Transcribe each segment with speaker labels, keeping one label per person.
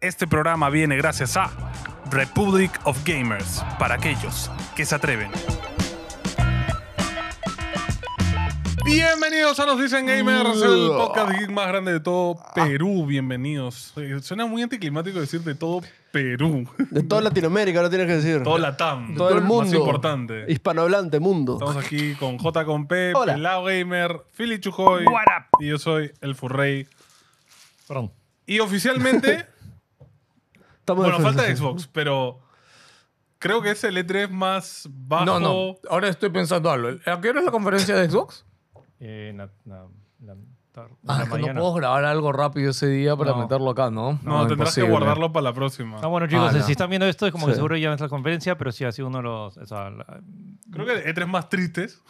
Speaker 1: Este programa viene gracias a Republic of Gamers, para aquellos que se atreven. Bienvenidos a Nos Dicen Gamers, el podcast geek más grande de todo Perú. Bienvenidos. Eh, Suena muy anticlimático decir de todo Perú.
Speaker 2: De toda Latinoamérica, ahora tienes que decir.
Speaker 1: Todo Latam.
Speaker 2: Todo el mundo.
Speaker 1: Más importante.
Speaker 2: Hispanohablante mundo.
Speaker 1: Estamos aquí con J con P,
Speaker 2: Hola.
Speaker 1: Pelao Gamer, Philly Chujoy.
Speaker 3: What up?
Speaker 1: Y yo soy el Furrey.
Speaker 4: Perdón.
Speaker 1: Y oficialmente,
Speaker 2: Estamos
Speaker 1: bueno,
Speaker 2: de-
Speaker 1: falta Xbox, pero creo que es el E3 más bajo.
Speaker 4: No, no. Ahora estoy pensando algo. ¿A qué hora es la conferencia de Xbox?
Speaker 3: Eh, en la, la- la tar-
Speaker 4: Ah,
Speaker 3: la
Speaker 4: es que no
Speaker 3: mañana.
Speaker 4: puedo grabar algo rápido ese día para
Speaker 3: No.
Speaker 4: meterlo acá, ¿no?
Speaker 1: No, tendrás
Speaker 4: imposible.
Speaker 1: que guardarlo para la próxima.
Speaker 3: Ah, bueno, chicos,
Speaker 4: Ah, no.
Speaker 3: si están viendo esto, es como
Speaker 2: Sí.
Speaker 3: que seguro ya está la conferencia, pero sí ha sido uno de los. o sea, la-
Speaker 1: Creo que E3 más tristes.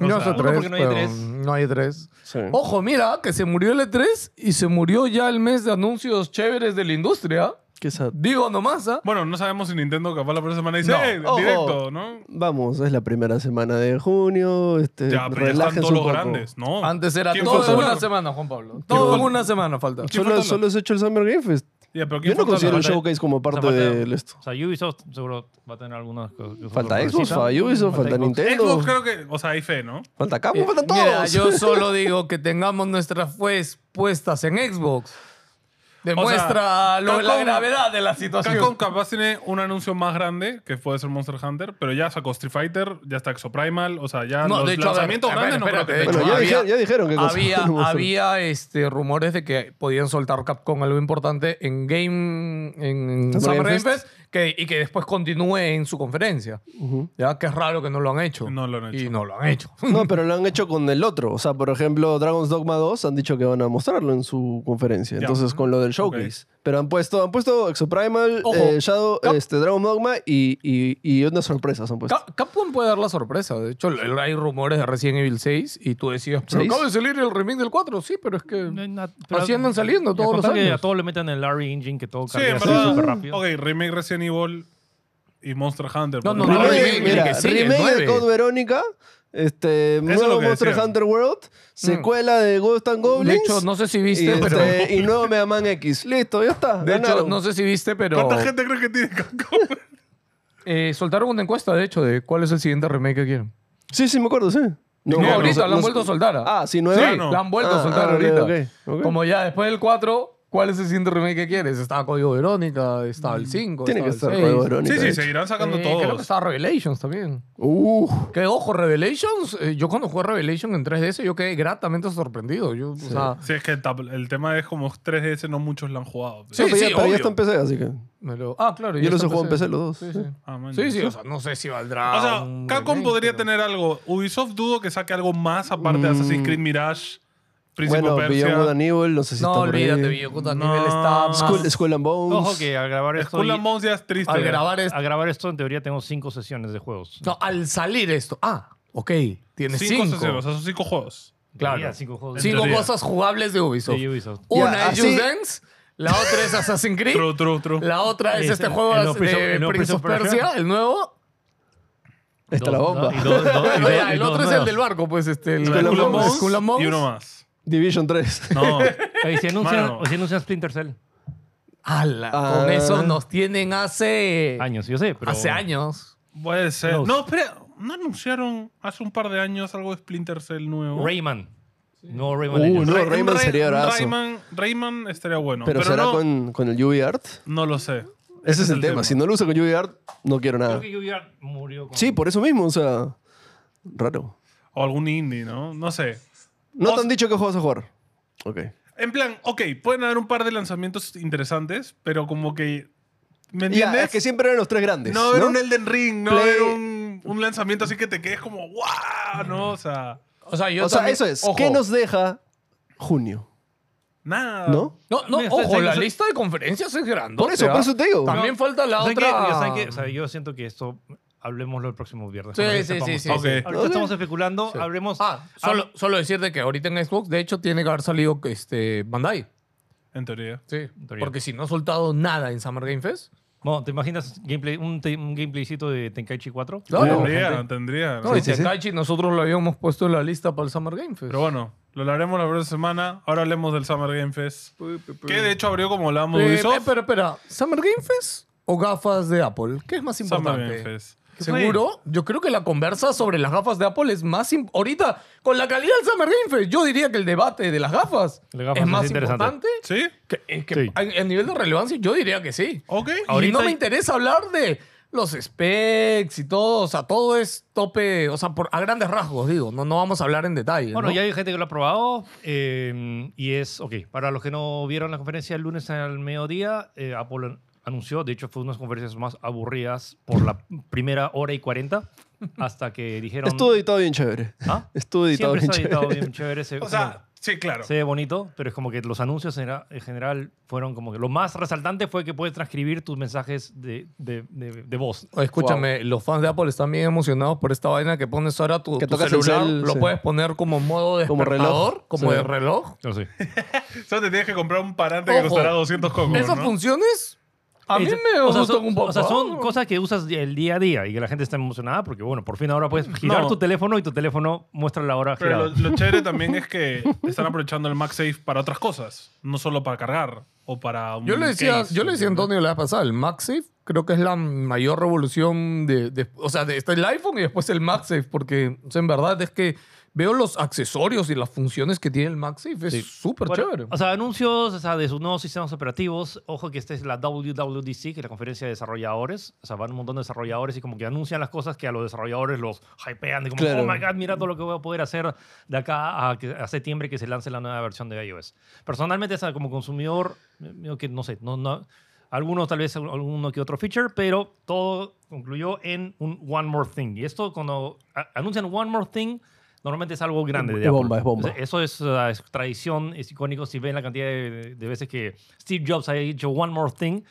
Speaker 1: O
Speaker 4: No,
Speaker 1: sea,
Speaker 4: son tres,
Speaker 3: porque no hay
Speaker 4: pero
Speaker 3: tres.
Speaker 4: no hay tres.
Speaker 2: Sí.
Speaker 1: Oh.
Speaker 4: Ojo, mira, que se murió el E3 y se murió ya el mes de anuncios chéveres de la industria.
Speaker 2: Qué sad.
Speaker 4: Digo nomás, ¿ah?
Speaker 1: Bueno, no sabemos si Nintendo capaz la próxima semana dice,
Speaker 4: No.
Speaker 1: "Eh,
Speaker 2: Ojo.
Speaker 1: directo, ¿no?
Speaker 2: Vamos, es la primera semana de junio. Este,
Speaker 1: Ya, pero ya están
Speaker 2: relájense
Speaker 1: todos
Speaker 2: un
Speaker 1: los
Speaker 2: poco.
Speaker 1: grandes, ¿no?
Speaker 4: Antes era
Speaker 1: ¿Quién
Speaker 4: todo
Speaker 1: falta?
Speaker 4: en una semana, Juan Pablo. Todo en
Speaker 2: falta?
Speaker 4: una semana falta.
Speaker 1: ¿Quién
Speaker 2: Solo,
Speaker 1: falta?
Speaker 2: solo has hecho el Summer Game Fest.
Speaker 1: Ya, pero
Speaker 2: Yo
Speaker 1: ¿quién
Speaker 2: no
Speaker 1: falta?
Speaker 2: considero el
Speaker 3: falta-
Speaker 2: showcase como
Speaker 3: o sea,
Speaker 2: parte
Speaker 3: falta-
Speaker 2: de esto.
Speaker 3: O sea, Ubisoft seguro va a tener algunos. co- co-
Speaker 2: Falta
Speaker 3: cositas.
Speaker 2: Xbox, falta Ubisoft, falta
Speaker 3: Xbox.
Speaker 2: Nintendo.
Speaker 1: Xbox creo que, o sea, hay fe, ¿no?
Speaker 2: Falta Capcom,
Speaker 4: Eh,
Speaker 2: faltan todos.
Speaker 4: Mira, yo solo digo que tengamos nuestras fues puestas en Xbox. Demuestra
Speaker 1: O sea,
Speaker 4: lo- la
Speaker 1: Capcom-
Speaker 4: gravedad de la situación.
Speaker 1: Capcom capaz tiene un anuncio más grande que puede ser Monster Hunter, pero ya sacó Street Fighter, ya está Exoprimal, o sea, ya
Speaker 4: No,
Speaker 1: los
Speaker 4: de hecho, a ver,
Speaker 1: lanzamientos
Speaker 4: a ver,
Speaker 1: grandes no
Speaker 4: espérate,
Speaker 1: creo que
Speaker 4: de hecho,
Speaker 2: bueno, ya,
Speaker 4: había-
Speaker 2: dije- ya dijeron que
Speaker 4: había
Speaker 2: consola.
Speaker 4: había este, rumores de que podían soltar Capcom algo importante en Game en
Speaker 2: Summer
Speaker 4: Summer
Speaker 2: Game
Speaker 4: Game Fest que, y que después continúe en su conferencia. Ya que es raro que no lo han hecho.
Speaker 1: No lo han hecho.
Speaker 4: Y no lo han hecho.
Speaker 2: No, pero lo han hecho con el otro. O sea, por ejemplo, Dragon's Dogma 2 han dicho que van a mostrarlo en su conferencia.
Speaker 1: Ya.
Speaker 2: Entonces, con lo del showcase. Pero han puesto, han puesto Exoprimal,
Speaker 4: Ojo.
Speaker 2: eh, Shadow,
Speaker 4: Cap-
Speaker 2: este, Dragon Dogma y, y, y unas sorpresas han
Speaker 1: Pues
Speaker 2: puesto.
Speaker 4: Cap- Capcom puede dar la sorpresa. De hecho, el- hay rumores de Resident Evil 6 y tú decías, pero
Speaker 2: ¿Seis?
Speaker 4: acaba de salir el remake del 4. Sí, pero es que...
Speaker 3: No hay nada-
Speaker 4: Así andan saliendo
Speaker 3: Y a
Speaker 4: todos los
Speaker 3: contar que
Speaker 4: años.
Speaker 3: A todos le meten el Larry Engine que todo
Speaker 1: Sí,
Speaker 3: cambia
Speaker 1: en
Speaker 3: así
Speaker 1: verdad.
Speaker 3: súper rápido.
Speaker 1: Ok, remake Resident Evil y Monster Hunter. por
Speaker 4: No,
Speaker 1: ejemplo.
Speaker 4: no, no,
Speaker 1: Ahora,
Speaker 4: Ah, remake,
Speaker 2: remake, mira,
Speaker 4: que sigue,
Speaker 2: remake
Speaker 4: nueve.
Speaker 2: de Code Verónica, este,
Speaker 1: es lo
Speaker 2: nuevo
Speaker 1: que
Speaker 2: Monster
Speaker 1: decían. Mm.
Speaker 2: Hunter World, secuela de Ghost and
Speaker 4: De
Speaker 2: Goblins.
Speaker 4: hecho, no sé si
Speaker 2: y,
Speaker 4: viste,
Speaker 2: este,
Speaker 4: pero...
Speaker 2: y nuevo Mega Man X. Listo, ya está.
Speaker 4: De hecho,
Speaker 2: ganaron.
Speaker 4: no sé si viste, pero
Speaker 1: ¿Cuánta gente crees que tiene Capcom?
Speaker 4: eh, soltaron una encuesta, de hecho, de cuál es el siguiente remake que quieren.
Speaker 2: Sí, sí, me acuerdo, sí. No,
Speaker 4: No,
Speaker 1: no,
Speaker 2: no,
Speaker 4: ahorita la han
Speaker 2: no-
Speaker 4: vuelto a soltar.
Speaker 2: Ah, sí, nueve.
Speaker 1: Sí, no.
Speaker 4: La han vuelto
Speaker 2: Ah,
Speaker 4: a soltar
Speaker 2: ah, ok,
Speaker 4: ahorita.
Speaker 2: ok, ok.
Speaker 4: Como ya después del 4, ¿cuál es el siguiente remake que quieres? Está Código Verónica, está el 5,
Speaker 2: Mm, Tiene que
Speaker 4: está
Speaker 2: estar
Speaker 4: el 6.
Speaker 2: Code Verónica.
Speaker 1: Sí, sí,
Speaker 2: de hecho.
Speaker 1: seguirán sacando
Speaker 4: Eh, Creo que
Speaker 1: todos.
Speaker 4: está Revelations también.
Speaker 2: Uh,
Speaker 4: Que ojo, Revelations, eh, yo cuando jugué Revelations en 3DS, yo quedé gratamente sorprendido. Yo, o sea,
Speaker 1: Sí, es que el, tab- el tema es como 3DS, no muchos la han jugado.
Speaker 4: Sí,
Speaker 2: no, pero, ya, pero ya
Speaker 4: obvio.
Speaker 2: está en PC, así que.
Speaker 4: me lo- Ah, claro.
Speaker 2: Yo
Speaker 4: lo
Speaker 2: los he jugado en PC los dos.
Speaker 4: Sí, sí.
Speaker 1: Ah, man.
Speaker 4: Sí, sí, o sea, no sé si valdrá.
Speaker 1: O sea,
Speaker 4: un
Speaker 1: Capcom
Speaker 4: remake,
Speaker 1: podría
Speaker 4: pero-
Speaker 1: tener algo. Ubisoft dudo que saque algo más aparte de Assassin's Creed Mirage, Príncipe
Speaker 2: Mm. bueno,
Speaker 1: Persia.
Speaker 2: Beyond Good and Evil, no sé si
Speaker 4: No,
Speaker 2: está por ahí.
Speaker 4: olvídate, Villocuta,
Speaker 1: No.
Speaker 4: nivel está más...
Speaker 2: School, Skull and Bones.
Speaker 3: Ojo que al grabar esto.
Speaker 1: Skull
Speaker 3: y-
Speaker 1: and Bones ya es triste.
Speaker 4: Al grabar esto...
Speaker 3: a grabar esto, en teoría, tengo cinco sesiones de juegos.
Speaker 4: No, al salir esto... Ah, ok, tiene
Speaker 1: cinco,
Speaker 4: cinco.
Speaker 1: sesiones, o sea, son cinco juegos.
Speaker 4: Claro.
Speaker 3: Teoría, cinco juegos.
Speaker 4: Cinco
Speaker 1: teoría.
Speaker 4: cosas jugables de Ubisoft.
Speaker 3: De Ubisoft.
Speaker 4: Una
Speaker 2: Ya,
Speaker 4: es
Speaker 2: así-
Speaker 4: Just Dance, la otra es Assassin's Creed,
Speaker 1: True, true, true.
Speaker 4: la otra es
Speaker 3: Es
Speaker 4: este
Speaker 3: el-
Speaker 4: juego
Speaker 3: el nuevo
Speaker 4: de
Speaker 3: Prince of- el nuevo
Speaker 4: Prince of
Speaker 3: Prince of Persia.
Speaker 4: Persia, el nuevo...
Speaker 2: Está la
Speaker 3: Dos,
Speaker 2: bomba.
Speaker 3: ¿no? Y dos- dos- y
Speaker 4: Ah,
Speaker 3: dos-
Speaker 4: ya,
Speaker 3: y
Speaker 4: el
Speaker 3: dos
Speaker 4: otro es el
Speaker 3: nuevos.
Speaker 4: del barco, pues, este... El
Speaker 1: Skull and
Speaker 4: Skull and
Speaker 1: Bones
Speaker 4: Skull and Bones.
Speaker 1: Y uno más.
Speaker 2: Division 3.
Speaker 1: No.
Speaker 3: Eh, si anuncian,
Speaker 1: Mano.
Speaker 3: o si anuncian Splinter Cell.
Speaker 4: Ala,
Speaker 2: Ah.
Speaker 4: con eso nos tienen hace
Speaker 3: Años, yo sé, pero.
Speaker 4: hace años.
Speaker 1: Puede ser.
Speaker 3: No.
Speaker 1: No, espera. ¿No anunciaron hace un par de años algo de Splinter Cell nuevo?
Speaker 3: Rayman. No, Rayman.
Speaker 2: Uh,
Speaker 3: Legends.
Speaker 2: no,
Speaker 1: Ray-
Speaker 2: Rayman
Speaker 1: Ray-
Speaker 2: sería brazo.
Speaker 1: Rayman, Rayman estaría bueno.
Speaker 2: Pero,
Speaker 1: Pero,
Speaker 2: será
Speaker 1: no,
Speaker 2: con, con el UV Art.
Speaker 1: no lo sé.
Speaker 2: Ese es el tema. Si no lo uso con UV Art, no quiero
Speaker 3: Creo
Speaker 2: nada.
Speaker 3: que Yu-Gi-Oh! murió con.
Speaker 2: Sí, por eso mismo, o sea. Raro.
Speaker 1: O algún indie, ¿no? No sé.
Speaker 2: No
Speaker 1: O
Speaker 2: te han dicho qué juego vas a jugar. Ok.
Speaker 1: En plan, ok, pueden haber un par de lanzamientos interesantes, pero como que. ¿Me
Speaker 2: Ya,
Speaker 1: entiendes?
Speaker 2: es que siempre eran los tres grandes.
Speaker 1: no
Speaker 2: No,
Speaker 1: haber un Elden Ring, no
Speaker 2: Play-
Speaker 1: haber un, un lanzamiento así que te quedes como, ¡guau! No, o sea,
Speaker 4: O sea, yo
Speaker 2: O sea,
Speaker 4: también-
Speaker 2: eso es.
Speaker 4: ojo.
Speaker 2: ¿Qué nos deja junio?
Speaker 1: nada.
Speaker 2: ¿No?
Speaker 4: No, no,
Speaker 3: Mira, está-
Speaker 4: ojo,
Speaker 3: está-
Speaker 4: la
Speaker 3: está-
Speaker 4: lista de conferencias es grande.
Speaker 2: Por eso, por eso te digo.
Speaker 4: También falta la
Speaker 3: ¿Saben qué? Ya
Speaker 4: otra.
Speaker 2: Ah.
Speaker 3: saben qué, o sea, yo siento que esto hablemoslo el próximo viernes.
Speaker 4: Sí,
Speaker 3: cuando ya
Speaker 4: sí, sí,
Speaker 3: sepamos
Speaker 4: sí,
Speaker 3: todo.
Speaker 1: sí. Ok.
Speaker 3: Ahorita
Speaker 2: Ok.
Speaker 3: estamos especulando,
Speaker 4: Sí.
Speaker 3: hablemos.
Speaker 4: Ah,
Speaker 3: habl-
Speaker 4: solo, solo decirte que ahorita en Xbox, de hecho, tiene que haber salido este, Bandai.
Speaker 1: En teoría.
Speaker 4: Sí,
Speaker 3: teoría.
Speaker 4: porque si no ha soltado nada en Summer Game Fest.
Speaker 3: Bueno, ¿te imaginas gameplay, un, te- un gameplaycito de Tenkaichi 4?
Speaker 4: Claro.
Speaker 1: tendría, tendría.
Speaker 4: No,
Speaker 1: ¿no?
Speaker 4: y Tenkaichi nosotros lo habíamos puesto en la lista para el Summer Game Fest.
Speaker 1: Pero bueno, Lo hablaremos la próxima semana. Ahora hablemos del Summer Game Fest. Que de hecho abrió como hablábamos de
Speaker 4: Eh,
Speaker 1: Ubisoft.
Speaker 4: espera, espera. ¿Summer Game Fest o gafas de Apple? ¿Qué es más
Speaker 1: Summer Game
Speaker 4: importante?
Speaker 1: Fest.
Speaker 4: Seguro, yo creo que la conversa sobre las gafas de Apple es más im- ahorita con la calidad del Summer Game Fest, yo diría que el debate de las gafas,
Speaker 3: Las
Speaker 4: es
Speaker 3: gafas es
Speaker 4: más
Speaker 3: interesante.
Speaker 4: importante.
Speaker 1: ¿Sí?
Speaker 4: Que- es que
Speaker 3: Sí.
Speaker 4: a, a nivel de relevancia yo diría que sí.
Speaker 1: Ok.
Speaker 4: y
Speaker 3: Ahorita
Speaker 4: no me
Speaker 3: hay-
Speaker 4: interesa hablar de los specs y todo, o sea, todo es tope, o sea, por, a grandes rasgos digo, no, no vamos a hablar en detalle.
Speaker 3: Bueno,
Speaker 4: ¿no?
Speaker 3: ya hay gente que lo ha probado eh, y es, ok, para los que no vieron la conferencia el lunes al mediodía, eh, Apple anunció, de hecho fue una de las conferencias más aburridas por la primera hora y cuarenta, hasta que dijeron...
Speaker 2: Estuvo editado bien chévere.
Speaker 3: ¿Ah?
Speaker 2: Estuvo editado
Speaker 3: Siempre
Speaker 2: bien
Speaker 3: está
Speaker 2: chévere.
Speaker 3: editado bien chévere. se-
Speaker 1: O sea, sí, claro.
Speaker 3: Se ve bonito, pero es como que los anuncios en era- en general fueron como que lo más resaltante fue que puedes transcribir tus mensajes de, de- de- de voz.
Speaker 4: Oye, Escúchame, los fans de Apple están bien emocionados por esta vaina que pones ahora tu,
Speaker 2: Que
Speaker 4: tu
Speaker 2: tocas el
Speaker 4: celular.
Speaker 2: cel,
Speaker 4: lo
Speaker 2: sí.
Speaker 4: puedes poner como modo
Speaker 2: Como reloj,
Speaker 4: despertador, como
Speaker 2: sí.
Speaker 4: de reloj.
Speaker 3: No sé.
Speaker 1: Solo te tienes que comprar un parante que
Speaker 4: Ojo.
Speaker 1: costará 200 cocos.
Speaker 4: Esas
Speaker 1: ¿no?
Speaker 4: funciones a mí
Speaker 3: Eh,
Speaker 4: me
Speaker 3: o sea,
Speaker 4: gustan
Speaker 3: son-
Speaker 4: un poco. Ah,
Speaker 3: O sea, son cosas que usas el día a día y que la gente está emocionada porque, bueno, por fin ahora puedes girar
Speaker 1: No.
Speaker 3: tu teléfono y tu teléfono muestra la hora
Speaker 1: Pero lo,
Speaker 3: girada.
Speaker 1: lo chévere también es que están aprovechando el MagSafe para otras cosas, no solo para cargar o para un
Speaker 4: Yo
Speaker 3: Mm,
Speaker 4: le decía,
Speaker 1: case.
Speaker 4: yo le decía a Antonio la vez pasada, el MagSafe creo que es la mayor revolución de, de- o sea, de, está el iPhone y después el MagSafe, porque o sea, en verdad es que veo los accesorios y las funciones que tiene el MagSafe, es
Speaker 3: Sí.
Speaker 4: súper
Speaker 3: Bueno,
Speaker 4: chévere.
Speaker 3: O sea, anuncios o sea, de sus nuevos sistemas operativos. Ojo que esta es la WWDC, que es la conferencia de desarrolladores. O sea, van un montón de desarrolladores y como que anuncian las cosas que a los desarrolladores los hypean. De como,
Speaker 2: Claro.
Speaker 3: oh my god, mira todo lo que voy a poder hacer de acá a, que- a septiembre que se lance la nueva versión de iOS. Personalmente, o sea, como consumidor, medio que no sé, no, no, algunos tal vez alguno que otro feature, pero todo concluyó en un One More Thing. Y esto cuando a- anuncian One More Thing, normalmente es algo grande. de
Speaker 2: Es
Speaker 3: Apple.
Speaker 2: bomba, es bomba.
Speaker 3: O sea, eso es, uh, es tradición, es icónico. Si ven la cantidad de, de veces que Steve Jobs ha dicho One More Thing,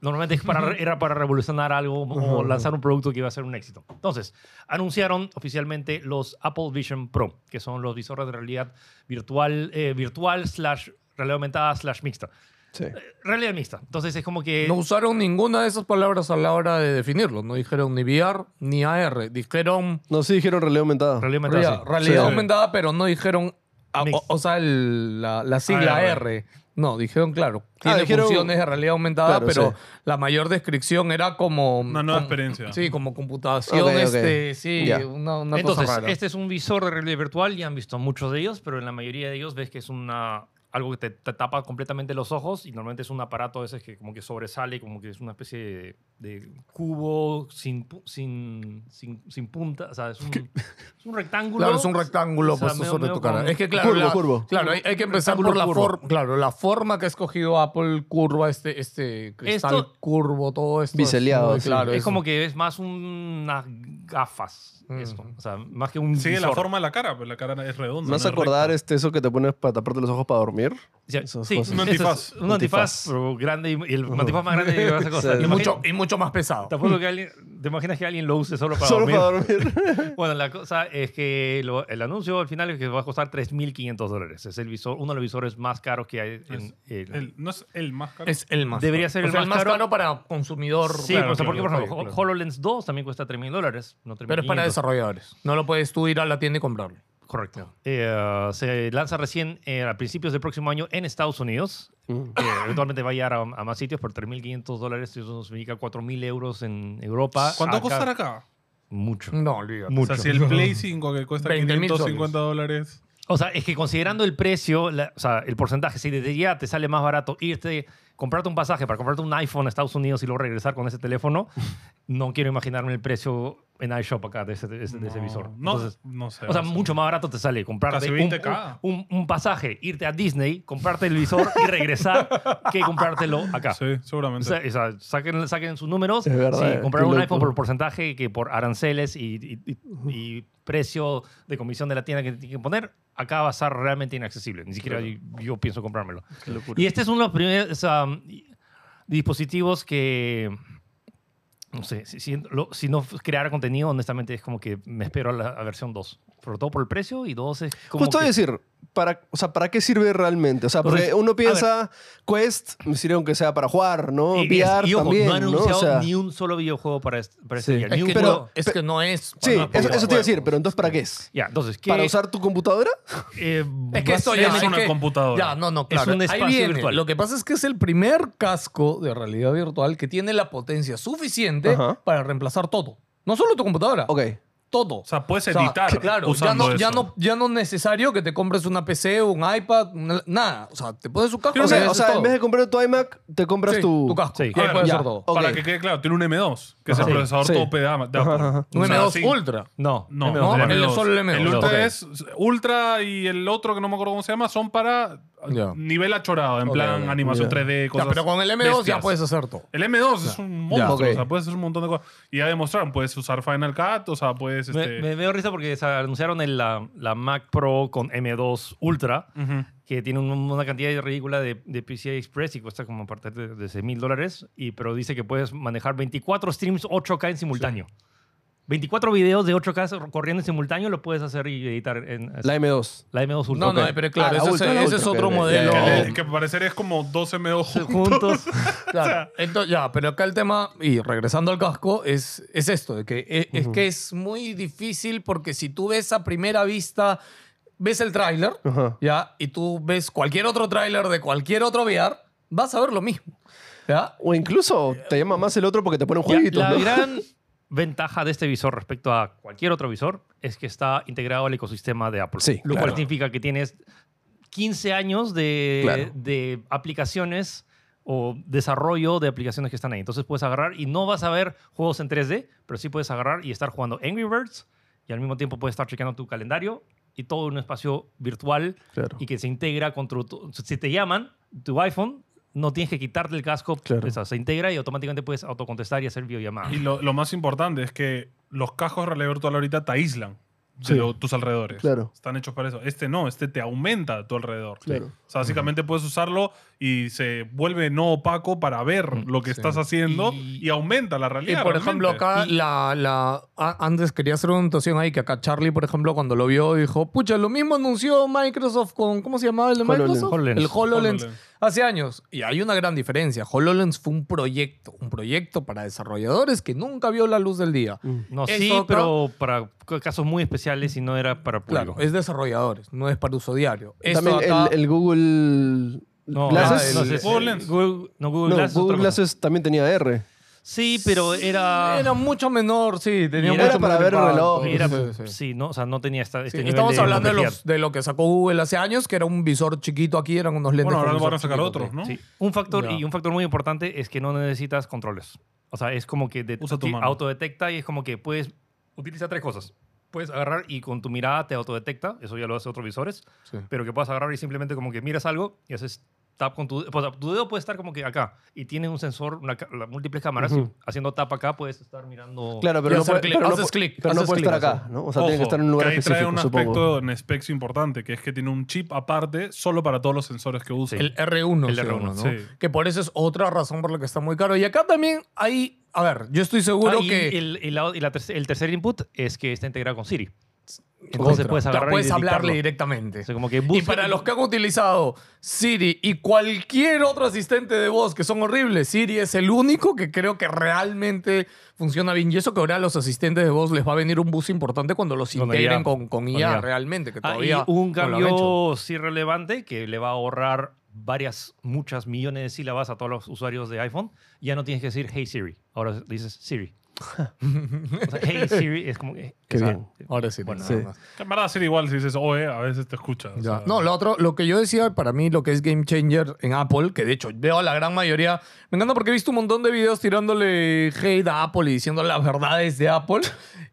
Speaker 3: normalmente es para, era para revolucionar algo o lanzar un producto que iba a ser un éxito. Entonces, anunciaron oficialmente los Apple Vision Pro, que son los visores de realidad virtual, eh, virtual slash realidad aumentada slash mixta.
Speaker 2: Sí.
Speaker 3: Realidad mixta. Entonces, es como que...
Speaker 4: No usaron ninguna de esas palabras a la hora de definirlo. No dijeron ni VR ni AR. Dijeron
Speaker 2: No, sí dijeron realidad aumentada.
Speaker 3: realidad aumentada,
Speaker 4: rea-
Speaker 3: sí.
Speaker 4: realidad
Speaker 2: Sí.
Speaker 4: aumentada, pero no dijeron, ah,
Speaker 3: Mix.
Speaker 4: o, o sea, el- la,
Speaker 3: Ah,
Speaker 4: la sigla
Speaker 1: AR.
Speaker 4: R. No, dijeron, claro, tiene
Speaker 2: Ah, dijeron-
Speaker 4: funciones de realidad aumentada,
Speaker 2: Claro,
Speaker 4: pero
Speaker 2: sí.
Speaker 4: la mayor descripción era como...
Speaker 1: Una nueva
Speaker 4: como-
Speaker 1: experiencia.
Speaker 4: Sí, como computación,
Speaker 2: Ok, ok.
Speaker 4: este, sí,
Speaker 2: Ya.
Speaker 4: una, una
Speaker 3: Entonces,
Speaker 4: cosa rara.
Speaker 3: este es un visor de realidad virtual, ya han visto muchos de ellos, pero en la mayoría de ellos ves que es una, algo que te, te tapa completamente los ojos y normalmente es un aparato a veces que como que sobresale, como que es una especie de, de cubo sin, pu- sin, sin, sin punta, o sea, es un, es un rectángulo.
Speaker 4: Claro, es un rectángulo
Speaker 3: O sea,
Speaker 4: puesto
Speaker 3: medio-
Speaker 4: sobre
Speaker 3: medio
Speaker 4: tu cara.
Speaker 3: como-
Speaker 4: Es que, claro,
Speaker 2: Curvo,
Speaker 4: la-
Speaker 2: curvo.
Speaker 4: claro hay, hay que empezar por la,
Speaker 3: Rectángulo curvo.
Speaker 4: forma. claro, la forma que ha escogido Apple, curva, este, este cristal
Speaker 3: Esto-
Speaker 4: curvo, todo esto.
Speaker 2: Biseleado,
Speaker 4: muy
Speaker 2: sí.
Speaker 4: claro,
Speaker 3: es
Speaker 4: eso.
Speaker 3: como que es más unas gafas,
Speaker 4: Mm.
Speaker 3: eso. o sea, más que un
Speaker 1: Sigue la
Speaker 3: visor.
Speaker 1: forma de la cara, pero la cara es redonda.
Speaker 2: ¿Me vas
Speaker 1: no
Speaker 2: a
Speaker 1: es
Speaker 2: acordar
Speaker 1: recta.
Speaker 2: este, eso que te pones para taparte los ojos para dormir?
Speaker 3: O sea,
Speaker 2: Esas
Speaker 3: sí,
Speaker 2: cosas.
Speaker 1: Un
Speaker 3: eso
Speaker 1: antifaz.
Speaker 3: es Un antifaz pero grande y y el
Speaker 4: Oh.
Speaker 3: antifaz más grande de esa cosa.
Speaker 2: Sí.
Speaker 4: Y
Speaker 3: Imagina-
Speaker 4: mucho, y mucho más pesado.
Speaker 3: ¿Te, apuesto que alguien- ¿Te imaginas que alguien lo use solo para
Speaker 2: Solo
Speaker 3: dormir?
Speaker 2: para dormir.
Speaker 3: Bueno, la cosa es que lo- el anuncio al final es que va a costar 3.500 dólares. Es el visor, uno de los visores más caros que hay. En, en-
Speaker 1: El- no es el más caro.
Speaker 4: Es el más
Speaker 3: Debería
Speaker 4: caro.
Speaker 3: ser
Speaker 4: O
Speaker 3: el
Speaker 4: sea,
Speaker 3: más caro.
Speaker 4: para consumidor.
Speaker 3: sí,
Speaker 4: Claro,
Speaker 3: o sea, porque, por
Speaker 4: claro,
Speaker 3: ejemplo,
Speaker 4: claro.
Speaker 3: HoloLens 2 también cuesta 3.000 dólares. No 3.500.
Speaker 4: Pero es para desarrolladores. No lo puedes tú ir a la tienda y comprarlo.
Speaker 3: Correcto. Eh, uh, se lanza recién eh, a principios del próximo año en Estados Unidos. que eventualmente va a llegar a, a más sitios por 3.500 dólares. Eso significa 4.000 euros en Europa.
Speaker 1: ¿Cuánto
Speaker 3: Acá-
Speaker 1: costará acá?
Speaker 3: Mucho.
Speaker 4: No, olvídate.
Speaker 1: O
Speaker 3: Mucho.
Speaker 1: sea, si el Play 5 que cuesta
Speaker 4: 20.000 soles.
Speaker 1: 550 dólares.
Speaker 3: O sea, es que considerando el precio, la- o sea, el porcentaje, si desde ya te sale más barato irte, comprarte un pasaje para comprarte un iPhone a Estados Unidos y luego regresar con ese teléfono, no quiero imaginarme el precio en iShop acá de ese, de ese- de ese visor.
Speaker 1: No,
Speaker 3: Entonces,
Speaker 1: no sé.
Speaker 3: o sea,
Speaker 1: no sé.
Speaker 3: mucho más barato te sale comprarte
Speaker 1: Casi
Speaker 3: un,
Speaker 1: 20K.
Speaker 3: un- un pasaje, irte a Disney, comprarte el visor y regresar que comprártelo acá.
Speaker 1: Sí,
Speaker 3: O
Speaker 1: seguramente.
Speaker 3: sea, o sea, saquen, saquen sus números.
Speaker 2: Es verdad,
Speaker 3: Sí,
Speaker 2: eh,
Speaker 3: comprar
Speaker 2: qué
Speaker 3: un
Speaker 2: loco.
Speaker 3: iPhone por el porcentaje que por aranceles y, y- y- y precio de comisión de la tienda que tienen que poner, acá va a estar realmente inaccesible. Ni siquiera yo, yo pienso comprármelo. Y este es uno de los primeros um, y- dispositivos que. No sé, si, si- lo- si no creara contenido, honestamente es como que me espero a la a versión 2. por todo por el precio y dos es como
Speaker 2: Justo
Speaker 3: que-
Speaker 2: decir, para, o sea, ¿para qué sirve realmente? O sea, porque
Speaker 3: Entonces,
Speaker 2: uno
Speaker 3: a
Speaker 2: piensa, Quest me sirve aunque sea para jugar, ¿no?
Speaker 3: y- y-
Speaker 2: VR
Speaker 3: y ojo,
Speaker 2: también,
Speaker 3: no
Speaker 2: ¿no?
Speaker 3: han
Speaker 2: O
Speaker 3: anunciado
Speaker 2: sea,
Speaker 3: ni un solo videojuego para este, para
Speaker 2: Sí.
Speaker 3: este día.
Speaker 4: Es
Speaker 3: Ni un
Speaker 4: que,
Speaker 2: pero-
Speaker 4: no, es que no es.
Speaker 2: sí,
Speaker 4: para-
Speaker 2: eso,
Speaker 4: para
Speaker 2: eso te iba a decir,
Speaker 4: juegos.
Speaker 2: pero entonces ¿para qué es?
Speaker 3: Ya, entonces, ¿qué,
Speaker 2: ¿Para usar tu computadora?
Speaker 3: eh,
Speaker 4: Es que
Speaker 3: va
Speaker 4: esto
Speaker 3: a
Speaker 4: ya
Speaker 1: es
Speaker 3: ser-
Speaker 1: una
Speaker 4: que-
Speaker 1: computadora.
Speaker 4: Ya, no, no, claro.
Speaker 3: un
Speaker 4: Ahí
Speaker 3: espacio
Speaker 4: viene.
Speaker 3: virtual.
Speaker 4: Lo que pasa es que es el primer casco de realidad virtual que tiene la potencia suficiente
Speaker 2: Ajá.
Speaker 4: para reemplazar todo. No solo tu computadora,
Speaker 2: Ok.
Speaker 4: todo.
Speaker 1: O sea, puedes editar
Speaker 4: claro,
Speaker 1: usando
Speaker 4: ya no, Ya
Speaker 1: eso.
Speaker 4: no, ya no es necesario que te compres una PC, un iPad, una- nada. O sea, te pones un casco
Speaker 2: O
Speaker 4: y
Speaker 2: sea,
Speaker 4: haces
Speaker 2: o sea,
Speaker 4: todo.
Speaker 2: en vez de comprar tu iMac, te compras
Speaker 4: Sí,
Speaker 2: tu...
Speaker 4: casco.
Speaker 3: Sí.
Speaker 4: Y ahí
Speaker 1: A ver,
Speaker 4: puedes
Speaker 2: ya.
Speaker 4: hacer todo.
Speaker 2: Ok.
Speaker 1: Para que quede claro, tiene un M2, que es
Speaker 2: Ajá.
Speaker 1: el procesador
Speaker 2: Sí.
Speaker 1: tope de Apple.
Speaker 2: Ajá.
Speaker 4: Un
Speaker 1: O sea,
Speaker 4: M2
Speaker 1: sí.
Speaker 4: Ultra.
Speaker 3: No,
Speaker 1: No,
Speaker 3: M2,
Speaker 4: no,
Speaker 1: el
Speaker 3: M2.
Speaker 1: M2.
Speaker 4: solo el M2.
Speaker 1: El Ultra
Speaker 3: Ok.
Speaker 1: es Ultra y el otro que no me acuerdo cómo se llama son para uh,
Speaker 4: Ya.
Speaker 1: nivel achorado, en
Speaker 4: Ok,
Speaker 1: plan
Speaker 4: ok,
Speaker 1: animación
Speaker 2: ya.
Speaker 1: 3D,
Speaker 4: Ya,
Speaker 1: cosas.
Speaker 4: pero con el M2 ya
Speaker 1: bestias.
Speaker 4: puedes hacer todo.
Speaker 1: El M2 es un monstruo,
Speaker 2: Ya.
Speaker 1: o sea, puedes hacer un montón de cosas. Y ya demostraron, puedes usar Final Cut, o sea, puedes
Speaker 3: Me,
Speaker 1: este
Speaker 3: me- me dio risa porque se anunciaron el, la, la Mac Pro con M2 Ultra,
Speaker 1: ujú.
Speaker 3: que tiene un- una cantidad ridícula de, de PCI Express y cuesta como parte de, de 6 mil dólares, y, pero dice que puedes manejar 24 streams 8K en simultáneo. 24 videos de 8K corriendo en simultáneo lo puedes hacer y editar en
Speaker 2: La M2.
Speaker 3: la M2 Ultra.
Speaker 4: No, no,
Speaker 3: Ok.
Speaker 4: pero claro,
Speaker 2: Ah,
Speaker 4: ese, es-
Speaker 2: Ultra,
Speaker 4: ese
Speaker 2: Ultra,
Speaker 4: es
Speaker 2: ok,
Speaker 4: otro
Speaker 2: ok, ya,
Speaker 4: modelo.
Speaker 1: Que,
Speaker 2: ya,
Speaker 1: le- que parecer es como 12 M2 juntos.
Speaker 3: juntos.
Speaker 4: Claro. Entonces, ya, pero acá el tema, y regresando al casco, es, es esto, de que eh, es, es que es muy difícil porque si tú ves a primera vista, ves el tráiler,
Speaker 2: Ajá.
Speaker 4: ya, y tú ves cualquier otro tráiler de cualquier otro VR, vas a ver lo mismo, ya.
Speaker 2: O incluso te llama más el otro porque te pone un
Speaker 3: Ya,
Speaker 2: jueguito.
Speaker 3: la
Speaker 2: ¿no?
Speaker 3: gran ventaja de este visor respecto a cualquier otro visor es que está integrado al ecosistema de Apple.
Speaker 2: Sí,
Speaker 3: lo
Speaker 2: claro.
Speaker 3: cual significa que tienes 15 años de,
Speaker 2: Claro.
Speaker 3: de aplicaciones o desarrollo de aplicaciones que están ahí. Entonces puedes agarrar y no vas a ver juegos en 3D, pero sí puedes agarrar y estar jugando Angry Birds y al mismo tiempo puedes estar chequeando tu calendario y todo en un espacio virtual
Speaker 2: Claro.
Speaker 3: y que se integra con tu, tu- Si te llaman, tu iPhone, no tienes que quitarte el casco.
Speaker 2: Claro.
Speaker 3: o sea, se integra y automáticamente puedes autocontestar y hacer videollamadas.
Speaker 1: Y lo, lo más importante es que los cascos de realidad virtual ahorita te aíslan de
Speaker 2: Sí.
Speaker 1: lo- tus alrededores.
Speaker 2: Claro.
Speaker 1: Están hechos para eso. Este no, este te aumenta tu alrededor.
Speaker 2: Claro.
Speaker 1: O sea, básicamente puedes usarlo y se vuelve no opaco para ver lo que estás haciendo y,
Speaker 3: Y-
Speaker 1: aumenta la
Speaker 4: Mm, Y
Speaker 1: realidad.
Speaker 4: por ejemplo,
Speaker 1: realmente.
Speaker 4: acá, la, la, a- antes quería hacer una anotación ahí, que acá Charlie, por ejemplo, cuando lo vio, dijo, pucha, lo mismo anunció Microsoft con, ¿cómo se llamaba el de
Speaker 2: HoloLens.
Speaker 4: Microsoft?
Speaker 3: HoloLens.
Speaker 4: El HoloLens.
Speaker 1: HoloLens.
Speaker 4: Hace años. Y hay una gran diferencia. HoloLens fue un proyecto, un proyecto para desarrolladores que nunca vio la luz del día.
Speaker 2: Mm.
Speaker 3: No,
Speaker 4: Eso
Speaker 3: sí,
Speaker 4: acá-
Speaker 3: pero para c- casos muy especiales y no era para público.
Speaker 4: Claro, es desarrolladores, no es para uso diario. Esto
Speaker 2: También
Speaker 4: acá-
Speaker 2: el, el Google
Speaker 3: no,
Speaker 2: Glasses.
Speaker 3: No,
Speaker 4: el-
Speaker 3: es-
Speaker 1: Google Lens.
Speaker 3: Google, no, Google
Speaker 2: No,
Speaker 3: Glass es
Speaker 2: Google
Speaker 3: otra cosa.
Speaker 2: Glasses también tenía R.
Speaker 3: Sí, pero era...
Speaker 4: Era mucho menor, sí. Tenía
Speaker 3: Era
Speaker 4: mucho
Speaker 2: para
Speaker 4: menor
Speaker 2: ver el
Speaker 4: impacto.
Speaker 2: reloj.
Speaker 3: era-
Speaker 4: Sí, sí.
Speaker 3: sí, no, o sea, no tenía esta, este
Speaker 4: Sí,
Speaker 3: nivel
Speaker 4: estamos
Speaker 3: de
Speaker 4: hablando de, los,
Speaker 3: complejidad.
Speaker 4: de lo que sacó Google hace años, que era un visor chiquito aquí, eran unos lentes.
Speaker 1: Bueno, ahora
Speaker 4: con visor
Speaker 1: van a sacar
Speaker 4: chiquito,
Speaker 1: otros,
Speaker 4: sí.
Speaker 1: ¿no?
Speaker 3: Sí. Un factor,
Speaker 4: Ya.
Speaker 3: y un factor muy importante es que no necesitas controles. O sea, es como que de,
Speaker 1: Usa tu
Speaker 3: que
Speaker 1: mano.
Speaker 3: autodetecta y es como que puedes utilizar tres cosas. Puedes agarrar y con tu mirada te autodetecta, eso ya lo hace otros visores,
Speaker 4: Sí.
Speaker 3: pero que puedas agarrar y simplemente como que miras algo y haces tap con tu dedo. O sea, tu dedo puede estar como que acá y tiene un sensor, una, ca- la- múltiples cámaras, y haciendo tap acá puedes estar mirando.
Speaker 2: Claro,
Speaker 4: Y
Speaker 2: pero no
Speaker 4: hacer
Speaker 2: puede,
Speaker 4: clic,
Speaker 2: pero no
Speaker 4: haces
Speaker 2: pu-
Speaker 4: clic,
Speaker 2: pero no
Speaker 4: haces
Speaker 2: puede
Speaker 4: clic,
Speaker 2: estar acá,
Speaker 4: haces.
Speaker 2: ¿no? O sea, tiene
Speaker 1: Ojo,
Speaker 2: que estar en un lugar
Speaker 1: ahí
Speaker 2: específico,
Speaker 1: trae un
Speaker 2: supongo.
Speaker 1: aspecto en specs importante, que es que tiene un chip aparte solo para todos los sensores que usa.
Speaker 4: El R1.
Speaker 3: El
Speaker 4: se
Speaker 3: R1,
Speaker 4: llama, ¿no?
Speaker 1: sí.
Speaker 4: Que por eso es otra razón por la que está muy caro. Y acá también hay... A ver, yo estoy seguro
Speaker 3: Ah, y
Speaker 4: que...
Speaker 3: el, y la- y la terce- el tercer input es que está integrado con Siri. Entonces
Speaker 4: Otra.
Speaker 3: puedes
Speaker 4: Claro,
Speaker 3: agarrar y
Speaker 4: puedes hablarle
Speaker 3: dedicarlo.
Speaker 4: directamente.
Speaker 3: O sea, como que
Speaker 4: Y
Speaker 3: busca-
Speaker 4: para los que han utilizado Siri y cualquier otro asistente de voz que son horribles, Siri es el único que creo que realmente funciona bien. Y eso que ahora a los asistentes de voz les va a venir un bus importante cuando los
Speaker 3: Con
Speaker 4: integren
Speaker 3: IA.
Speaker 4: con, con
Speaker 3: Con
Speaker 4: IA,
Speaker 3: IA.
Speaker 4: realmente, que
Speaker 3: Ah, y
Speaker 4: todavía
Speaker 3: un
Speaker 4: no lo han hecho.
Speaker 3: cambio sí relevante que le va a ahorrar varias, muchas millones de sílabas a todos los usuarios de iPhone. Ya no tienes que decir Hey Siri, ahora dices Siri. O sea, hey Siri es como que...
Speaker 2: Qué
Speaker 3: o sea,
Speaker 2: bien.
Speaker 4: Ahora sí.
Speaker 3: Bueno,
Speaker 4: nada
Speaker 2: sí.
Speaker 4: más.
Speaker 1: En verdad, ser igual si dices, oe, a veces te escucha. o
Speaker 4: Ya.
Speaker 1: sea.
Speaker 4: No, lo otro, lo que yo decía, para mí lo que es game changer en Apple, que de hecho veo a la gran mayoría, me encanta porque he visto un montón de videos tirándole hate a Apple y diciendo las verdades de Apple.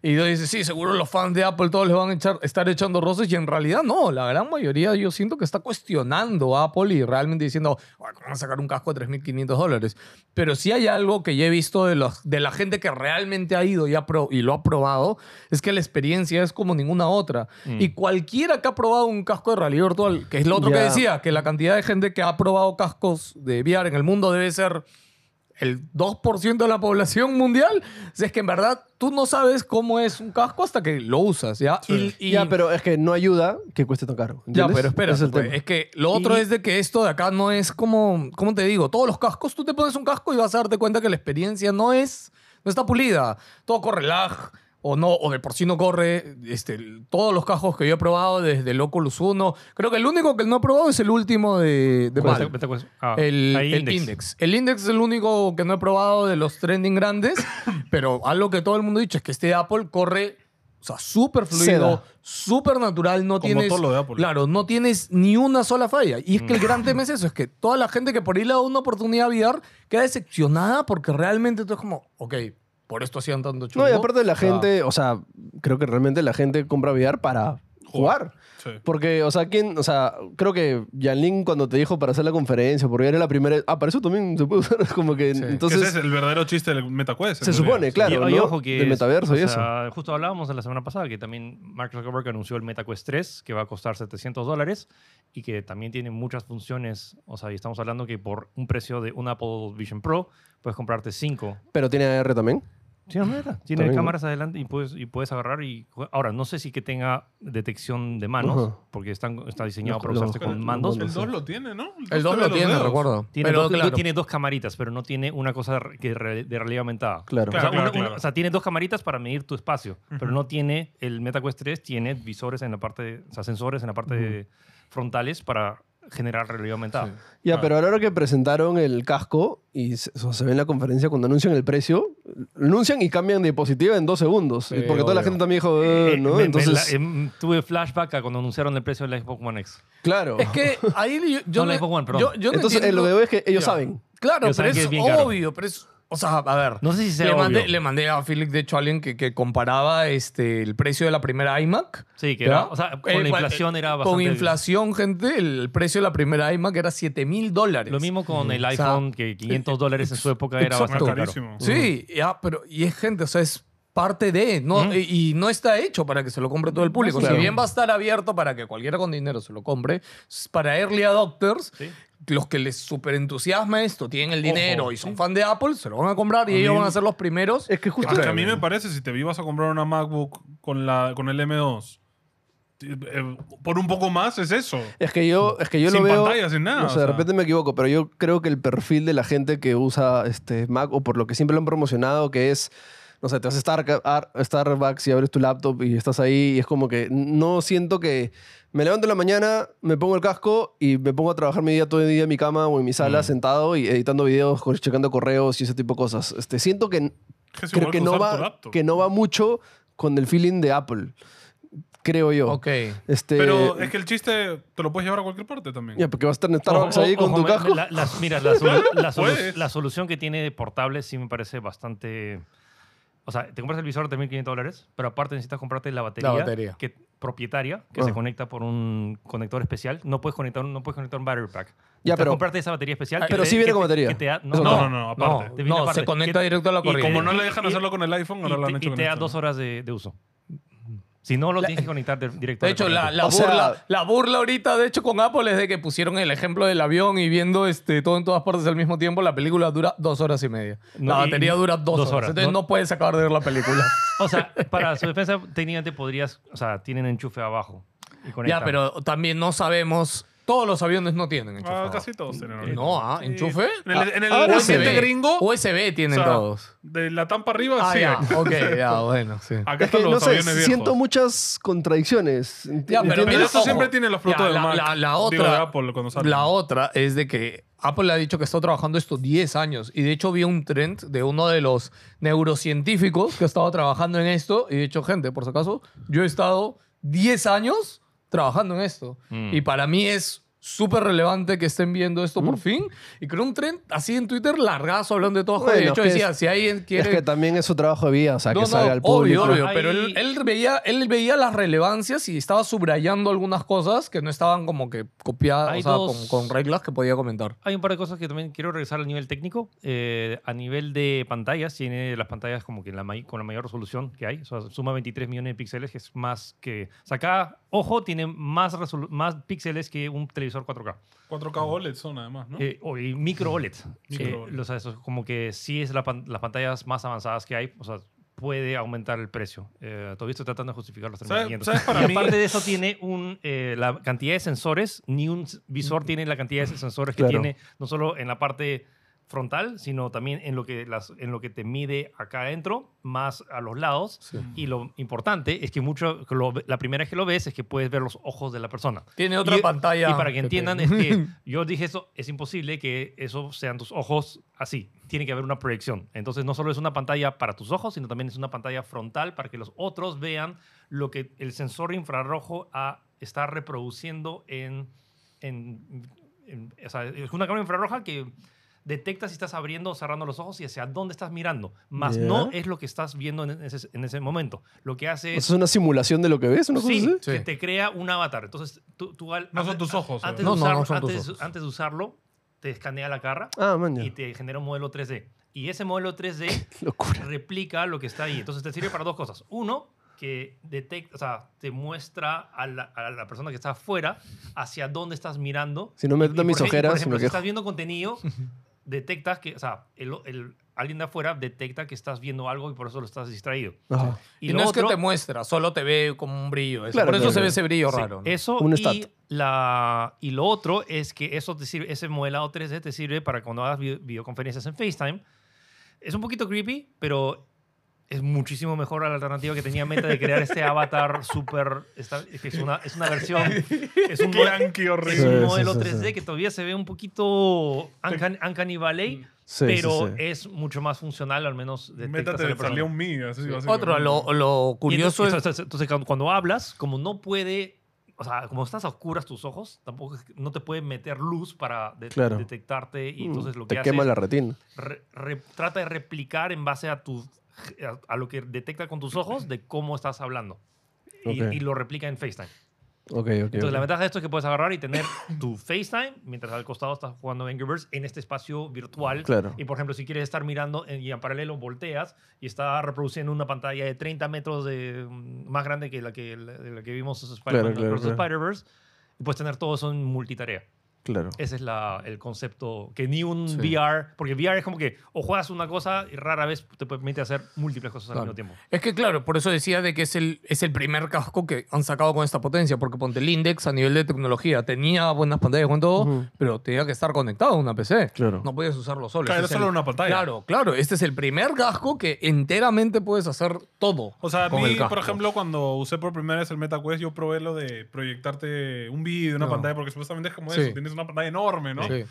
Speaker 4: Y yo dice, sí, seguro los fans de Apple todos les van a echar- estar echando roces y en realidad no, la gran mayoría yo siento que está cuestionando a Apple y realmente diciendo, "Ay, ¿cómo van a sacar un casco de 3.500 dólares? Pero si hay algo que ya he visto de, los, de la gente que realmente ha ido y, ha pro- y lo ha probado, es que la experiencia es como ninguna otra.
Speaker 2: Mm.
Speaker 4: Y cualquiera que ha probado un casco de realidad virtual, que es lo otro
Speaker 2: Ya.
Speaker 4: que decía, que la cantidad de gente que ha probado cascos de VR en el mundo debe ser el 2% de la población mundial. Si es que en verdad tú no sabes cómo es un casco hasta que lo usas, ¿ya? Y- y-
Speaker 2: ya, pero es que no ayuda que cueste tan caro.
Speaker 4: Ya,
Speaker 2: ¿entiendes?
Speaker 4: pero espera, pues,
Speaker 2: Ese
Speaker 4: es,
Speaker 2: es el tema.
Speaker 4: que lo otro
Speaker 3: Y-
Speaker 4: es de que esto de acá no es como, ¿cómo te digo? Todos los cascos, tú te pones un casco y vas a darte cuenta que la experiencia no es, no está pulida. Todo corre lag, o no, o de por sí no corre. Este, todos los cascos que yo he probado desde el Oculus 1, creo que el único que no he probado es el último de, de
Speaker 3: ¿Cuál
Speaker 4: Valve.
Speaker 3: es? Vete, pues. Ah,
Speaker 4: El,
Speaker 3: ahí
Speaker 4: el index. El index es el único que no he probado de los trending grandes, pero algo que todo el mundo ha dicho es que este de Apple corre, o sea, súper fluido,
Speaker 2: Seda.
Speaker 4: súper natural, no
Speaker 1: Como
Speaker 4: tienes...
Speaker 1: todo lo de Apple.
Speaker 4: Claro, no tienes ni una sola falla. Y es que el gran tema es eso, es que toda la gente que por ahí le da una oportunidad a VR queda decepcionada porque realmente tú es como, ok, por esto hacían tanto chungo. Ah.
Speaker 2: No, y aparte la
Speaker 4: O sea,
Speaker 2: gente, o sea, creo que realmente la gente compra VR para jugar.
Speaker 1: Sí.
Speaker 2: Porque, o sea, ¿quién? O sea, creo que Yanlin cuando te dijo para hacer la conferencia, porque era la primera. Ah, para eso también se puede usar. Como que.
Speaker 4: Sí.
Speaker 1: Que
Speaker 2: Entonces.
Speaker 1: ese es el verdadero chiste del MetaQuest. en
Speaker 2: Se
Speaker 1: realidad.
Speaker 2: supone, claro.
Speaker 3: y, y
Speaker 2: ¿no?
Speaker 3: ojo que
Speaker 2: Del
Speaker 3: es-
Speaker 2: metaverso
Speaker 3: o
Speaker 2: y
Speaker 3: sea, Justo hablábamos la semana pasada que también Mark Zuckerberg anunció el MetaQuest 3, que va a costar 700 dólares y que también tiene muchas funciones. O sea, y estamos hablando que por un precio de un Apple Vision Pro puedes comprarte 5.
Speaker 2: Pero tiene AR también.
Speaker 3: Tiene meta. Tiene
Speaker 2: También, ¿no?
Speaker 3: cámaras adelante y puedes, y puedes agarrar y... jue- Ahora, no sé si que tenga detección de manos,
Speaker 2: Ujú.
Speaker 3: porque están, está diseñado
Speaker 2: Los-
Speaker 3: para
Speaker 2: los-
Speaker 3: usarse
Speaker 1: Pero
Speaker 3: con mandos.
Speaker 1: El 2 lo tiene, ¿no?
Speaker 4: El
Speaker 1: 2
Speaker 4: 2 lo tiene, recuerdo.
Speaker 3: Tiene,
Speaker 4: pero
Speaker 3: dos,
Speaker 4: claro,
Speaker 3: tiene dos camaritas, pero no tiene una cosa re- que re- de realidad aumentada.
Speaker 2: Claro.
Speaker 3: O sea,
Speaker 1: Claro, claro,
Speaker 3: una- una-
Speaker 1: claro.
Speaker 3: o sea, tiene dos camaritas para medir tu espacio, pero no tiene, el MetaQuest 3 tiene visores en la parte, de- o sea, sensores en la parte de- frontales para generar realidad aumentada.
Speaker 2: Ya, pero a la hora que presentaron el casco y se, o sea, se ve en la conferencia cuando anuncian el precio, anuncian y cambian de diapositiva en dos segundos.
Speaker 4: Sí,
Speaker 2: Y porque toda la
Speaker 4: obvio.
Speaker 2: gente también dijo, "Eh",
Speaker 3: Eh,
Speaker 2: ¿no?
Speaker 3: me- me
Speaker 2: Entonces,
Speaker 3: la- em, tuve flashback a cuando anunciaron el precio de la Xbox One X.
Speaker 2: claro.
Speaker 4: Es que ahí yo, yo
Speaker 3: No, la Xbox One, perdón.
Speaker 4: yo- yo no
Speaker 2: Entonces, eh, lo
Speaker 4: entiendo-
Speaker 2: que veo es que ellos
Speaker 4: Ya.
Speaker 2: saben.
Speaker 4: Claro,
Speaker 3: Ellos
Speaker 4: pero
Speaker 3: saben que
Speaker 4: es,
Speaker 3: es bien caro.
Speaker 4: obvio, pero es. O sea, a ver.
Speaker 3: No sé si sea
Speaker 4: le
Speaker 3: obvio.
Speaker 4: mandé, le mandé a Felix, de hecho, a alguien que, que comparaba este, el precio de la primera iMac.
Speaker 3: Sí, que
Speaker 4: ¿ya?
Speaker 3: era, o sea, con
Speaker 4: Eh,
Speaker 3: la inflación era
Speaker 4: Con
Speaker 3: bastante...
Speaker 4: inflación, gente, el precio de la primera iMac era 7 mil dólares.
Speaker 3: Lo mismo con el
Speaker 4: O sea,
Speaker 3: iPhone, que
Speaker 2: eh,
Speaker 3: 500 dólares en su época era
Speaker 4: exacto.
Speaker 3: bastante caro.
Speaker 1: Carísimo.
Speaker 4: Sí, ya, pero. Y es gente, o sea, es parte de. No,
Speaker 3: Ujú.
Speaker 4: y, y no está hecho para que se lo compre todo el público.
Speaker 2: Claro.
Speaker 4: Si bien va a estar abierto para que cualquiera con dinero se lo compre, es para early adopters,
Speaker 3: Sí.
Speaker 4: los que les super entusiasma esto, tienen el
Speaker 3: Ojo,
Speaker 4: dinero y son
Speaker 3: sí.
Speaker 4: fan de Apple, se lo van a comprar y
Speaker 1: A mí-
Speaker 4: ellos van a ser los primeros.
Speaker 2: Es que justo-
Speaker 1: Aunque
Speaker 4: prueben.
Speaker 1: a mí me parece, si te ibas a comprar una MacBook con, la, con el M2, eh, eh, por un poco más es eso.
Speaker 2: Es que yo, es que yo
Speaker 1: Sin
Speaker 2: lo veo.
Speaker 1: pantalla, sin nada,
Speaker 2: O sea,
Speaker 1: o
Speaker 2: de
Speaker 1: sea.
Speaker 2: repente me equivoco, pero yo creo que el perfil de la gente que usa este Mac, o por lo que siempre lo han promocionado, que es. No sé, te vas a Starca- Ar- Starbucks y abres tu laptop y estás ahí y es como que no siento que me levanto en la mañana, me pongo el casco y me pongo a trabajar mi día todo el día en mi cama o en mi
Speaker 1: Mm.
Speaker 2: sala sentado y editando videos, co- checando correos y ese tipo de cosas. Este, siento que
Speaker 1: Que es
Speaker 2: creo
Speaker 1: igual
Speaker 2: que
Speaker 1: que
Speaker 2: no
Speaker 1: usar tu
Speaker 2: va
Speaker 1: laptop.
Speaker 2: que no va mucho con el feeling de Apple, creo yo.
Speaker 4: Ok.
Speaker 2: Este,
Speaker 1: Pero es que el chiste te lo puedes llevar a cualquier parte también.
Speaker 2: ya, porque vas a estar en Starbucks
Speaker 3: Ojo,
Speaker 2: ahí con
Speaker 3: ojo,
Speaker 2: tu Pues.
Speaker 3: me-
Speaker 2: casco.
Speaker 3: la- las- mira, la, solu- la solu-
Speaker 1: Puedes.
Speaker 3: la solución que tiene de portable sí me parece bastante... O sea, te compras el visor de 1.500 dólares, pero aparte necesitas comprarte la batería,
Speaker 4: batería.
Speaker 3: Que, propietaria que
Speaker 2: Ah.
Speaker 3: se conecta por un conector especial. No puedes conectar, un- no puedes conectar un battery pack. Necesitas
Speaker 2: pero-
Speaker 3: comprarte esa batería especial.
Speaker 4: Ah,
Speaker 3: que
Speaker 2: pero
Speaker 3: te-
Speaker 2: sí viene
Speaker 3: que
Speaker 2: con
Speaker 3: te-
Speaker 2: batería.
Speaker 3: que te da- no,
Speaker 2: Eso
Speaker 1: No,
Speaker 3: no,
Speaker 1: no, aparte.
Speaker 4: No,
Speaker 3: Te viene
Speaker 4: no,
Speaker 3: aparte.
Speaker 4: se conecta
Speaker 3: Que-
Speaker 4: directo a la
Speaker 3: y
Speaker 4: corriente.
Speaker 1: Como no le dejan
Speaker 3: Y-
Speaker 1: hacerlo con el iPhone, ahora lo han
Speaker 3: y, te,
Speaker 1: hecho
Speaker 3: y
Speaker 1: con
Speaker 3: te da
Speaker 1: esto.
Speaker 3: dos horas de, de uso. Si no, lo tienes que conectar de- directo. a
Speaker 4: De hecho, la,
Speaker 3: corriente.
Speaker 4: la
Speaker 2: O sea-
Speaker 4: burla, la burla ahorita, de hecho, con Apple es de que pusieron el ejemplo del avión y viendo este, todo en todas partes al mismo tiempo, la película dura dos horas y media.
Speaker 3: No,
Speaker 4: la
Speaker 3: y-
Speaker 4: batería
Speaker 3: y-
Speaker 4: dura dos,
Speaker 3: dos
Speaker 4: horas.
Speaker 3: horas,
Speaker 4: Entonces
Speaker 3: ¿no?
Speaker 4: no puedes acabar de ver la película.
Speaker 3: O sea, para su defensa, técnicamente podrías... O sea, tienen enchufe abajo. y
Speaker 4: ya,
Speaker 3: conectan.
Speaker 4: pero también no sabemos. Todos los aviones no tienen enchufe.
Speaker 1: Ah,
Speaker 4: abajo.
Speaker 1: casi todos tienen ahorita.
Speaker 4: No, ah,
Speaker 1: Sí.
Speaker 4: enchufe. Ah,
Speaker 1: En el, en el
Speaker 2: ahora se
Speaker 1: ambiente
Speaker 2: ve.
Speaker 1: gringo,
Speaker 4: USB tienen
Speaker 1: o sea,
Speaker 4: todos.
Speaker 1: de la tampa arriba,
Speaker 4: Ah,
Speaker 1: sí.
Speaker 4: ya.
Speaker 1: hay.
Speaker 4: Ok, ya, bueno, sí.
Speaker 1: Acá
Speaker 2: Es que,
Speaker 1: están los
Speaker 2: no sé,
Speaker 1: aviones viejos.
Speaker 2: siento muchas contradicciones. enti-
Speaker 4: Ya, pero
Speaker 2: ¿entiendes?
Speaker 1: Mira, esto
Speaker 4: ojo,
Speaker 1: siempre tiene los frutos
Speaker 4: ya,
Speaker 1: del
Speaker 4: la-
Speaker 1: Mac.
Speaker 4: la- la
Speaker 1: Digo,
Speaker 4: otra-
Speaker 1: de Apple cuando sale.
Speaker 4: La otra es de que Apple ha dicho que está trabajando esto 10 años. Y de hecho vi un trend de uno de los neurocientíficos que ha estado trabajando en esto. Y de hecho, gente, por si acaso, yo he estado 10 años trabajando en esto.
Speaker 1: Mm.
Speaker 4: Y para mí es súper relevante que estén viendo esto
Speaker 2: Mm.
Speaker 4: por fin. Y creo un trend así en Twitter largazo hablando de todo. joder.
Speaker 2: Bueno,
Speaker 4: de hecho
Speaker 2: es que
Speaker 4: decía,
Speaker 2: es-
Speaker 4: si alguien
Speaker 2: es
Speaker 4: quiere...
Speaker 2: que también es su trabajo de vida, o sea,
Speaker 4: No,
Speaker 2: que
Speaker 4: no,
Speaker 2: salga al
Speaker 4: obvio,
Speaker 2: público.
Speaker 4: obvio,
Speaker 3: Hay-
Speaker 4: pero él, él veía, él veía las relevancias y estaba subrayando algunas cosas que no estaban como que copiadas,
Speaker 3: Hay
Speaker 4: o sea,
Speaker 3: dos-
Speaker 4: con, con reglas que podía comentar.
Speaker 3: Hay un par de cosas que también quiero regresar al nivel técnico. Eh, a nivel de pantallas, tiene las pantallas como que la may- con la mayor resolución que hay. O sea, suma 23 millones de píxeles, que es más que... O sea, acá, ojo, tiene más, resolu- más píxeles que un televisor televisor 4K.
Speaker 1: 4K OLED son además, ¿no?
Speaker 3: Eh, o y micro OLED.
Speaker 1: Micro
Speaker 3: Eh,
Speaker 1: OLED.
Speaker 3: o sea, eso es como que sí es la pan- las pantallas más avanzadas que hay. O sea, puede aumentar el precio. Eh, todavía estoy tratando de justificar los
Speaker 1: ¿Sabes-
Speaker 3: 3500.
Speaker 1: sabes para
Speaker 3: y
Speaker 1: mí-
Speaker 3: aparte de eso tiene un, eh, la cantidad de sensores. Ni un s- visor tiene la cantidad de sensores que
Speaker 2: Claro.
Speaker 3: tiene no solo en la parte frontal, sino también en lo que, las, en lo que te mide acá adentro, más a los lados. Y lo importante es que mucho, que lo- la primera vez que lo ves es que puedes ver los ojos de la persona.
Speaker 4: Tiene otra
Speaker 3: Y- e,
Speaker 4: pantalla.
Speaker 3: Y para que entiendan,
Speaker 4: te-
Speaker 3: es que yo dije eso, es imposible que eso sean tus ojos así. Tiene que haber una proyección. Entonces, no solo es una pantalla para tus ojos, sino también es una pantalla frontal para que los otros vean lo que el sensor infrarrojo ah, está reproduciendo en, en- en- O sea, es una cámara infrarroja que detecta si estás abriendo o cerrando los ojos y hacia dónde estás mirando. Más
Speaker 2: Ya.
Speaker 3: no es lo que estás viendo en ese, en ese momento. Lo que hace
Speaker 2: ¿Es
Speaker 3: es...
Speaker 2: una simulación de lo que ves? ¿Una cosa
Speaker 3: Pues Sí,
Speaker 2: así?
Speaker 4: Sí.
Speaker 3: que te crea un avatar. Entonces, tú, tú al-
Speaker 1: No son
Speaker 3: antes-
Speaker 1: tus ojos,
Speaker 3: Antes,
Speaker 4: ¿verdad?
Speaker 3: de
Speaker 4: No, no,
Speaker 3: usarlo-
Speaker 4: no son tus
Speaker 3: antes,
Speaker 4: ojos.
Speaker 3: antes de usarlo, te escanea la cara
Speaker 2: Ah, man, ya.
Speaker 3: y te genera un modelo 3D. Y ese modelo 3D
Speaker 2: Qué locura.
Speaker 3: replica lo que está ahí. Entonces, te sirve para dos cosas. Uno, que detecta, o sea, te muestra a la, a la persona que está afuera hacia dónde estás mirando.
Speaker 2: Si no me
Speaker 3: Y- y
Speaker 2: dan mis
Speaker 3: por ej- y
Speaker 2: ojeras,
Speaker 3: Por ejemplo,
Speaker 2: me
Speaker 3: si
Speaker 2: quejo.
Speaker 3: estás viendo contenido, detectas que, o sea, el, el- alguien de afuera detecta que estás viendo algo y por eso lo estás distraído.
Speaker 2: Ajá.
Speaker 4: Y,
Speaker 3: lo
Speaker 4: no es
Speaker 3: otro-
Speaker 4: que te muestra, solo te ve como un brillo. eso.
Speaker 2: Claro,
Speaker 4: Por eso
Speaker 2: claro,
Speaker 4: se
Speaker 2: claro.
Speaker 4: ve ese brillo
Speaker 3: Sí,
Speaker 4: raro. ¿no?
Speaker 3: Eso
Speaker 2: Un
Speaker 3: y,
Speaker 2: stat.
Speaker 3: la, y lo otro es que eso te sirve, ese modelado 3D te sirve para cuando hagas vide- videoconferencias en FaceTime. Es un poquito creepy, pero es muchísimo mejor a la alternativa que tenía Meta de crear este avatar súper... esta- Es, que es una, es una versión... Es un, mo-
Speaker 1: Clanky
Speaker 3: es
Speaker 1: horrible.
Speaker 3: un
Speaker 2: Sí, sí,
Speaker 3: modelo
Speaker 2: sí,
Speaker 3: 3D
Speaker 2: sí.
Speaker 3: que todavía se ve un poquito uncanny, uncanny valley,
Speaker 2: Sí, sí,
Speaker 3: pero eh,
Speaker 2: sí.
Speaker 3: es mucho más funcional, al menos detectas a
Speaker 1: Métate,
Speaker 3: la persona.
Speaker 1: salía un mío. así, básicamente.
Speaker 4: Otro, lo, lo
Speaker 3: Y
Speaker 4: curioso
Speaker 3: entonces,
Speaker 4: es.
Speaker 3: entonces- entonces, cuando- cuando hablas, como no puede, o sea, como estás a oscuras tus ojos, tampoco es que- no te puede meter luz para de-
Speaker 2: Claro. Mm,
Speaker 3: detectarte y entonces lo que
Speaker 2: te
Speaker 3: hace
Speaker 2: quema
Speaker 3: es
Speaker 2: la retina.
Speaker 3: re- re- trata de replicar en base a tu a, a lo que detecta con tus ojos de cómo estás hablando. Y,
Speaker 2: Ok.
Speaker 3: y lo replica en FaceTime.
Speaker 2: Ok, ok.
Speaker 3: Entonces,
Speaker 2: ok.
Speaker 3: la ventaja de esto es que puedes agarrar y tener tu FaceTime mientras al costado estás jugando Angry Birds en este espacio virtual.
Speaker 2: Claro.
Speaker 3: Y, por ejemplo, si quieres estar mirando en- y en paralelo volteas y está reproduciendo una pantalla de 30 metros de, mm, más grande que la que, la, de la que vimos en Spider-Man
Speaker 2: Claro, claro,
Speaker 3: Across the
Speaker 2: claro.
Speaker 3: Spider-Verse, y puedes tener todo eso en multitarea.
Speaker 2: Claro.
Speaker 3: Ese es la- el concepto que ni un
Speaker 4: Sí.
Speaker 3: VR, porque VR es como que o juegas una cosa y rara vez te permite hacer múltiples cosas
Speaker 4: Claro.
Speaker 3: al mismo tiempo.
Speaker 4: Es que claro, por eso decía de que es el, es el primer casco que han sacado con esta potencia, porque ponte el Index a nivel de tecnología tenía buenas pantallas con todo,
Speaker 2: Ujú.
Speaker 4: pero tenía que estar conectado a una PC.
Speaker 2: Claro.
Speaker 4: No podías usarlo solo.
Speaker 1: Claro,
Speaker 4: Este
Speaker 1: era
Speaker 4: es el-
Speaker 1: solo una pantalla.
Speaker 4: Claro, claro. Este es el primer casco que enteramente puedes hacer todo.
Speaker 1: O sea, a
Speaker 4: con
Speaker 1: mí,
Speaker 4: el casco.
Speaker 1: por ejemplo, cuando usé por primera vez el MetaQuest, yo probé lo de proyectarte un vídeo, una
Speaker 4: No.
Speaker 1: pantalla, porque supuestamente es como
Speaker 4: Sí.
Speaker 1: eso, tienes una pantalla enorme, ¿no?
Speaker 4: Sí.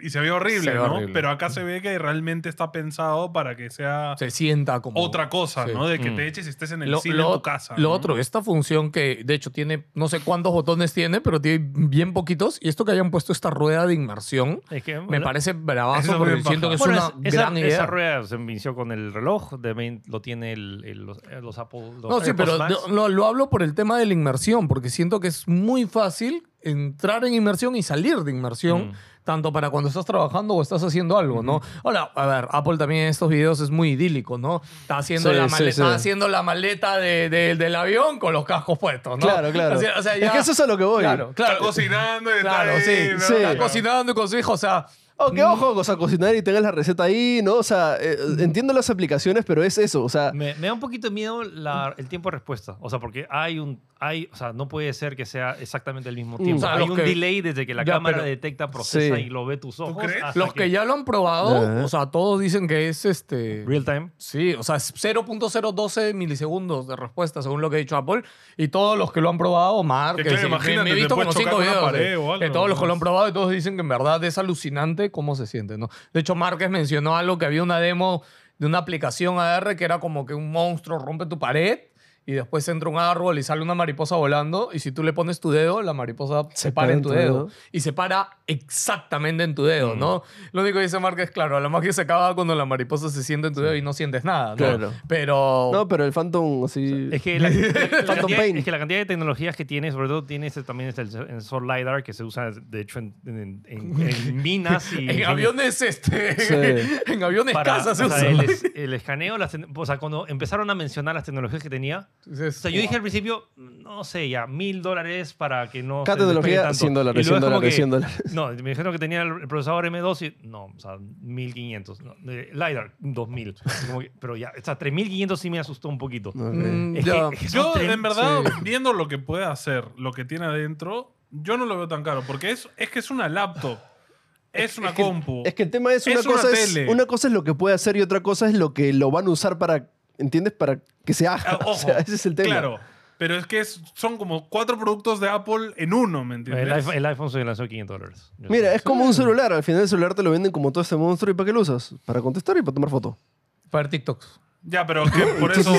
Speaker 1: Y se ve horrible,
Speaker 4: Se ve
Speaker 1: ¿no?
Speaker 4: horrible.
Speaker 1: Pero acá se ve que realmente está pensado para que sea
Speaker 4: Se sienta como.
Speaker 1: otra cosa,
Speaker 4: Sí.
Speaker 1: ¿no? De que
Speaker 3: Mm.
Speaker 1: te eches y estés en el cine en tu casa.
Speaker 4: lo
Speaker 1: ¿no?
Speaker 4: otro, esta función que de hecho tiene no sé cuántos botones tiene, pero tiene bien poquitos. Y esto que hayan puesto esta rueda de inmersión
Speaker 3: Es que,
Speaker 4: me parece bravazo
Speaker 1: Eso
Speaker 4: porque
Speaker 1: bien
Speaker 4: siento que es
Speaker 1: paja.
Speaker 4: una
Speaker 3: es- esa,
Speaker 4: gran idea.
Speaker 3: esa rueda se inició con el reloj, de vein- lo tiene el, el- los, eh, los Apple. los
Speaker 4: No, sí,
Speaker 3: AirPods
Speaker 4: pero
Speaker 3: Max.
Speaker 4: yo- lo, lo hablo por el tema de la inmersión, porque siento que es muy fácil entrar en inmersión y salir de inmersión,
Speaker 3: Mm.
Speaker 4: tanto para cuando estás trabajando o estás haciendo algo, ¿no? Ahora, a ver, Apple también en estos videos es muy idílico, ¿no? Está haciendo,
Speaker 2: Sí,
Speaker 4: la,
Speaker 2: sí,
Speaker 4: maleta,
Speaker 2: sí.
Speaker 4: está haciendo la maleta de- de- del avión con los cascos puestos, ¿no?
Speaker 2: Claro, claro.
Speaker 4: O sea, o sea,
Speaker 2: Es
Speaker 4: ya-
Speaker 2: que eso es a lo que voy.
Speaker 4: Claro,
Speaker 1: Está
Speaker 4: claro.
Speaker 1: cocinando y
Speaker 4: Claro,
Speaker 1: está ahí,
Speaker 4: sí,
Speaker 1: ¿no?
Speaker 2: sí.
Speaker 4: Está
Speaker 1: Claro.
Speaker 4: cocinando con su hijo, o sea...
Speaker 2: O
Speaker 4: Mm.
Speaker 2: que ojo, o sea, cocinar y tengas la receta ahí, ¿no? O sea, eh, entiendo las aplicaciones, pero es eso. O sea,
Speaker 3: Me, me da un poquito de miedo la- el tiempo de respuesta. O sea, porque hay un. Hay, o sea, no puede ser que sea exactamente el mismo tiempo.
Speaker 4: O sea,
Speaker 3: hay
Speaker 4: Mm, los
Speaker 3: un
Speaker 4: que-
Speaker 3: delay desde que la
Speaker 4: Ya,
Speaker 3: cámara
Speaker 4: pero-
Speaker 3: detecta, procesa
Speaker 2: Sí.
Speaker 3: y lo ve tus ojos.
Speaker 1: crees?
Speaker 3: hasta
Speaker 4: Los que ya lo han probado,
Speaker 2: Ajá.
Speaker 4: o sea, todos dicen que es este...
Speaker 3: Real time.
Speaker 4: Sí, o sea, es 0.012 milisegundos de respuesta, según lo que ha dicho Apple. Y todos los que lo han probado, Mark,
Speaker 1: Que claro, imagínate,
Speaker 4: me he
Speaker 1: te
Speaker 4: visto
Speaker 1: puedes
Speaker 4: como
Speaker 1: chocar
Speaker 4: cinco
Speaker 1: con una
Speaker 4: videos
Speaker 1: pared
Speaker 4: de,
Speaker 1: o algo,
Speaker 4: de todos los que lo han
Speaker 1: ¿no?
Speaker 4: probado y todos dicen que en verdad es alucinante cómo se siente, ¿no? De hecho, Márquez mencionó algo que había una demo de una aplicación AR que era como que un monstruo rompe tu pared y después entra un árbol y sale una mariposa volando y si tú le pones tu dedo, la mariposa se para en tu dedo y se para exactamente en tu dedo,
Speaker 2: Mm.
Speaker 4: ¿no? Lo único que dice Mark es, claro, la magia se acaba cuando la mariposa se siente en tu dedo y no sientes nada, ¿no?
Speaker 2: Claro.
Speaker 4: Pero...
Speaker 2: no, pero el Phantom así.
Speaker 3: Es que, la, la- la cantidad,
Speaker 2: Pain.
Speaker 3: es que la cantidad de tecnologías que tiene, sobre todo tiene este, también este, el sensor LiDAR que se usa, de hecho, en, en- en- en minas y
Speaker 4: en aviones, este...
Speaker 2: Sí.
Speaker 4: en aviones
Speaker 3: para-
Speaker 4: casas se
Speaker 3: o sea,
Speaker 4: usa.
Speaker 3: el, es- el escaneo, las te- o sea, cuando empezaron a mencionar las tecnologías que tenía,
Speaker 4: Entonces,
Speaker 3: O sea, yo dije al principio, no sé, ya, mil dólares para que no. se despegue
Speaker 2: Categoría,
Speaker 3: tanto.
Speaker 2: 100
Speaker 3: Y
Speaker 2: dólares,
Speaker 3: luego
Speaker 2: 100
Speaker 3: es como
Speaker 2: dólares,
Speaker 3: que-
Speaker 2: 100 dólares.
Speaker 3: No, me dijeron que tenía el procesador M2 y. No, o sea, 1500. no, de LiDAR, 2000. Así como que- pero ya, o sea, 3500 sí me asustó un poquito.
Speaker 4: mm,
Speaker 3: Es que-
Speaker 4: ya.
Speaker 3: es que son
Speaker 1: Yo,
Speaker 3: tres-
Speaker 1: en verdad, viendo lo que puede hacer, lo que tiene adentro, yo no lo veo tan caro. Porque es, es que es una laptop. Es, una
Speaker 2: que-
Speaker 1: compu.
Speaker 2: Es que el tema es una,
Speaker 1: Es una
Speaker 2: cosa es,
Speaker 1: tele.
Speaker 2: una cosa es lo que puede hacer y otra cosa es lo que lo van a usar para, ¿entiendes? Para que se haga.
Speaker 1: Ah, Ojo,
Speaker 2: O sea, ese es el tema.
Speaker 1: Claro. Pero es que es- son como cuatro productos de Apple en uno, ¿me entiendes?
Speaker 3: El iPhone, el iPhone se lanzó 500 dólares. Yo
Speaker 2: Mira,
Speaker 3: sé.
Speaker 2: es como un celular. Al final el celular te lo venden como todo este monstruo. ¿Y para qué lo usas? Para contestar y para tomar foto.
Speaker 4: Para ver TikToks.
Speaker 1: Ya, pero que por eso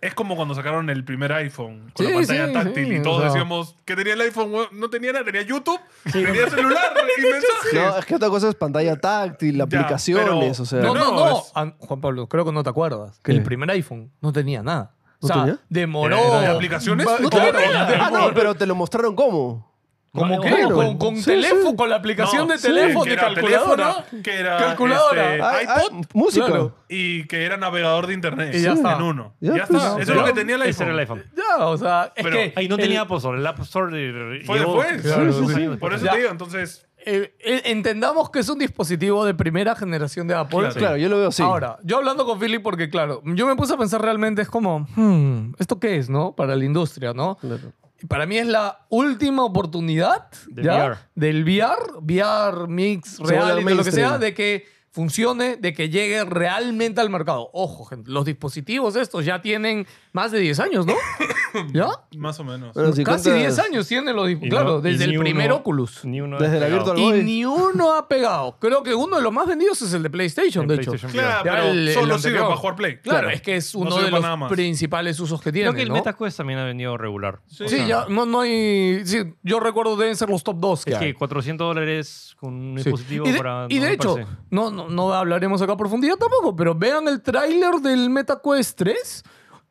Speaker 1: es como cuando sacaron el primer iPhone con
Speaker 4: Sí,
Speaker 1: la pantalla
Speaker 4: sí,
Speaker 1: táctil
Speaker 4: sí,
Speaker 1: y
Speaker 4: o
Speaker 1: todos
Speaker 4: sea.
Speaker 1: decíamos que tenía el iPhone, weón? no tenía nada, tenía YouTube, tenía celular y mensajes.
Speaker 2: No, es que otra cosa es pantalla táctil, aplicaciones,
Speaker 1: pero-
Speaker 2: o sea.
Speaker 4: No, no, no.
Speaker 1: es-
Speaker 4: Ah, Juan Pablo, creo que no te acuerdas.
Speaker 2: ¿Qué?
Speaker 4: El primer iPhone no tenía nada. O
Speaker 2: ¿No
Speaker 4: sea,
Speaker 2: tenía?
Speaker 4: demoró.
Speaker 1: ¿De aplicaciones?
Speaker 4: Va-
Speaker 1: No
Speaker 4: claro,
Speaker 1: tenía nada.
Speaker 2: Ah, no, pero te lo mostraron cómo.
Speaker 4: ¿Cómo
Speaker 3: No,
Speaker 4: qué?
Speaker 3: claro.
Speaker 4: Con, con
Speaker 2: Sí,
Speaker 4: teléfono,
Speaker 2: sí.
Speaker 4: con la aplicación
Speaker 1: No,
Speaker 4: de
Speaker 1: sí,
Speaker 4: teléfono,
Speaker 1: que
Speaker 4: de
Speaker 1: era
Speaker 4: calculadora.
Speaker 1: teléfono, que era
Speaker 4: Calculadora.
Speaker 1: este,
Speaker 2: Ah, ah,
Speaker 1: iPod
Speaker 2: música.
Speaker 4: claro.
Speaker 1: y que era navegador de internet
Speaker 4: Y ya está.
Speaker 1: en uno.
Speaker 2: Ya,
Speaker 1: Ya,
Speaker 2: pues,
Speaker 1: está. Eso
Speaker 3: pero-
Speaker 1: es lo que tenía el iPhone.
Speaker 3: Ese era el iPhone.
Speaker 4: Ya, o sea, es
Speaker 1: Pero-
Speaker 4: que.
Speaker 3: Ahí no
Speaker 4: el-
Speaker 3: tenía Apple Store. El App Store de-
Speaker 1: Fue
Speaker 3: llegó-
Speaker 1: después.
Speaker 4: Claro, sí,
Speaker 3: unos
Speaker 4: sí.
Speaker 3: años después.
Speaker 1: Por eso
Speaker 4: Ya.
Speaker 1: te digo, entonces,
Speaker 4: eh, eh, entendamos que es un dispositivo de primera generación de Apple.
Speaker 1: Claro.
Speaker 2: Claro, yo lo veo así.
Speaker 4: Ahora, yo hablando con Philip, porque claro, yo me puse a pensar realmente, es como, hmm, ¿esto qué es, no? Para la industria, ¿no?
Speaker 2: Claro.
Speaker 4: Y Para mí es la última oportunidad
Speaker 3: Del
Speaker 4: ¿ya?
Speaker 3: VR.
Speaker 4: del VR, VR, mix,
Speaker 2: vuelve
Speaker 4: real, lo que
Speaker 2: mainstream.
Speaker 4: sea, de que funcione, de que llegue realmente al mercado. Ojo, gente, los dispositivos estos ya tienen más de 10 años, ¿no? ¿Ya?
Speaker 1: más o menos.
Speaker 2: Bueno, si
Speaker 4: Pues Casi
Speaker 2: cuentas-
Speaker 4: 10 años tienen los
Speaker 3: Y
Speaker 4: dispositivos.
Speaker 3: no-
Speaker 4: Claro,
Speaker 3: y
Speaker 4: desde
Speaker 3: ni
Speaker 4: el
Speaker 3: uno-
Speaker 4: primer Oculus.
Speaker 3: ni uno
Speaker 2: Desde
Speaker 3: ha
Speaker 2: el abierto
Speaker 3: pegado.
Speaker 2: al
Speaker 4: Y
Speaker 2: boy.
Speaker 4: ni uno ha pegado. Creo que uno de los más vendidos es el de PlayStation,
Speaker 3: En
Speaker 4: de
Speaker 3: PlayStation
Speaker 4: hecho.
Speaker 3: VR.
Speaker 1: Claro,
Speaker 4: Ya
Speaker 1: pero
Speaker 4: el- el
Speaker 1: solo sirve
Speaker 4: anterior.
Speaker 1: para jugar Play.
Speaker 4: Claro, es que es
Speaker 1: No
Speaker 4: uno
Speaker 1: sirve
Speaker 4: de
Speaker 1: para nada
Speaker 4: los
Speaker 1: más.
Speaker 4: principales usos que tiene.
Speaker 3: Creo que el
Speaker 4: ¿no?
Speaker 3: MetaQuest también ha venido regular.
Speaker 1: Sí.
Speaker 4: Sí, ya no, no hay. sí, yo recuerdo deben ser los top 2 que
Speaker 3: Es
Speaker 4: hay.
Speaker 3: que 400 dólares con un
Speaker 4: Sí.
Speaker 3: dispositivo
Speaker 4: y de,
Speaker 3: para.
Speaker 4: y
Speaker 3: no
Speaker 4: de
Speaker 3: me
Speaker 4: hecho,
Speaker 3: parece.
Speaker 4: no, no, no hablaremos acá a profundidad tampoco, pero vean el tráiler del MetaQuest 3.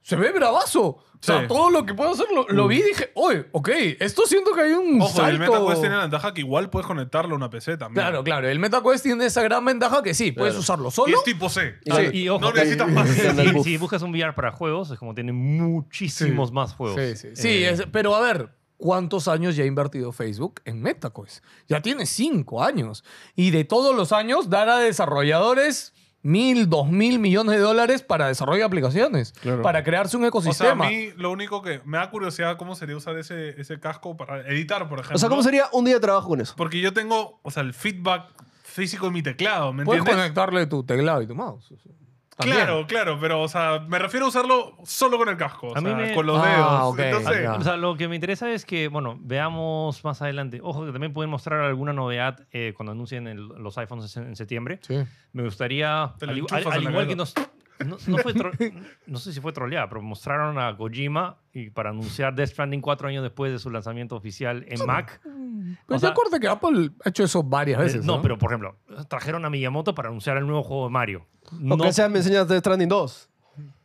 Speaker 4: Se ve bravazo. O sea,
Speaker 1: Sí.
Speaker 4: todo lo que puedo hacer lo, lo vi y dije, oye, ok, esto siento que hay un
Speaker 1: Ojo,
Speaker 4: salto.
Speaker 1: el MetaQuest tiene la ventaja que igual puedes conectarlo a una PC también.
Speaker 4: Claro, claro. El MetaQuest tiene esa gran ventaja que sí, puedes usarlo
Speaker 1: Y
Speaker 4: solo.
Speaker 1: es tipo C.
Speaker 2: Sí.
Speaker 1: Ah,
Speaker 3: Y ojo,
Speaker 1: no
Speaker 3: que-
Speaker 1: necesitas más.
Speaker 3: si-
Speaker 2: Anda el
Speaker 3: si,
Speaker 2: buff.
Speaker 3: si buscas un VR para juegos, es como tiene muchísimos más juegos.
Speaker 4: Sí, sí. Sí,
Speaker 3: Eh,
Speaker 4: es- pero a ver, ¿cuántos años ya ha invertido Facebook en MetaQuest? Ya tiene cinco años. Y de todos los años, dar a desarrolladores mil, dos mil millones de dólares para desarrollo de aplicaciones, para crearse un
Speaker 1: O sea, a
Speaker 4: ecosistema.
Speaker 1: mí lo único que me da curiosidad cómo sería usar ese, ese casco para editar, por ejemplo.
Speaker 2: O sea, ¿cómo sería un día de trabajo con eso?
Speaker 1: Porque yo tengo, o sea, el feedback físico en mi teclado, ¿me
Speaker 4: Puedes
Speaker 1: entiendes?
Speaker 4: conectarle tu teclado y tu mouse. También.
Speaker 1: Claro, claro, pero, o sea, me refiero a usarlo solo con el casco, o sea,
Speaker 3: A mí me-
Speaker 1: con los
Speaker 4: Ah,
Speaker 1: dedos.
Speaker 4: ok,
Speaker 1: Entonces,
Speaker 4: ya.
Speaker 3: O sea, lo que me interesa es que, bueno, veamos más adelante. Ojo, que también pueden mostrar alguna novedad eh, cuando anuncien el- los iPhones en, en septiembre.
Speaker 4: Sí.
Speaker 3: Me gustaría,
Speaker 1: Te lo
Speaker 3: al,
Speaker 1: enchufas
Speaker 3: al- al
Speaker 1: en la
Speaker 3: igual que nos... No, no fue tro- no sé si fue troleada, pero mostraron a Kojima y para anunciar Death Stranding cuatro años después de su lanzamiento oficial en Mac.
Speaker 4: Pero
Speaker 3: O sea-
Speaker 4: yo acuerdo que Apple ha hecho eso varias veces.
Speaker 3: Eh, no, pero por ejemplo, trajeron a Miyamoto para anunciar el nuevo juego de Mario.
Speaker 2: O
Speaker 3: No-
Speaker 2: que sea, me enseñas Death Stranding 2.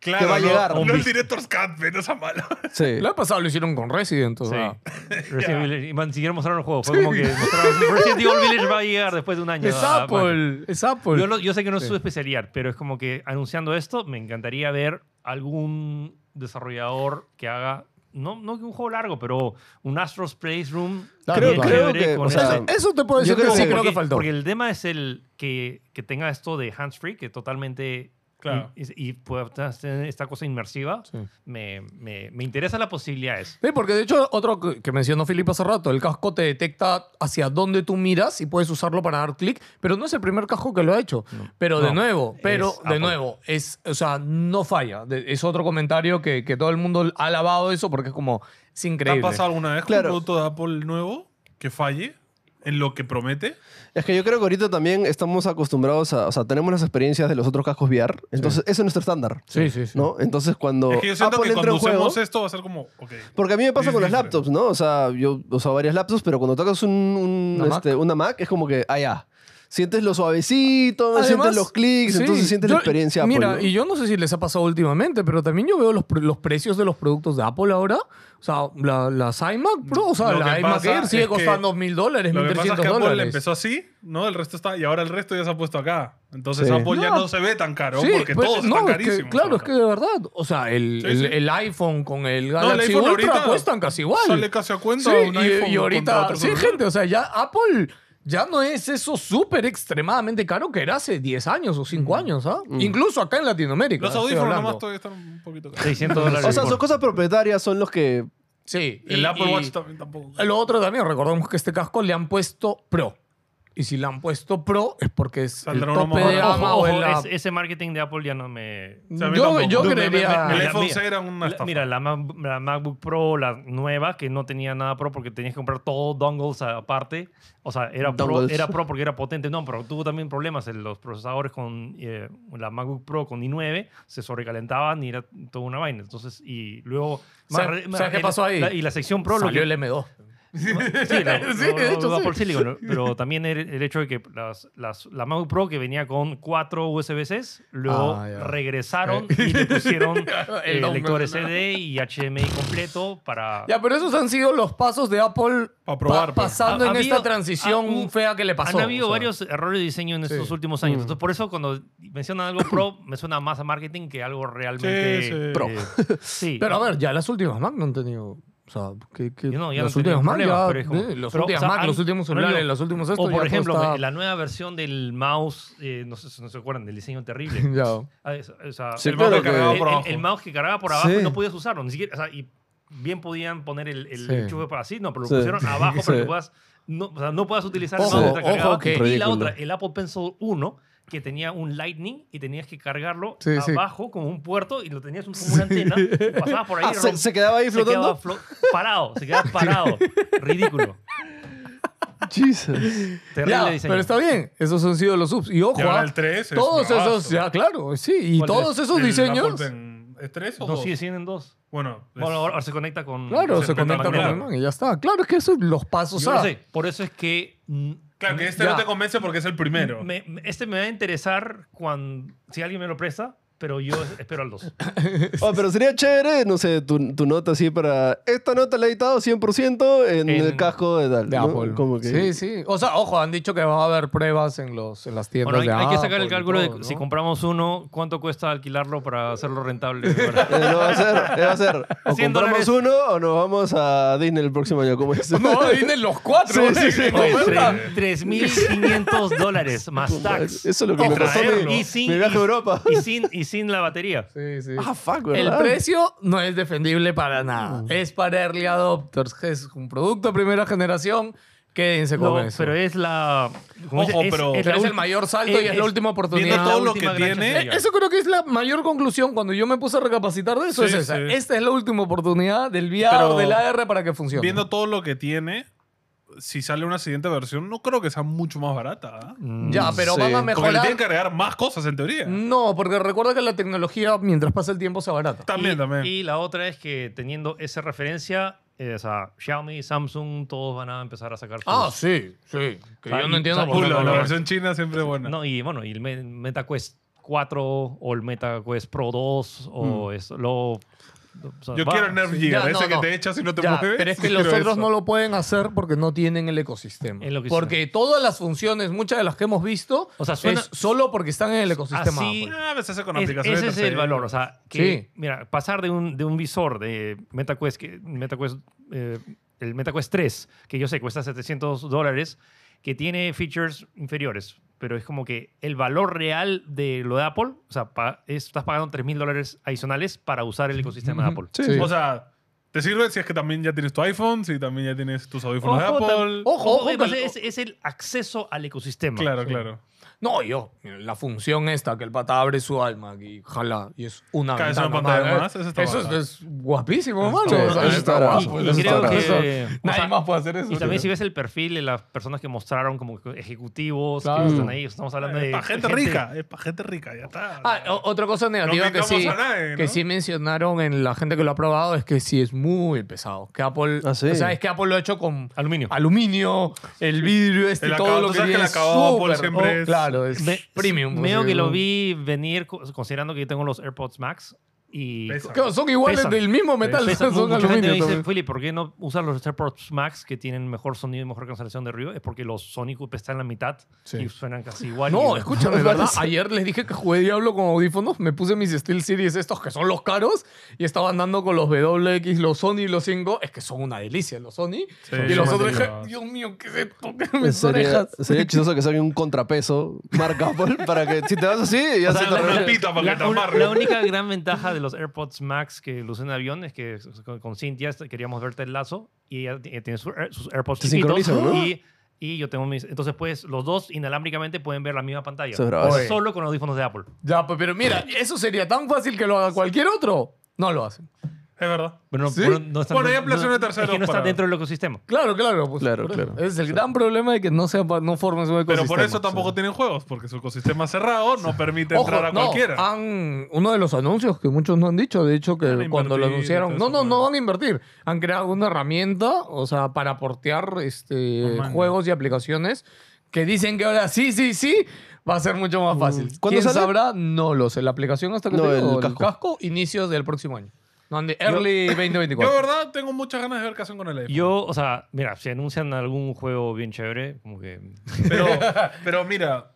Speaker 1: claro,
Speaker 2: que va a
Speaker 1: no,
Speaker 2: llegar.
Speaker 1: No, el Director's Cut, pero no esa mala.
Speaker 2: Sí.
Speaker 4: La pasado lo hicieron con Resident. o
Speaker 3: Sí.
Speaker 1: Ah,
Speaker 4: sea.
Speaker 3: Resident Evil, y man, siquiera mostraron el juego. Fue como que mostraron, Resident Evil Village va a llegar después de un año. ah,
Speaker 4: Es
Speaker 3: a- a-
Speaker 4: Apple. Es Apple.
Speaker 3: Yo, no- yo sé que no es su especialidad, pero es como que anunciando esto, me encantaría ver algún desarrollador que haga, no, no que un juego largo, pero un Astro's Playroom.
Speaker 4: Claro,
Speaker 3: también
Speaker 4: claro.
Speaker 3: chévere
Speaker 2: Creo que,
Speaker 3: con
Speaker 2: o sea,
Speaker 3: ese-
Speaker 4: Eso te puedo
Speaker 2: Yo
Speaker 4: decir
Speaker 2: creo
Speaker 4: que sí,
Speaker 2: que-
Speaker 4: creo que
Speaker 3: porque-
Speaker 4: faltó.
Speaker 3: Porque el tema es el que, que tenga esto de hands-free, que totalmente...
Speaker 1: Claro.
Speaker 3: Y, y puedas tener esta cosa inmersiva.
Speaker 4: Sí.
Speaker 3: Me, me, me interesa la posibilidad eso.
Speaker 4: Sí, porque de hecho, otro que que mencionó Filipe hace rato, el casco te detecta hacia dónde tú miras y puedes usarlo para dar clic, pero no es el primer casco que lo ha hecho. Pero de
Speaker 3: No,
Speaker 4: nuevo, pero
Speaker 3: es
Speaker 4: de
Speaker 3: Apple.
Speaker 4: nuevo, es, o sea, no falla. De- es otro comentario que, que todo el mundo ha alabado eso porque es como, es
Speaker 1: ¿Te ha
Speaker 4: increíble.
Speaker 1: pasado alguna vez
Speaker 2: Claro.
Speaker 1: con un producto de Apple nuevo que falle en lo que promete?
Speaker 2: Es que yo creo que ahorita también estamos acostumbrados a, o sea, tenemos las experiencias de los otros cascos VR, entonces eso es nuestro estándar,
Speaker 4: Sí, sí, sí.
Speaker 2: ¿no? Entonces cuando
Speaker 1: Es que yo siento
Speaker 2: Apple
Speaker 1: que
Speaker 2: entra
Speaker 1: cuando
Speaker 2: en juego,
Speaker 1: usemos esto va a ser como, ok.
Speaker 2: porque a mí me pasa
Speaker 1: es
Speaker 2: con las
Speaker 1: diferente.
Speaker 2: laptops, ¿no? O sea, yo uso varias laptops, pero cuando tocas un, un,
Speaker 4: Una Mac.
Speaker 2: este, una Mac es como que, ah, ya. sientes lo suavecito, sientes
Speaker 4: Además,
Speaker 2: los clics,
Speaker 4: sí,
Speaker 2: entonces sientes
Speaker 4: yo-
Speaker 2: la experiencia Apple.
Speaker 4: Mira,
Speaker 2: ¿no?
Speaker 4: y yo no sé si les ha pasado últimamente, pero también yo veo los, pre- los precios de los productos de Apple ahora. O sea, la, las iMac, bro, o sea,
Speaker 1: Lo
Speaker 4: la
Speaker 1: que
Speaker 4: iMac
Speaker 1: pasa
Speaker 4: Air sigue
Speaker 1: es que-
Speaker 4: costando mil dólares,
Speaker 1: Lo
Speaker 4: mil
Speaker 1: que pasa es que
Speaker 4: trescientos
Speaker 1: Apple
Speaker 4: dólares.
Speaker 1: empezó así, ¿no? El resto está. Y ahora el resto ya se ha puesto acá. Entonces
Speaker 2: Sí.
Speaker 1: Apple ya
Speaker 4: No.
Speaker 1: no se ve tan caro
Speaker 4: Sí,
Speaker 1: porque
Speaker 4: pero-
Speaker 1: todos
Speaker 4: no,
Speaker 1: están
Speaker 4: es que-
Speaker 1: carísimos.
Speaker 4: claro, es
Speaker 1: ahora.
Speaker 4: que de verdad, o sea, el,
Speaker 1: Sí,
Speaker 4: el-
Speaker 1: sí.
Speaker 4: el iPhone con el
Speaker 1: No, el
Speaker 4: Galaxy
Speaker 1: iPhone
Speaker 4: Ultra
Speaker 1: ahorita
Speaker 4: cuestan casi igual.
Speaker 1: Sale casi a cuenta
Speaker 4: Sí,
Speaker 1: un
Speaker 4: y-
Speaker 1: iPhone
Speaker 4: y,
Speaker 1: contra
Speaker 4: ahorita,
Speaker 1: otro
Speaker 4: sí,
Speaker 1: celular.
Speaker 4: gente, o sea, ya Apple ya no es eso súper extremadamente caro que era hace 10 años o 5 años, ¿ah? Incluso acá en Latinoamérica.
Speaker 1: Los
Speaker 4: estoy
Speaker 1: audífonos
Speaker 4: hablando.
Speaker 1: nomás todavía están un poquito caros.
Speaker 3: 600 dólares.
Speaker 2: o sea, son
Speaker 3: por-
Speaker 2: cosas propietarias, son los que...
Speaker 4: Sí.
Speaker 1: El
Speaker 4: y-
Speaker 1: Apple
Speaker 4: y
Speaker 1: Watch también tampoco.
Speaker 4: Lo otro también, recordemos que este casco le han puesto Pro. Y si le han puesto Pro es porque es el
Speaker 1: Saldrá uno
Speaker 4: tope
Speaker 1: más
Speaker 4: de
Speaker 1: barato.
Speaker 4: gama
Speaker 3: Ojo,
Speaker 4: o el...
Speaker 3: es- ese marketing de Apple ya no me...
Speaker 1: O sea, a mí
Speaker 4: yo
Speaker 1: tampoco.
Speaker 4: yo
Speaker 1: Me- me-
Speaker 4: creería...
Speaker 1: me- El me-
Speaker 3: Mira,
Speaker 1: iPhone
Speaker 3: mira,
Speaker 1: 6 era una
Speaker 3: la-
Speaker 1: estafa.
Speaker 3: Mira, la, Mac- la MacBook Pro, la nueva, que no tenía nada pro porque tenías que comprar todo dongles aparte. O sea, era pro,
Speaker 2: Dongles.
Speaker 3: era pro porque era potente. No, pero tuvo también problemas en los procesadores con eh, la MacBook Pro con i9. Se sobrecalentaban y era toda una vaina. Entonces, y luego...
Speaker 4: ¿Sabes-
Speaker 3: re-
Speaker 4: sabes qué
Speaker 3: en-
Speaker 4: pasó ahí?
Speaker 3: la- y la sección pro... lo
Speaker 4: salió
Speaker 3: que-
Speaker 4: el M2.
Speaker 3: Sí, la-
Speaker 4: Sí,
Speaker 3: lo-
Speaker 4: de
Speaker 3: lo-
Speaker 4: hecho,
Speaker 3: lo
Speaker 4: sí.
Speaker 3: por silicon, pero también el, el hecho de que las, las- la MacBook Pro que venía con cuatro USB-Cs, luego
Speaker 4: Ah, ya.
Speaker 3: regresaron y le pusieron eh,
Speaker 4: dongle,
Speaker 3: lectores
Speaker 4: ¿no?
Speaker 3: CD y HDMI completo para...
Speaker 4: Ya, pero esos han sido los pasos de Apple
Speaker 1: Pa' probar, pues.
Speaker 4: pa-
Speaker 1: pero-
Speaker 4: pasando
Speaker 3: Ha- ha
Speaker 4: en
Speaker 3: habido-
Speaker 4: esta transición
Speaker 3: ha- un-
Speaker 4: fea que le pasó.
Speaker 3: Han habido
Speaker 4: o sea.
Speaker 3: varios errores de diseño en estos
Speaker 4: Sí. Mm.
Speaker 3: últimos años. Entonces, por eso cuando mencionan algo pro, me suena más a marketing que algo realmente...
Speaker 1: Sí, sí.
Speaker 3: eh,
Speaker 2: Pro.
Speaker 3: sí.
Speaker 4: Pero a ver, ya las últimas Mac no han tenido. O sea, que, que
Speaker 3: Yo no, ya
Speaker 4: las
Speaker 3: no tenía
Speaker 4: últimas Mac,
Speaker 3: problemas,
Speaker 4: ya,
Speaker 3: pero es como-
Speaker 4: eh, los
Speaker 3: pero,
Speaker 4: últimas
Speaker 3: o sea,
Speaker 4: Mac,
Speaker 3: han-
Speaker 4: los últimos
Speaker 3: por
Speaker 4: celulares,
Speaker 3: ejemplo,
Speaker 4: los últimos estos.
Speaker 3: O
Speaker 4: ya
Speaker 3: por
Speaker 4: todo
Speaker 3: ejemplo,
Speaker 4: está-
Speaker 3: la nueva versión del mouse, eh, no sé si no se acuerdan, del diseño terrible.
Speaker 4: ya.
Speaker 3: Ah, es- o sea,
Speaker 2: Sí,
Speaker 3: el,
Speaker 2: claro que-
Speaker 3: mouse que cargaba por
Speaker 1: el-
Speaker 3: abajo.
Speaker 1: el
Speaker 3: mouse que cargaba por abajo
Speaker 2: Sí.
Speaker 3: y no podías usarlo. Ni siquiera, o sea, y bien podían poner el, el
Speaker 4: Sí.
Speaker 3: enchufe para así, no, pero lo
Speaker 2: Sí.
Speaker 3: pusieron abajo
Speaker 2: Sí.
Speaker 3: para que puedas, no, o sea, no puedas utilizar
Speaker 4: Ojo,
Speaker 3: el mouse
Speaker 4: ojo,
Speaker 3: cargado.
Speaker 4: que-
Speaker 3: Y la
Speaker 2: Ridículo.
Speaker 3: otra, el Apple Pencil 1 que tenía un Lightning y tenías que cargarlo
Speaker 4: Sí, sí.
Speaker 3: abajo como un puerto y lo tenías un- como una antena y pasabas por ahí
Speaker 2: Ah,
Speaker 3: y
Speaker 2: se,
Speaker 3: romp-
Speaker 2: se quedaba ahí
Speaker 3: se quedaba
Speaker 2: flotando.
Speaker 3: flo- parado se quedaba parado ridículo
Speaker 2: Jesus.
Speaker 3: terrible
Speaker 4: Ya,
Speaker 3: diseño
Speaker 4: pero está bien, esos han sido los subs. Y ojo,
Speaker 1: Y ahora
Speaker 4: ah,
Speaker 1: el 3 es
Speaker 4: todos
Speaker 1: bravazo.
Speaker 4: esos, ya claro, sí, y
Speaker 3: ¿Cuál
Speaker 4: todos
Speaker 3: es?
Speaker 4: esos
Speaker 1: El
Speaker 4: diseños.
Speaker 1: Apple Pen- ¿Es 3 o
Speaker 3: no
Speaker 1: 2?
Speaker 3: sigue siendo en dos
Speaker 1: Bueno, es-
Speaker 3: bueno ahora, ahora se conecta con
Speaker 4: Claro,
Speaker 1: Se
Speaker 4: se conecta con
Speaker 1: conecta
Speaker 4: el
Speaker 1: con-
Speaker 4: Mac y ya está. Claro, es que esos los pasos.
Speaker 3: Yo
Speaker 4: ah,
Speaker 3: no sé, por eso es que. mm,
Speaker 1: claro que este
Speaker 4: Ya.
Speaker 1: no te convence porque es el primero.
Speaker 3: me- me- este me va a interesar cuando, si alguien me lo presta, pero yo es- espero al 2.
Speaker 2: Oh, pero sería chévere, no sé, tu, tu nota así para... Esta nota la he editado 100% en,
Speaker 3: En-
Speaker 2: el casco de tal.
Speaker 4: de
Speaker 2: ¿no?
Speaker 4: Apple.
Speaker 2: Como que...
Speaker 4: Sí, sí. O sea, ojo, han dicho que va a haber pruebas en, los, en las tiendas
Speaker 3: Bueno, hay,
Speaker 4: de
Speaker 3: hay que ah, sacar
Speaker 4: Apple
Speaker 3: el
Speaker 4: y
Speaker 3: cálculo de
Speaker 4: todo, ¿no?
Speaker 3: si compramos uno, cuánto cuesta alquilarlo para hacerlo rentable. pues,
Speaker 2: Eh, no va a ser, eh, va a ser. O
Speaker 3: 100
Speaker 2: compramos
Speaker 3: dólares.
Speaker 2: uno o nos vamos a Disney el próximo año. ¿Cómo es?
Speaker 4: No, vienen los cuatro.
Speaker 2: Sí, sí, sí.
Speaker 4: ¿no?
Speaker 1: Oye,
Speaker 4: ¿Verdad?
Speaker 3: 3.500 dólares más tax.
Speaker 2: Eso es lo que me
Speaker 1: Ojo,
Speaker 2: pasó en
Speaker 1: traerlo.
Speaker 2: mi,
Speaker 3: y sin,
Speaker 2: mi viaje a
Speaker 3: y-
Speaker 2: Europa.
Speaker 3: Y sin, y sin la batería.
Speaker 4: Sí, sí.
Speaker 2: Ah, fuck,
Speaker 4: El
Speaker 2: ¿verdad? Mm.
Speaker 4: precio no es defendible para nada. Es para early adopters. Es un producto de primera generación. Quédense con
Speaker 3: No,
Speaker 4: eso.
Speaker 3: pero es la. como
Speaker 1: Ojo, pero-
Speaker 4: Pero es
Speaker 3: ul-
Speaker 4: el mayor salto y es la última oportunidad.
Speaker 3: viendo
Speaker 1: Todo lo
Speaker 3: última
Speaker 1: que
Speaker 3: gran
Speaker 1: tiene-
Speaker 3: chance de llegar.
Speaker 4: Eso creo que es la mayor conclusión cuando yo me puse a recapacitar de eso.
Speaker 1: Sí,
Speaker 4: es esa.
Speaker 1: sí.
Speaker 4: Esta es la última oportunidad del VR,
Speaker 1: Pero-
Speaker 4: del AR para que funcione.
Speaker 1: Viendo todo lo que tiene, si sale una siguiente versión, no creo que sea mucho más barata. ¿ah?
Speaker 4: Mm, ya, pero
Speaker 2: Sí.
Speaker 4: van a
Speaker 1: Porque le
Speaker 4: mejorar.
Speaker 1: tienen que agregar más cosas en teoría.
Speaker 4: No, porque recuerda que la tecnología, mientras pasa el tiempo, se abarata.
Speaker 1: También,
Speaker 3: y,
Speaker 1: también.
Speaker 3: y la otra es que teniendo esa referencia, eh, o sea, Xiaomi, Samsung, todos van a empezar a sacar sus...
Speaker 4: Ah, sí, sí. Que
Speaker 3: Ah,
Speaker 4: yo no
Speaker 3: y-
Speaker 4: entiendo
Speaker 3: ah,
Speaker 1: Uh,
Speaker 4: por
Speaker 1: la,
Speaker 4: qué.
Speaker 1: la
Speaker 4: no lo-
Speaker 1: versión china siempre es buena.
Speaker 3: No, y bueno, y el Me- MetaQuest 4 o el MetaQuest Pro 2 o eso, lo... o sea,
Speaker 1: Mm. Yo
Speaker 3: va-
Speaker 1: quiero el Nerf
Speaker 4: sí.
Speaker 1: Gear,
Speaker 4: Ya,
Speaker 1: ese
Speaker 4: no,
Speaker 1: que
Speaker 4: no.
Speaker 1: te echas y no te
Speaker 4: Ya,
Speaker 1: mueves.
Speaker 4: pero es que
Speaker 1: Quiero
Speaker 4: los otros
Speaker 1: eso.
Speaker 4: no lo pueden hacer porque no tienen el ecosistema.
Speaker 3: El ecosistema.
Speaker 4: Porque todas las funciones, muchas de las que hemos visto,
Speaker 3: O sea, suena-
Speaker 4: es solo porque están en el ecosistema.
Speaker 3: Así-
Speaker 4: Apple.
Speaker 1: Ah, se hace con
Speaker 3: Es-
Speaker 1: aplicaciones
Speaker 3: ese es el
Speaker 1: terceras.
Speaker 3: valor, o sea, que,
Speaker 4: Sí.
Speaker 3: mira, pasar de un, de un visor de MetaQuest, que, MetaQuest eh, el MetaQuest 3, que yo sé cuesta 700 dólares, que tiene features inferiores, pero es como que el valor real de lo de Apple, o sea, pa- es- estás pagando 3.000 dólares adicionales para usar el ecosistema de Apple.
Speaker 4: Sí, sí.
Speaker 1: O sea, te sirve si es que también ya tienes tu iPhone, si también ya tienes tus audífonos de
Speaker 3: Ojo,
Speaker 1: Apple.
Speaker 3: tam-
Speaker 4: Ojo, ojo,
Speaker 3: que
Speaker 4: que lo-
Speaker 3: es, es el acceso al ecosistema.
Speaker 1: Claro, claro.
Speaker 4: No, yo, mira, la función esta, que el pata abre su alma y jala, y es una
Speaker 1: Cada vez una
Speaker 4: ventana
Speaker 1: pantalla
Speaker 4: ¿eh?
Speaker 1: más, eso está
Speaker 4: eso
Speaker 1: barato.
Speaker 4: es, es guapísimo,
Speaker 1: Eso
Speaker 4: mano.
Speaker 1: está
Speaker 4: O sea,
Speaker 1: barato.
Speaker 2: Eso está
Speaker 4: guapo,
Speaker 2: barato.
Speaker 4: eso
Speaker 3: Y creo
Speaker 4: está
Speaker 3: que-
Speaker 4: barato.
Speaker 3: o
Speaker 4: nadie
Speaker 3: sea,
Speaker 4: más puede hacer eso.
Speaker 3: Y también si
Speaker 4: tío.
Speaker 3: ves el perfil de las personas que mostraron como ejecutivos,
Speaker 4: Claro.
Speaker 3: que están ahí, estamos hablando de...
Speaker 1: Es para gente, rica, es para gente rica, ya está.
Speaker 4: Ah, o- otra cosa negativa que,
Speaker 1: vengamos
Speaker 4: sí,
Speaker 1: a nadie,
Speaker 4: que
Speaker 1: ¿no?
Speaker 4: sí mencionaron en la gente que lo ha probado es que sí es muy pesado. Que Apple,
Speaker 2: Ah, sí.
Speaker 4: O sea, es que Apple lo ha hecho con
Speaker 3: Aluminio.
Speaker 4: aluminio, el vidrio, este,
Speaker 1: El
Speaker 4: todo
Speaker 1: acabado,
Speaker 4: lo
Speaker 1: tú
Speaker 4: que
Speaker 1: sabes que el
Speaker 4: tiene
Speaker 1: acabado Apple
Speaker 4: súper- oh,
Speaker 1: siempre es-
Speaker 4: Claro, es
Speaker 3: Me-
Speaker 4: premium.
Speaker 3: Medio
Speaker 4: así,
Speaker 3: que lo
Speaker 4: ¿no?
Speaker 3: vi venir, co- considerando que yo tengo los AirPods Max y...
Speaker 1: Pesa.
Speaker 4: Claro, son iguales
Speaker 3: Pesan.
Speaker 4: del mismo metal,
Speaker 3: Pesa-
Speaker 4: son
Speaker 3: mucha gente
Speaker 4: aluminio.
Speaker 3: me dice,
Speaker 4: también.
Speaker 3: Philip, ¿por qué no usas los AirPods Max que tienen mejor sonido y mejor cancelación de ruido? Es porque los Sony Coupe están en la mitad
Speaker 4: Sí.
Speaker 3: y suenan casi igual.
Speaker 4: No,
Speaker 3: Y-
Speaker 4: escúchame,
Speaker 2: Me
Speaker 4: ¿verdad?
Speaker 2: parece.
Speaker 4: Ayer les dije que jugué Diablo con audífonos, me puse mis Steel Series estos que son los caros y estaba andando con los WX, los Sony y los 5, es que son una delicia los Sony.
Speaker 1: Sí,
Speaker 4: y los
Speaker 1: son
Speaker 4: otros dije,
Speaker 1: maravillosos.
Speaker 4: Dios mío, ¿qué se tocan mis
Speaker 2: Sería,
Speaker 4: orejas?
Speaker 2: sería chistoso que saquen un contrapeso marca Apple para que si te vas así ya
Speaker 3: O
Speaker 2: se
Speaker 3: sea,
Speaker 2: te
Speaker 3: la-
Speaker 2: arregla.
Speaker 3: la-
Speaker 1: repita para que
Speaker 3: la-
Speaker 1: te
Speaker 3: un-
Speaker 1: amarre.
Speaker 3: La única gran ventaja de los AirPods Max que lucen en avión es que con, con Cintia est- queríamos verte el lazo y ella t- tiene su Air- sus AirPods
Speaker 2: Te
Speaker 3: chiquitos
Speaker 2: sincronizan, ¿no?
Speaker 3: y, y yo tengo mis... Entonces, pues, los dos inalámbricamente pueden ver la misma pantalla.
Speaker 2: Eso es bravazo.
Speaker 4: Oye.
Speaker 3: Solo con audífonos de Apple.
Speaker 4: Ya, pues, pero mira, eso sería tan fácil que lo haga cualquier otro. No lo hacen.
Speaker 1: Es verdad.
Speaker 3: Pero no,
Speaker 4: ¿Sí?
Speaker 3: pero no están-
Speaker 1: Bueno, ya
Speaker 3: no-
Speaker 1: placer de
Speaker 3: es que
Speaker 1: terceros
Speaker 3: no
Speaker 1: para-
Speaker 3: están dentro del ecosistema.
Speaker 4: Claro, claro. pues,
Speaker 2: Claro,
Speaker 4: por eso.
Speaker 2: claro.
Speaker 4: Es el gran problema de que no, sea, no formes un ecosistema.
Speaker 1: Pero por eso tampoco
Speaker 4: Sí.
Speaker 1: tienen juegos, porque su ecosistema cerrado no permite
Speaker 4: Ojo,
Speaker 1: entrar a
Speaker 4: no, Ah,
Speaker 1: cualquiera.
Speaker 4: han- uno de los anuncios que muchos no han dicho, de hecho, que
Speaker 1: Van a
Speaker 4: cuando lo
Speaker 1: invertir,
Speaker 4: anunciaron, no,
Speaker 1: todo
Speaker 4: no,
Speaker 1: eso,
Speaker 4: no
Speaker 1: bueno.
Speaker 4: van a invertir. Han creado una herramienta, o sea, para portear este,
Speaker 1: No manches.
Speaker 4: juegos y aplicaciones que dicen que ahora sí, sí, sí, va a ser mucho más fácil.
Speaker 2: Mm. ¿Cuándo
Speaker 4: ¿Quién
Speaker 2: sale?
Speaker 4: sabrá? No lo sé. La aplicación hasta que
Speaker 2: No,
Speaker 4: te digo,
Speaker 2: el
Speaker 4: el
Speaker 2: casco.
Speaker 4: casco, inicios del próximo año. No, Andy, early
Speaker 1: Yo, de
Speaker 4: 2024.
Speaker 1: verdad, tengo muchas ganas de ver qué hacen con el iPhone.
Speaker 3: Yo, o sea, mira, si anuncian algún juego bien chévere, como que...
Speaker 1: Pero, pero mira,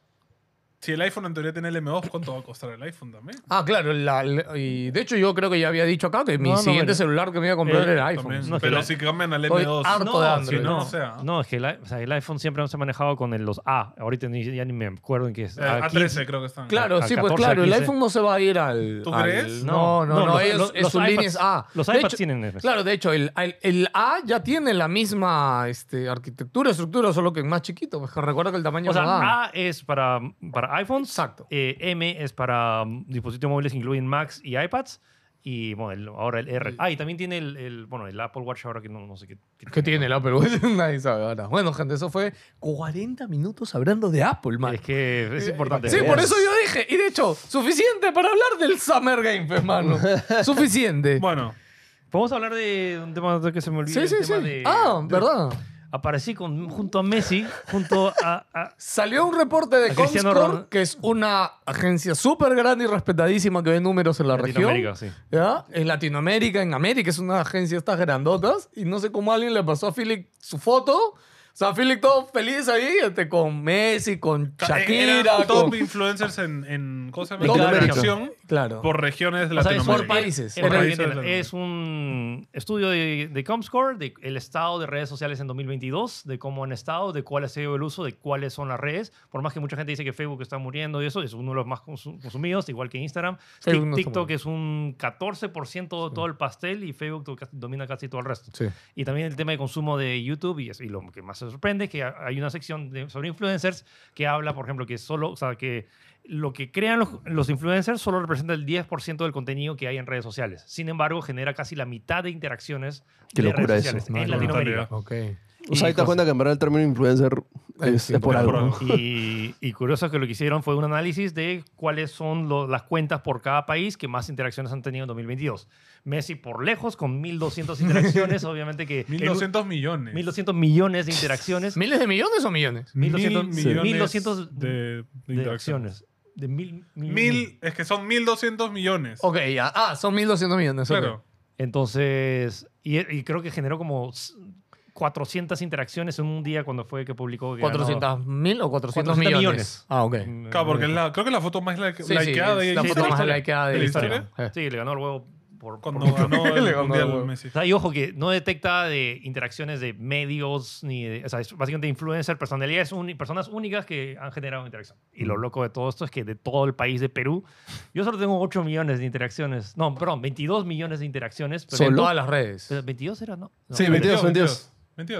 Speaker 1: si el iPhone en teoría tiene LM2, ¿cuánto va a costar el iPhone también?
Speaker 4: Ah, claro. la- la- y de hecho, yo creo que ya había dicho acá que mi
Speaker 3: No, no,
Speaker 4: siguiente
Speaker 3: bueno.
Speaker 4: celular que me iba a comprar
Speaker 3: Eh,
Speaker 4: era iPhone.
Speaker 1: También.
Speaker 3: no, que
Speaker 1: pero
Speaker 3: la-
Speaker 1: si cambian al
Speaker 4: Estoy
Speaker 1: M2.
Speaker 4: harto de Android.
Speaker 1: si no,
Speaker 3: no,
Speaker 1: o sea.
Speaker 3: no, es que el, i- o sea, el iPhone siempre se ha manejado con el- los A. Ahorita ni, ya ni me acuerdo en qué es.
Speaker 1: eh,
Speaker 3: A15.
Speaker 1: A13 creo que están.
Speaker 4: Claro,
Speaker 3: a
Speaker 4: sí, pues
Speaker 3: 14,
Speaker 4: claro, el
Speaker 3: 15.
Speaker 4: iPhone no se va a ir al.
Speaker 1: ¿Tú
Speaker 4: al-
Speaker 1: crees?
Speaker 4: No, no, no,
Speaker 3: los-
Speaker 4: ellos,
Speaker 3: los-
Speaker 4: es
Speaker 3: los
Speaker 4: su
Speaker 3: iPads-
Speaker 4: línea es A.
Speaker 3: Los
Speaker 4: De
Speaker 3: iPads
Speaker 4: hecho-
Speaker 3: tienen eso.
Speaker 4: Claro, de hecho, el, el- el A ya tiene la misma este, arquitectura, estructura, solo que más chiquito. Pues, recuerda que el tamaño
Speaker 3: O sea, ah.
Speaker 4: no da.
Speaker 3: A es para, para iPhones.
Speaker 4: ah. Exacto.
Speaker 3: eh, M es para mm, dispositivos móviles que incluyen Macs y iPads. Y bueno, el- ahora el R. Ah, y también tiene el, el- bueno, el Apple Watch ahora que no, no sé qué. qué
Speaker 4: ¿Qué tiene el Apple Watch? Nadie sabe ahora. Bueno, gente, eso fue 40 minutos hablando de Apple, man.
Speaker 3: Es que es importante.
Speaker 4: Eh, Sí, por eso yo dije. Y de hecho, suficiente para hablar del Summer Game, hermano. Suficiente.
Speaker 1: Bueno,
Speaker 3: Podemos hablar de un tema de que se me olvidó.
Speaker 4: sí,
Speaker 3: el
Speaker 4: sí, sí.
Speaker 3: tema de-
Speaker 4: ah,
Speaker 3: de-
Speaker 4: ¿verdad?
Speaker 3: Aparecí con, junto a Messi, junto a- a,
Speaker 4: Salió un reporte de
Speaker 3: A Cristiano
Speaker 4: Comscore,
Speaker 3: Ronaldo.
Speaker 4: que es una agencia súper grande y respetadísima que ve números en la
Speaker 3: Latinoamérica,
Speaker 4: región.
Speaker 3: sí.
Speaker 4: ¿ya? En Latinoamérica, en América, es una agencia de estas grandotas. Y no sé cómo alguien le pasó a Philip su foto. O sea, Philip todo feliz ahí, este, con Messi, con Shakira,
Speaker 1: eh, eran top
Speaker 4: con...
Speaker 1: influencers en, en ¿cómo se llama?
Speaker 4: Claro.
Speaker 1: En región
Speaker 4: Claro.
Speaker 1: por regiones de
Speaker 3: O sea, es
Speaker 1: Latinoamérica.
Speaker 4: por países.
Speaker 3: es-
Speaker 1: Por
Speaker 3: es-
Speaker 1: países de
Speaker 3: es-
Speaker 1: Latinoamérica.
Speaker 3: es un estudio de, de Comscore, de el estado de redes sociales en 2022, de cómo han estado, de cuál ha sido el uso, de cuáles son las redes. Por más que mucha gente dice que Facebook está muriendo y eso, es uno de los más consu- consumidos, igual que Instagram.
Speaker 4: Facebook
Speaker 3: Tik-
Speaker 4: no está
Speaker 3: TikTok
Speaker 4: muriendo.
Speaker 3: es un 14% de todo el pastel y Facebook to- casi- domina casi todo el resto.
Speaker 4: Sí.
Speaker 3: Y también el tema de consumo de YouTube, y, es- y lo que más se sorprende es que ha- hay una sección de- sobre influencers que habla, por ejemplo, que solo, o sea, que lo que crean los, los influencers solo representa el 10% del contenido que hay en redes sociales. Sin embargo, genera casi la mitad de interacciones
Speaker 2: Qué
Speaker 3: de
Speaker 2: locura
Speaker 3: redes
Speaker 2: eso.
Speaker 3: sociales en
Speaker 4: Madre
Speaker 3: Latinoamérica.
Speaker 4: Ok.
Speaker 2: O sea, ahí te das
Speaker 3: Hijos.
Speaker 2: cuenta que en verdad el término influencer es,
Speaker 4: sí,
Speaker 2: es por
Speaker 1: es por
Speaker 2: algo.
Speaker 1: algo.
Speaker 3: Y, y curioso que lo que hicieron fue un análisis de cuáles son lo- las cuentas por cada país que más interacciones han tenido en 2022. Messi por lejos con 1.200 interacciones, obviamente que... el-
Speaker 1: 1200 millones.
Speaker 3: 1.200 millones de interacciones.
Speaker 4: ¿Miles de millones o millones?
Speaker 3: 1200
Speaker 1: Mil millones
Speaker 3: 1200
Speaker 1: de, de
Speaker 3: de
Speaker 1: interacciones.
Speaker 3: acciones. De mil, mil-
Speaker 1: Mil, es que son 1200 millones.
Speaker 4: Mm. Ok, ya. Ah, son 1.200 millones. ok.
Speaker 1: Claro.
Speaker 3: Entonces, y, y creo que generó como s- 400 interacciones en un día cuando fue que publicó. que ganó.
Speaker 4: 400 mil o 400,
Speaker 3: 400
Speaker 4: millones.
Speaker 3: millones.
Speaker 4: Ah, ok.
Speaker 3: Mm,
Speaker 1: Claro, porque es la, creo que es la foto más like-
Speaker 4: Sí, sí,
Speaker 1: likeada de
Speaker 4: es la
Speaker 1: Instagram.
Speaker 4: foto más
Speaker 1: ¿De la
Speaker 4: likeada de
Speaker 1: historia?
Speaker 4: Instagram. Eh.
Speaker 3: Sí, le ganó el huevo por... por
Speaker 1: Cuando
Speaker 3: mucho.
Speaker 1: ganó
Speaker 4: Le
Speaker 1: el
Speaker 4: ganó
Speaker 1: Mundial
Speaker 4: el huevo.
Speaker 1: Messi.
Speaker 3: O sea, y ojo que no detecta de interacciones de medios ni de, o sea, es básicamente influencer, personalidades, uni- personas únicas que han generado interacción. Y lo loco de todo esto es que de todo el país de Perú, yo solo tengo 8 millones de interacciones. No, perdón, 22 millones de interacciones. pero-
Speaker 4: En todas las redes.
Speaker 3: Pero 22 era, ¿no? No,
Speaker 2: Sí, 22, 22.
Speaker 1: 22.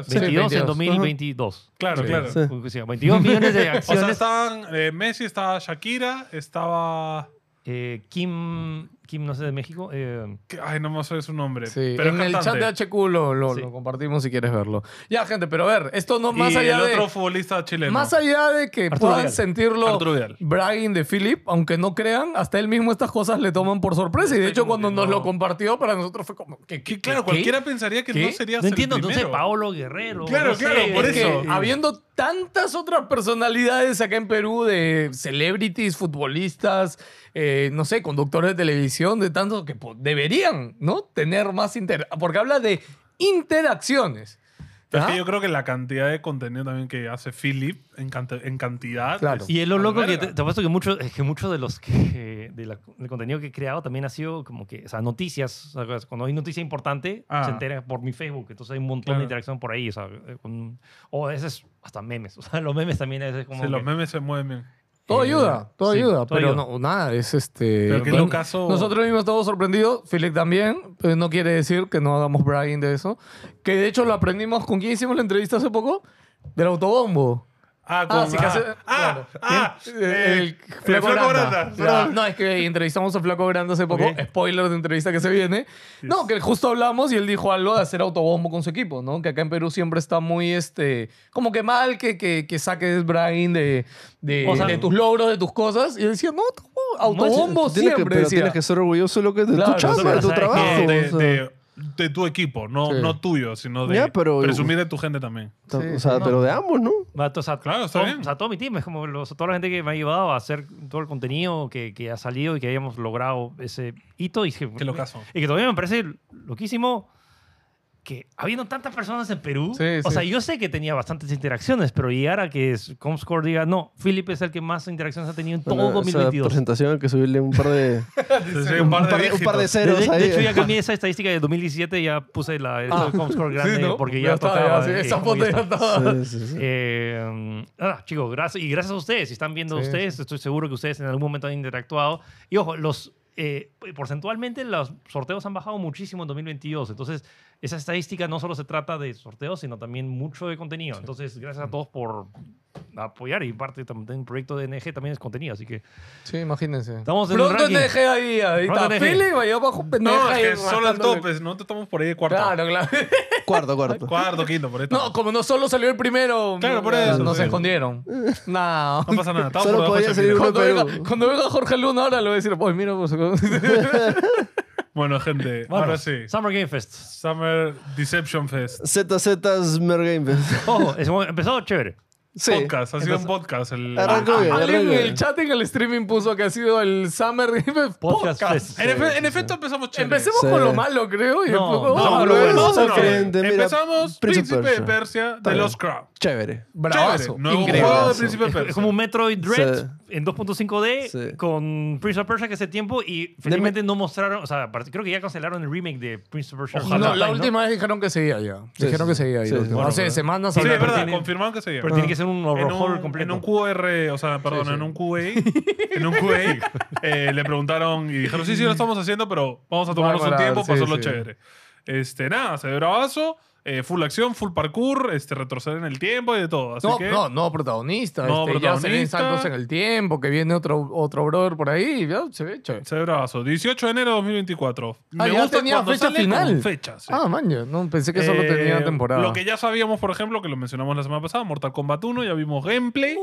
Speaker 4: Sí.
Speaker 3: 22 en
Speaker 4: 22.
Speaker 3: 2022.
Speaker 1: Claro,
Speaker 4: Sí.
Speaker 1: claro.
Speaker 2: Sí.
Speaker 3: O sea, 22 millones de
Speaker 1: O sea,
Speaker 3: acciones.
Speaker 1: estaban eh, Messi, estaba Shakira, estaba
Speaker 3: Eh, Kim, Kim, no sé, de México. eh,
Speaker 1: Que- Ay, no me sé su nombre.
Speaker 4: Sí,
Speaker 1: Eh, Pero
Speaker 4: en
Speaker 1: es
Speaker 4: el
Speaker 1: cantante.
Speaker 4: chat de HQ lo, lo-
Speaker 3: Sí.
Speaker 4: lo compartimos si quieres verlo. Ya, gente, pero a ver, esto no más
Speaker 1: y
Speaker 4: allá
Speaker 1: el
Speaker 4: de...
Speaker 1: otro futbolista chileno.
Speaker 4: Más allá de que
Speaker 3: Arturo
Speaker 4: puedan
Speaker 3: Vidal.
Speaker 4: sentirlo
Speaker 1: Arturo Vidal.
Speaker 4: bragging de Philip, aunque no crean, hasta él mismo estas cosas le toman por sorpresa. Y de
Speaker 3: Estoy
Speaker 4: hecho,
Speaker 3: como
Speaker 4: cuando
Speaker 3: que
Speaker 4: nos
Speaker 3: no.
Speaker 4: lo compartió, para nosotros fue como. ¿qué,
Speaker 1: Que
Speaker 4: qué,
Speaker 1: claro,
Speaker 4: qué?
Speaker 1: cualquiera pensaría que
Speaker 4: ¿Qué?
Speaker 1: no sería
Speaker 3: no entiendo,
Speaker 1: el
Speaker 3: entonces
Speaker 1: primero.
Speaker 3: Paolo Guerrero.
Speaker 1: Claro,
Speaker 3: no sé,
Speaker 1: claro, por
Speaker 4: Es que
Speaker 1: eso.
Speaker 4: habiendo tantas otras personalidades acá en Perú de celebrities, futbolistas, eh, no sé, conductores de televisión, de tantos que po- deberían, ¿no? Tener más inter... Porque habla de interacciones.
Speaker 1: Pero
Speaker 4: ¿Ah?
Speaker 1: Es que yo creo que la cantidad de contenido también que hace Philip en, cant- en cantidad.
Speaker 4: Claro.
Speaker 1: es
Speaker 3: Y es lo
Speaker 1: una
Speaker 3: loco que te,
Speaker 1: verga.
Speaker 3: te apuesto que mucho, es que mucho de los que, de la- del contenido que he creado también ha sido como que, o sea, noticias. o sea, pues, cuando hay noticia importante,
Speaker 1: Ah.
Speaker 3: se entera por mi Facebook. Entonces hay un montón
Speaker 1: Claro.
Speaker 3: de interacción por ahí. O, sea, eh, con- o a veces hasta memes. O sea, los memes también a veces como.
Speaker 1: Sí, los
Speaker 3: que-
Speaker 1: memes se mueven bien.
Speaker 4: Todo
Speaker 3: Eh,
Speaker 4: ayuda, todo
Speaker 3: sí,
Speaker 4: ayuda,
Speaker 3: todo
Speaker 4: pero
Speaker 3: ayuda.
Speaker 4: no, nada, es este...
Speaker 1: Pero que en
Speaker 4: bueno,
Speaker 1: lo caso-
Speaker 4: Nosotros mismos estamos sorprendidos, Philip también, pero no quiere decir que no hagamos bragging de eso, que de hecho lo aprendimos, ¿con quién hicimos la entrevista hace poco? Del autobombo.
Speaker 1: Ah, con,
Speaker 4: Ah, sí, que hace...
Speaker 1: ah, ah,
Speaker 4: claro.
Speaker 1: ah,
Speaker 4: ¿Quién?
Speaker 1: eh,
Speaker 4: el
Speaker 1: el
Speaker 4: Flaco Granda.
Speaker 1: Granda,
Speaker 4: Ya,
Speaker 1: perdón.
Speaker 4: No, es que entrevistamos a Flaco Granda hace poco,
Speaker 3: Ok.
Speaker 4: spoiler de entrevista que se viene. No, que justo hablamos y él dijo algo de hacer autobombo con su equipo, ¿no? Que acá en Perú siempre está muy, este, como que mal que, que, que saques bragging de, de,
Speaker 3: O sea,
Speaker 4: de tus logros, de tus cosas. Y él decía, no, tú, autobombo
Speaker 2: Tú tienes
Speaker 4: siempre,
Speaker 2: que, pero
Speaker 4: decía.
Speaker 2: tienes que ser orgulloso de lo que es de
Speaker 4: Claro,
Speaker 2: tu chamba, de tu
Speaker 3: o sea,
Speaker 2: trabajo.
Speaker 1: No, Eh, de,
Speaker 2: o sea.
Speaker 1: de- de tu equipo, no,
Speaker 4: Sí.
Speaker 1: no tuyo, sino de
Speaker 2: Ya, pero-
Speaker 1: presumir de tu gente también.
Speaker 2: Ta-
Speaker 4: Sí,
Speaker 2: o sea,
Speaker 4: no.
Speaker 2: pero de ambos, ¿no?
Speaker 3: Va, to- o sea,
Speaker 1: Claro, está
Speaker 3: todo,
Speaker 1: bien.
Speaker 3: o sea, todo mi team es como los- toda la gente que me ha llevado a hacer todo el contenido que, que ha salido y que hayamos logrado ese hito. Y que,
Speaker 1: Qué locazo.
Speaker 3: Y que todavía me parece loquísimo que habiendo tantas personas en Perú,
Speaker 4: Sí,
Speaker 3: o
Speaker 4: sí.
Speaker 3: sea, yo sé que tenía bastantes interacciones, pero llegar a que es- Comscore diga, no, Philip es el que más interacciones ha tenido en todo
Speaker 2: Bueno, esa
Speaker 3: 2022.
Speaker 2: presentación hay que subirle un par de,
Speaker 1: Sí, un par de,
Speaker 2: un par de
Speaker 1: dígitos.
Speaker 3: De,
Speaker 2: ceros
Speaker 3: de- de
Speaker 2: ahí. Ah.
Speaker 3: hecho, ya cambié esa estadística de 2017, ya puse la esto de Comscore grande
Speaker 4: ¿no?
Speaker 3: porque
Speaker 4: Ya
Speaker 3: ya
Speaker 4: está,
Speaker 3: tocaba.
Speaker 4: ya, sí,
Speaker 3: eh,
Speaker 4: esa
Speaker 3: como
Speaker 4: foto
Speaker 3: ya
Speaker 4: ya
Speaker 3: está.
Speaker 4: estaba.
Speaker 2: Sí, sí, sí.
Speaker 3: Eh, ah, chicos, gracias, y gracias a ustedes. Si están viendo
Speaker 4: Sí,
Speaker 3: ustedes, estoy seguro que ustedes en algún momento han interactuado. Y ojo, los, eh, porcentualmente los sorteos han bajado muchísimo en 2022. Entonces, esa estadística no solo se trata de sorteos, sino también mucho de contenido. Entonces,
Speaker 4: Mm.
Speaker 3: gracias a todos por apoyar y parte también del proyecto de NG también es contenido. Así que
Speaker 4: Sí, imagínense.
Speaker 3: Estamos en el
Speaker 4: Pronto
Speaker 3: ranking.
Speaker 4: NG ahí, ahí
Speaker 3: Pronto
Speaker 4: está.
Speaker 3: NG.
Speaker 4: Philip, ahí abajo, pendeja.
Speaker 1: No, es que
Speaker 4: ahí
Speaker 1: solo el
Speaker 4: rajándole.
Speaker 1: top, es, no te estamos por ahí de cuarto.
Speaker 4: Claro, claro.
Speaker 2: Cuarto, cuarto.
Speaker 1: Cuarto, quinto, por ahí.
Speaker 4: No, como no solo salió el primero,
Speaker 1: Claro, por
Speaker 4: no,
Speaker 1: eso,
Speaker 4: no
Speaker 1: sí.
Speaker 4: se escondieron. No.
Speaker 1: No pasa nada. Estamos
Speaker 2: Solo
Speaker 1: por debajo
Speaker 2: podía
Speaker 1: de
Speaker 2: salir
Speaker 1: Shakira.
Speaker 2: uno.
Speaker 4: Cuando
Speaker 2: Perú.
Speaker 4: venga, cuando venga Jorge Luna ahora le voy a decir, pues mira, pues,
Speaker 1: Bueno, gente,
Speaker 3: bueno,
Speaker 1: ahora sí.
Speaker 3: Summer Game Fest.
Speaker 1: Summer Deception Fest.
Speaker 2: ZZ Summer Game Fest.
Speaker 3: Ojo, es- empezó chévere.
Speaker 2: Sí.
Speaker 1: Podcast, ha sido un podcast. El, Ah,
Speaker 2: Arrancó bien,
Speaker 4: Alguien en
Speaker 2: arrancó
Speaker 4: el
Speaker 2: bien.
Speaker 4: chat en el streaming puso que ha sido el Summer Game
Speaker 3: Podcast
Speaker 4: Podcast.
Speaker 3: Fest.
Speaker 1: en, efe- en efecto, empezamos chévere.
Speaker 4: Empecemos
Speaker 2: Sí.
Speaker 4: con lo malo, creo. Y
Speaker 3: No,
Speaker 4: después-
Speaker 3: no,
Speaker 4: ¡Ah,
Speaker 1: No,
Speaker 2: lo
Speaker 4: bueno!
Speaker 2: bueno.
Speaker 1: no, no.
Speaker 2: frente, mira,
Speaker 1: Empezamos
Speaker 2: Prince of
Speaker 1: Príncipe de
Speaker 2: Persia.
Speaker 1: Persia
Speaker 2: Está
Speaker 1: de
Speaker 2: bien.
Speaker 1: Lost Crown.
Speaker 2: Chévere.
Speaker 4: Bravazo.
Speaker 1: Chévere, nuevo
Speaker 4: Increíble.
Speaker 1: juego de
Speaker 2: Bravazo.
Speaker 1: Príncipe de
Speaker 3: Es
Speaker 1: Persia.
Speaker 3: como un Metroid Dread
Speaker 2: Sí.
Speaker 3: en 2.5D
Speaker 2: Sí.
Speaker 3: con Prince of Persia que hace tiempo y finalmente no mostraron, o sea, parece- creo que ya cancelaron el remake de Prince of Persia.
Speaker 4: No, la
Speaker 3: Online,
Speaker 4: última vez dijeron que seguía ya.
Speaker 2: Sí,
Speaker 4: dijeron
Speaker 2: sí,
Speaker 4: que seguía ahí.
Speaker 2: sí,
Speaker 4: la
Speaker 2: sí.
Speaker 4: última.
Speaker 2: Bueno,
Speaker 4: Hace
Speaker 3: pero-
Speaker 4: semanas
Speaker 1: Sí, es
Speaker 4: hablaron.
Speaker 1: verdad,
Speaker 3: tiene-
Speaker 1: confirmaron que se Ah.
Speaker 3: Pero tiene que ser un
Speaker 1: en
Speaker 3: overhaul
Speaker 1: un, en
Speaker 3: completo.
Speaker 1: un QR, o sea, perdón,
Speaker 4: sí.
Speaker 1: en un QA, en un QA, eh, le preguntaron y dijeron, sí, sí, lo estamos haciendo, pero vamos a tomarnos un
Speaker 4: Bárbara,
Speaker 1: tiempo
Speaker 4: sí,
Speaker 1: para hacerlo
Speaker 4: sí.
Speaker 1: chévere. Este, nada, se ve bravazo, eh, full acción, full parkour, este, retroceder en el tiempo y de todo. Así
Speaker 4: No,
Speaker 1: que,
Speaker 4: no, no, protagonista.
Speaker 1: No,
Speaker 4: este, Ya se ven
Speaker 1: protagonista.
Speaker 4: saltos en el tiempo, que viene otro, otro brother por ahí. Ya se ve chévere.
Speaker 1: se ve bravazo. 18 de enero de 2024.
Speaker 4: Ah, ya tenía
Speaker 1: cuando
Speaker 4: fecha
Speaker 1: sale
Speaker 4: final.
Speaker 1: con Fecha, sí.
Speaker 4: Ah, man, ya, no pensé que solo
Speaker 1: Eh,
Speaker 4: tenía temporada.
Speaker 1: Lo que ya sabíamos, por ejemplo, que lo mencionamos la semana pasada, Mortal Kombat 1, ya vimos gameplay,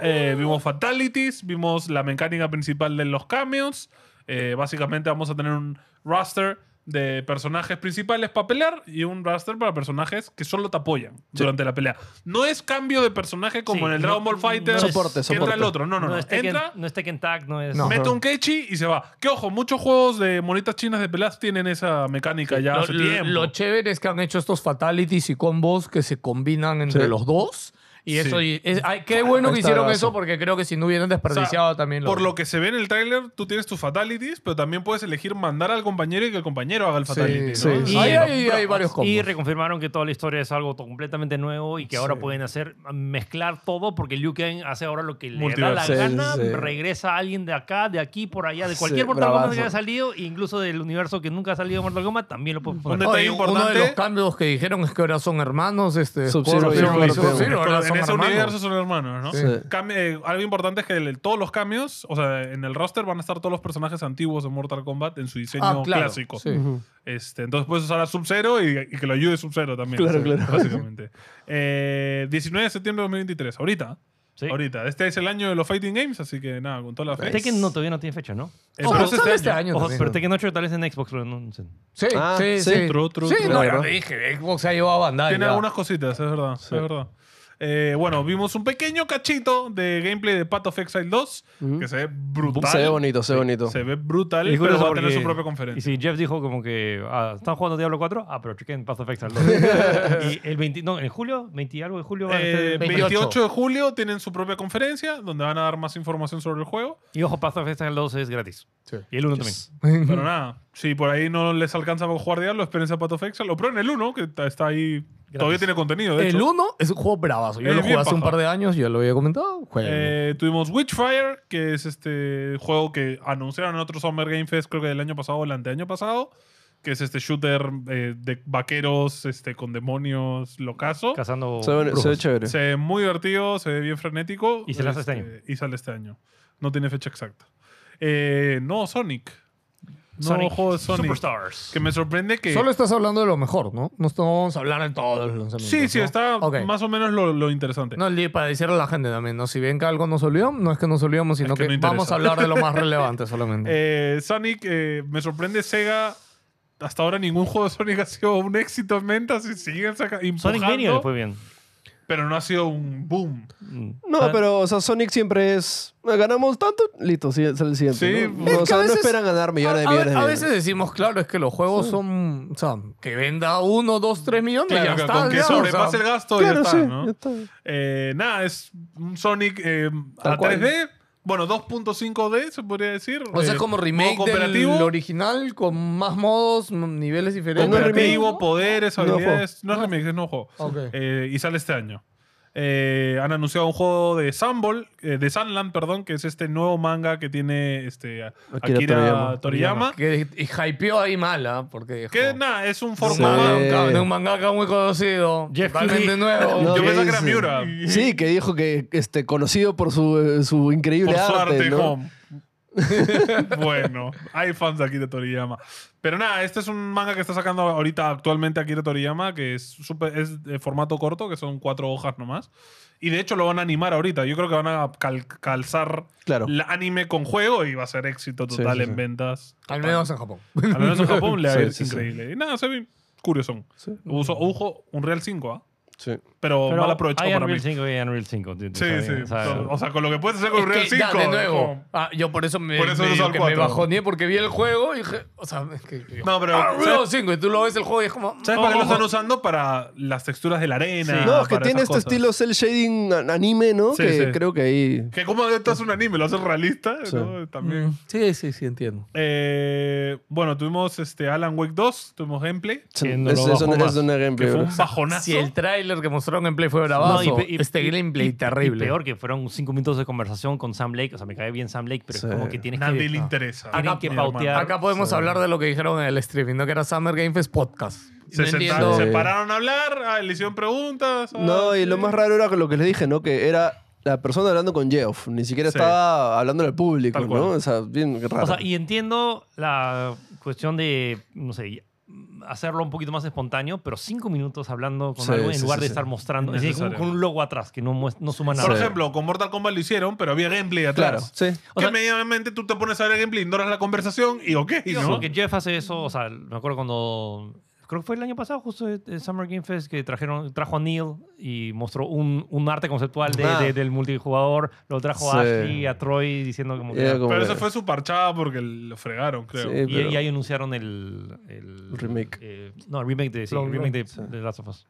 Speaker 1: eh, vimos fatalities, vimos la mecánica principal de los cameos. Eh, básicamente vamos a tener un roster de personajes principales para pelear y un roster para personajes que solo te apoyan durante la pelea. No es cambio de personaje como
Speaker 3: Sí,
Speaker 1: en el
Speaker 3: no-
Speaker 1: Dragon Ball
Speaker 3: no
Speaker 1: Fighter.
Speaker 3: es-
Speaker 2: Soporte,
Speaker 1: que entra
Speaker 2: soporte.
Speaker 1: el otro. No, no, no.
Speaker 3: es Tekken,
Speaker 1: Entra,
Speaker 3: no este es Tekken Tag, no es...
Speaker 4: No.
Speaker 1: mete un kechi y se va. Que ojo, muchos juegos de monitas chinas de peleas tienen esa mecánica ya
Speaker 4: lo,
Speaker 1: hace tiempo.
Speaker 4: lo chévere es que han hecho estos fatalities y combos que se combinan entre
Speaker 2: Sí.
Speaker 4: los dos. Y
Speaker 1: Sí.
Speaker 4: eso, y es- ay, qué bueno que
Speaker 2: Está
Speaker 4: hicieron
Speaker 2: bravazo.
Speaker 4: eso porque creo que si no hubieran
Speaker 1: O sea,
Speaker 4: desperdiciado también
Speaker 1: Por lo que se ve en el tráiler, tú tienes tus fatalities, pero también puedes elegir mandar al compañero y que el compañero haga el fatality.
Speaker 4: Sí,
Speaker 1: ¿no?
Speaker 4: sí,
Speaker 1: Y-
Speaker 4: Ahí
Speaker 3: sí.
Speaker 4: hay, hay varios combos.
Speaker 3: Y reconfirmaron que toda la historia es algo to- completamente nuevo y que ahora pueden hacer mezclar todo porque Liu Kang hace ahora lo que le da la
Speaker 1: Multiverso.
Speaker 2: Sí,
Speaker 3: gana,
Speaker 2: sí.
Speaker 3: regresa alguien de acá, de aquí, por allá, de
Speaker 2: Sí,
Speaker 3: cualquier Mortal Kombat que
Speaker 2: bravazo.
Speaker 3: haya salido, e incluso del universo que nunca ha salido de Mortal Kombat, también lo pueden poner.
Speaker 1: detalle
Speaker 4: Oye, Uno de
Speaker 1: importante-
Speaker 4: los cambios que dijeron es que ahora son hermanos. Este,
Speaker 2: Sub-Zero
Speaker 4: Scorpion
Speaker 1: y
Speaker 4: y
Speaker 1: Scorpion.
Speaker 4: Sub-Zero, ahora
Speaker 1: En en
Speaker 4: son
Speaker 1: ese
Speaker 4: hermanos.
Speaker 1: universo son hermanos, ¿no?
Speaker 2: Sí.
Speaker 1: Cam- eh, algo importante es que el- todos los cambios, o sea, en el roster van a estar todos los personajes antiguos de Mortal Kombat en su diseño
Speaker 4: Ah, claro,
Speaker 1: clásico.
Speaker 4: sí.
Speaker 1: Este, entonces puedes usar a Sub-Zero y, y que lo ayude Sub-Zero también.
Speaker 2: Claro,
Speaker 1: Sí,
Speaker 2: claro.
Speaker 1: Básicamente. Eh, 19 de septiembre de 2023, ahorita.
Speaker 3: Sí.
Speaker 1: Ahorita. Este es el año de los Fighting Games, así que nada, con toda la fe.
Speaker 3: Tekken no, todavía no tiene fecha, ¿no?
Speaker 1: Eh,
Speaker 4: Oh,
Speaker 1: pero
Speaker 4: pero
Speaker 1: es
Speaker 4: sale este año
Speaker 3: Ojo,
Speaker 4: también.
Speaker 3: pero Tekken 8 tal vez en Xbox, pero no, no sé.
Speaker 4: Sí,
Speaker 2: Ah,
Speaker 4: sí,
Speaker 2: sí.
Speaker 4: sí.
Speaker 1: True, true,
Speaker 4: sí,
Speaker 1: true.
Speaker 4: no,
Speaker 2: Claro.
Speaker 4: ya dije, Xbox ha llevado a Bandai.
Speaker 1: Tiene
Speaker 4: ya.
Speaker 1: algunas cositas, es verdad. Es verdad. Eh, bueno, vimos un pequeño cachito de gameplay de Path of Exile 2, que se ve brutal.
Speaker 2: Se ve bonito, se ve bonito.
Speaker 1: Se ve brutal,
Speaker 3: Es
Speaker 1: pero
Speaker 3: curioso
Speaker 1: va a tener
Speaker 3: porque-
Speaker 1: su propia
Speaker 3: Y
Speaker 1: conferencia.
Speaker 3: si Jeff dijo como que ah, están jugando Diablo 4, ah, pero chequen Path of Exile 2. y el 20, no, en julio, 20 y algo de julio van a estar-
Speaker 1: Eh,
Speaker 4: 28.
Speaker 1: 28 de julio tienen su propia conferencia donde van a dar más información sobre el juego.
Speaker 3: Y ojo, Path of Exile 2 es gratis.
Speaker 4: Sí.
Speaker 3: Y el 1 también.
Speaker 1: Pero nada, si por ahí no les alcanza para jugar Diablo, espérense a Path of Exile. O prueben el 1, que está- está ahí. Todavía tiene contenido. De
Speaker 4: El
Speaker 1: hecho.
Speaker 4: 1 es un juego bravazo. Yo
Speaker 1: Es
Speaker 4: lo
Speaker 1: bien
Speaker 4: jugué hace un
Speaker 1: paja.
Speaker 4: par de años, ya lo había comentado. jueguenlo.
Speaker 1: Eh, tuvimos Witchfire, que es este juego que anunciaron en otro Summer Game Fest, creo que del año pasado o el anteaño pasado, que es este shooter eh, de vaqueros este, con demonios locazo.
Speaker 3: Cazando.
Speaker 2: Se ve,
Speaker 3: brujos.
Speaker 2: se ve chévere.
Speaker 1: Se ve muy divertido, se ve bien frenético.
Speaker 3: Y se lanza este año.
Speaker 1: Y sale este año. No tiene fecha exacta. Eh, no, Sonic. No
Speaker 3: Sonic
Speaker 1: juego de Sonic.
Speaker 3: Superstars.
Speaker 1: Que me sorprende que...
Speaker 4: Solo estás hablando de lo mejor, ¿no? No estamos hablando de todos los lanzamientos.
Speaker 1: Sí, sí,
Speaker 4: ¿no?
Speaker 1: está
Speaker 4: Ok.
Speaker 1: más o menos lo, lo interesante.
Speaker 4: No, li- para decirle a la gente también, ¿no? Si ven que algo nos olvidamos, no es que nos olvidamos, sino
Speaker 1: que
Speaker 4: que,
Speaker 1: no interesa.
Speaker 4: vamos a hablar de lo más relevante solamente.
Speaker 1: Eh, Sonic, eh, me sorprende Sega. Hasta ahora ningún juego de Sonic ha sido un éxito en ventas y siguen sacando.
Speaker 3: Sonic Mania le fue bien.
Speaker 1: Pero no ha sido un boom.
Speaker 3: Mm.
Speaker 2: No,
Speaker 3: Ah,
Speaker 2: pero, o sea, Sonic siempre es. "Ah, Ganamos tanto, listo, sí, sale el siguiente.
Speaker 1: Sí,
Speaker 2: ¿no?
Speaker 1: pues.
Speaker 2: O
Speaker 4: Es que
Speaker 2: sea,
Speaker 4: a
Speaker 2: no
Speaker 4: veces-
Speaker 2: esperan ganar millones de
Speaker 4: a, a-
Speaker 2: millones de
Speaker 4: a
Speaker 2: dólares.
Speaker 4: veces decimos, claro, es que los juegos son. O sea, que venda uno, dos, tres millones.
Speaker 1: Claro,
Speaker 4: ya
Speaker 1: que
Speaker 4: está,
Speaker 1: con que
Speaker 4: ya, o sea,
Speaker 1: sobrepase el gasto
Speaker 2: Claro,
Speaker 1: ya está,
Speaker 2: sí.
Speaker 1: ¿no?
Speaker 2: ya está.
Speaker 1: Eh, nada, es un Sonic eh,
Speaker 2: Tal
Speaker 1: a
Speaker 2: cual.
Speaker 1: 3D. Bueno, 2.5D se podría decir.
Speaker 4: O
Speaker 1: Eh,
Speaker 4: sea, es como
Speaker 1: modo
Speaker 4: remake del
Speaker 1: cooperativo.
Speaker 4: original con más modos, m- niveles diferentes.
Speaker 2: No es remake.
Speaker 1: Cooperativo, poderes,
Speaker 2: Nuevo
Speaker 1: habilidades. No es remake, es nuevo juego.
Speaker 4: Ok.
Speaker 1: Eh, y sale este año. Eh, han anunciado un juego de Sunball, eh, de Sunland, perdón, que es este nuevo manga que tiene este, a- Akira,
Speaker 2: Akira Toriyama.
Speaker 1: Toriyama.
Speaker 4: Que y hypeó ahí mala, porque dijo,
Speaker 1: Que nada, es un
Speaker 4: un
Speaker 1: formato.
Speaker 4: mangaka, de un mangaka muy conocido,
Speaker 3: Jeff
Speaker 4: totalmente
Speaker 3: Keighley.
Speaker 2: No,
Speaker 4: nuevo.
Speaker 1: Yo
Speaker 2: ¿qué
Speaker 1: pensaba que era
Speaker 2: dices?
Speaker 1: Miura.
Speaker 2: Sí, que dijo que este, conocido por su, eh, su increíble
Speaker 1: Por su arte,
Speaker 2: ¿no?
Speaker 1: home. bueno, hay fans de Akira Toriyama. Pero nada, este es un manga que está sacando ahorita actualmente Akira Toriyama, que es, súper- es de formato corto, que son cuatro hojas nomás. Y de hecho lo van a animar ahorita. Yo creo que van a cal- calzar
Speaker 2: Claro.
Speaker 1: el anime con juego y va a ser éxito
Speaker 2: Sí,
Speaker 1: total
Speaker 2: sí,
Speaker 1: en
Speaker 2: sí.
Speaker 1: ventas.
Speaker 4: Al menos en Japón.
Speaker 1: Al menos en Japón le
Speaker 2: Sí,
Speaker 1: ha ido
Speaker 2: sí, sí.
Speaker 1: increíble. Y nada, se ve curioso.
Speaker 2: Sí.
Speaker 1: Uso, ojo, un Real 5, ¿ah?
Speaker 2: Sí.
Speaker 1: Pero,
Speaker 3: pero
Speaker 1: mal aprovechado
Speaker 3: hay
Speaker 1: para
Speaker 3: Unreal
Speaker 1: mí.
Speaker 3: 5 y Unreal 5. tú- tú
Speaker 1: Sí,
Speaker 3: sabes,
Speaker 1: sí.
Speaker 3: o sea,
Speaker 1: o sea, con lo que puedes hacer con
Speaker 4: Es
Speaker 1: un Real
Speaker 4: que,
Speaker 1: 5.
Speaker 4: ya, de nuevo.
Speaker 1: como-
Speaker 4: Ah, yo por eso me,
Speaker 1: Por eso
Speaker 4: me,
Speaker 1: no
Speaker 4: digo
Speaker 1: son
Speaker 4: que me
Speaker 1: cuatro.
Speaker 4: bajoneé, porque vi el juego y dije, o sea, es que yo-
Speaker 1: No, pero-
Speaker 4: Ah, Real 5, y tú lo ves el juego y es como...
Speaker 1: ¿Sabes para qué lo
Speaker 4: ojo.
Speaker 1: están usando? Para las texturas de la arena.
Speaker 2: No, es que
Speaker 1: para
Speaker 2: tiene
Speaker 1: esas
Speaker 2: este
Speaker 1: cosas.
Speaker 2: estilo cel shading an- anime, ¿no?
Speaker 1: Sí,
Speaker 2: que
Speaker 1: sí.
Speaker 2: creo que ahí.
Speaker 1: Que como esto es un anime, lo hace realista.
Speaker 2: Sí.
Speaker 1: ¿no? También.
Speaker 4: Mm, Sí, sí, sí, entiendo.
Speaker 1: Eh, bueno, tuvimos este Alan Wake 2, tuvimos gameplay.
Speaker 2: Sí,
Speaker 3: Que no
Speaker 2: es,
Speaker 3: lo
Speaker 2: es,
Speaker 3: bajó
Speaker 2: una,
Speaker 3: más.
Speaker 2: es una gameplay.
Speaker 1: Que fue
Speaker 2: bro.
Speaker 1: un bajonazo.
Speaker 4: Si el tráiler que mostraron en Play fue
Speaker 3: No,
Speaker 4: bravazo,
Speaker 3: y pe- y-
Speaker 4: este
Speaker 3: y-
Speaker 4: gameplay
Speaker 3: y-
Speaker 4: terrible.
Speaker 3: Y peor que fueron cinco minutos de conversación con Sam Lake. O sea, me cae bien Sam Lake, pero
Speaker 2: Sí.
Speaker 3: es como que tienes
Speaker 1: Nadie
Speaker 3: que.
Speaker 1: le interesa.
Speaker 3: Tienen
Speaker 1: Acá,
Speaker 3: que
Speaker 1: mi hermano.
Speaker 3: pautear.
Speaker 4: Acá podemos hablar de lo que dijeron en el streaming, ¿no? Que era Summer Game Fest Podcast.
Speaker 1: Se,
Speaker 4: no
Speaker 1: sentaron,
Speaker 4: entiendo.
Speaker 1: se pararon a hablar, ah, le hicieron preguntas. ah,
Speaker 2: No, y
Speaker 1: sí.
Speaker 2: lo más raro era lo que les dije, ¿no? Que era la persona hablando con Geoff. Ni siquiera
Speaker 1: Sí.
Speaker 2: estaba hablando al público,
Speaker 1: Tal cual.
Speaker 2: ¿no? O sea, bien raro.
Speaker 3: O sea, y entiendo la cuestión de, no sé, hacerlo un poquito más espontáneo, pero cinco minutos hablando con
Speaker 2: Sí,
Speaker 3: algo en
Speaker 2: sí,
Speaker 3: lugar
Speaker 2: sí,
Speaker 3: de
Speaker 2: sí.
Speaker 3: estar mostrando. Es decir, con,
Speaker 1: Innecesario.
Speaker 3: con un logo atrás que no, muest- no suma nada.
Speaker 1: Por
Speaker 2: Sí.
Speaker 1: ejemplo, con Mortal Kombat lo hicieron, pero había gameplay
Speaker 2: claro,
Speaker 1: atrás.
Speaker 2: sí.
Speaker 1: Que
Speaker 3: O sea-
Speaker 1: medianamente tú te pones a ver el gameplay, ignoras la conversación y ok,
Speaker 3: Digo,
Speaker 1: ¿no?
Speaker 3: Porque Jeff hace eso, o sea, me acuerdo cuando. Creo que fue el año pasado, justo en Summer Game Fest, que trajeron, trajo a Neil y mostró un, un arte conceptual de-
Speaker 2: Ah.
Speaker 3: de- del multijugador. Lo trajo
Speaker 2: Sí.
Speaker 3: a Ashley, a Troy, diciendo como que.
Speaker 2: Era como
Speaker 1: Pero
Speaker 2: que-
Speaker 1: eso fue su parchada porque lo fregaron, creo.
Speaker 2: Sí.
Speaker 3: y,
Speaker 2: pero-
Speaker 3: y ahí anunciaron el. el-
Speaker 2: Remake.
Speaker 3: eh, no, el remake de, sí,
Speaker 4: Long
Speaker 3: el remake de,
Speaker 4: run, sí.
Speaker 3: de Last of Us.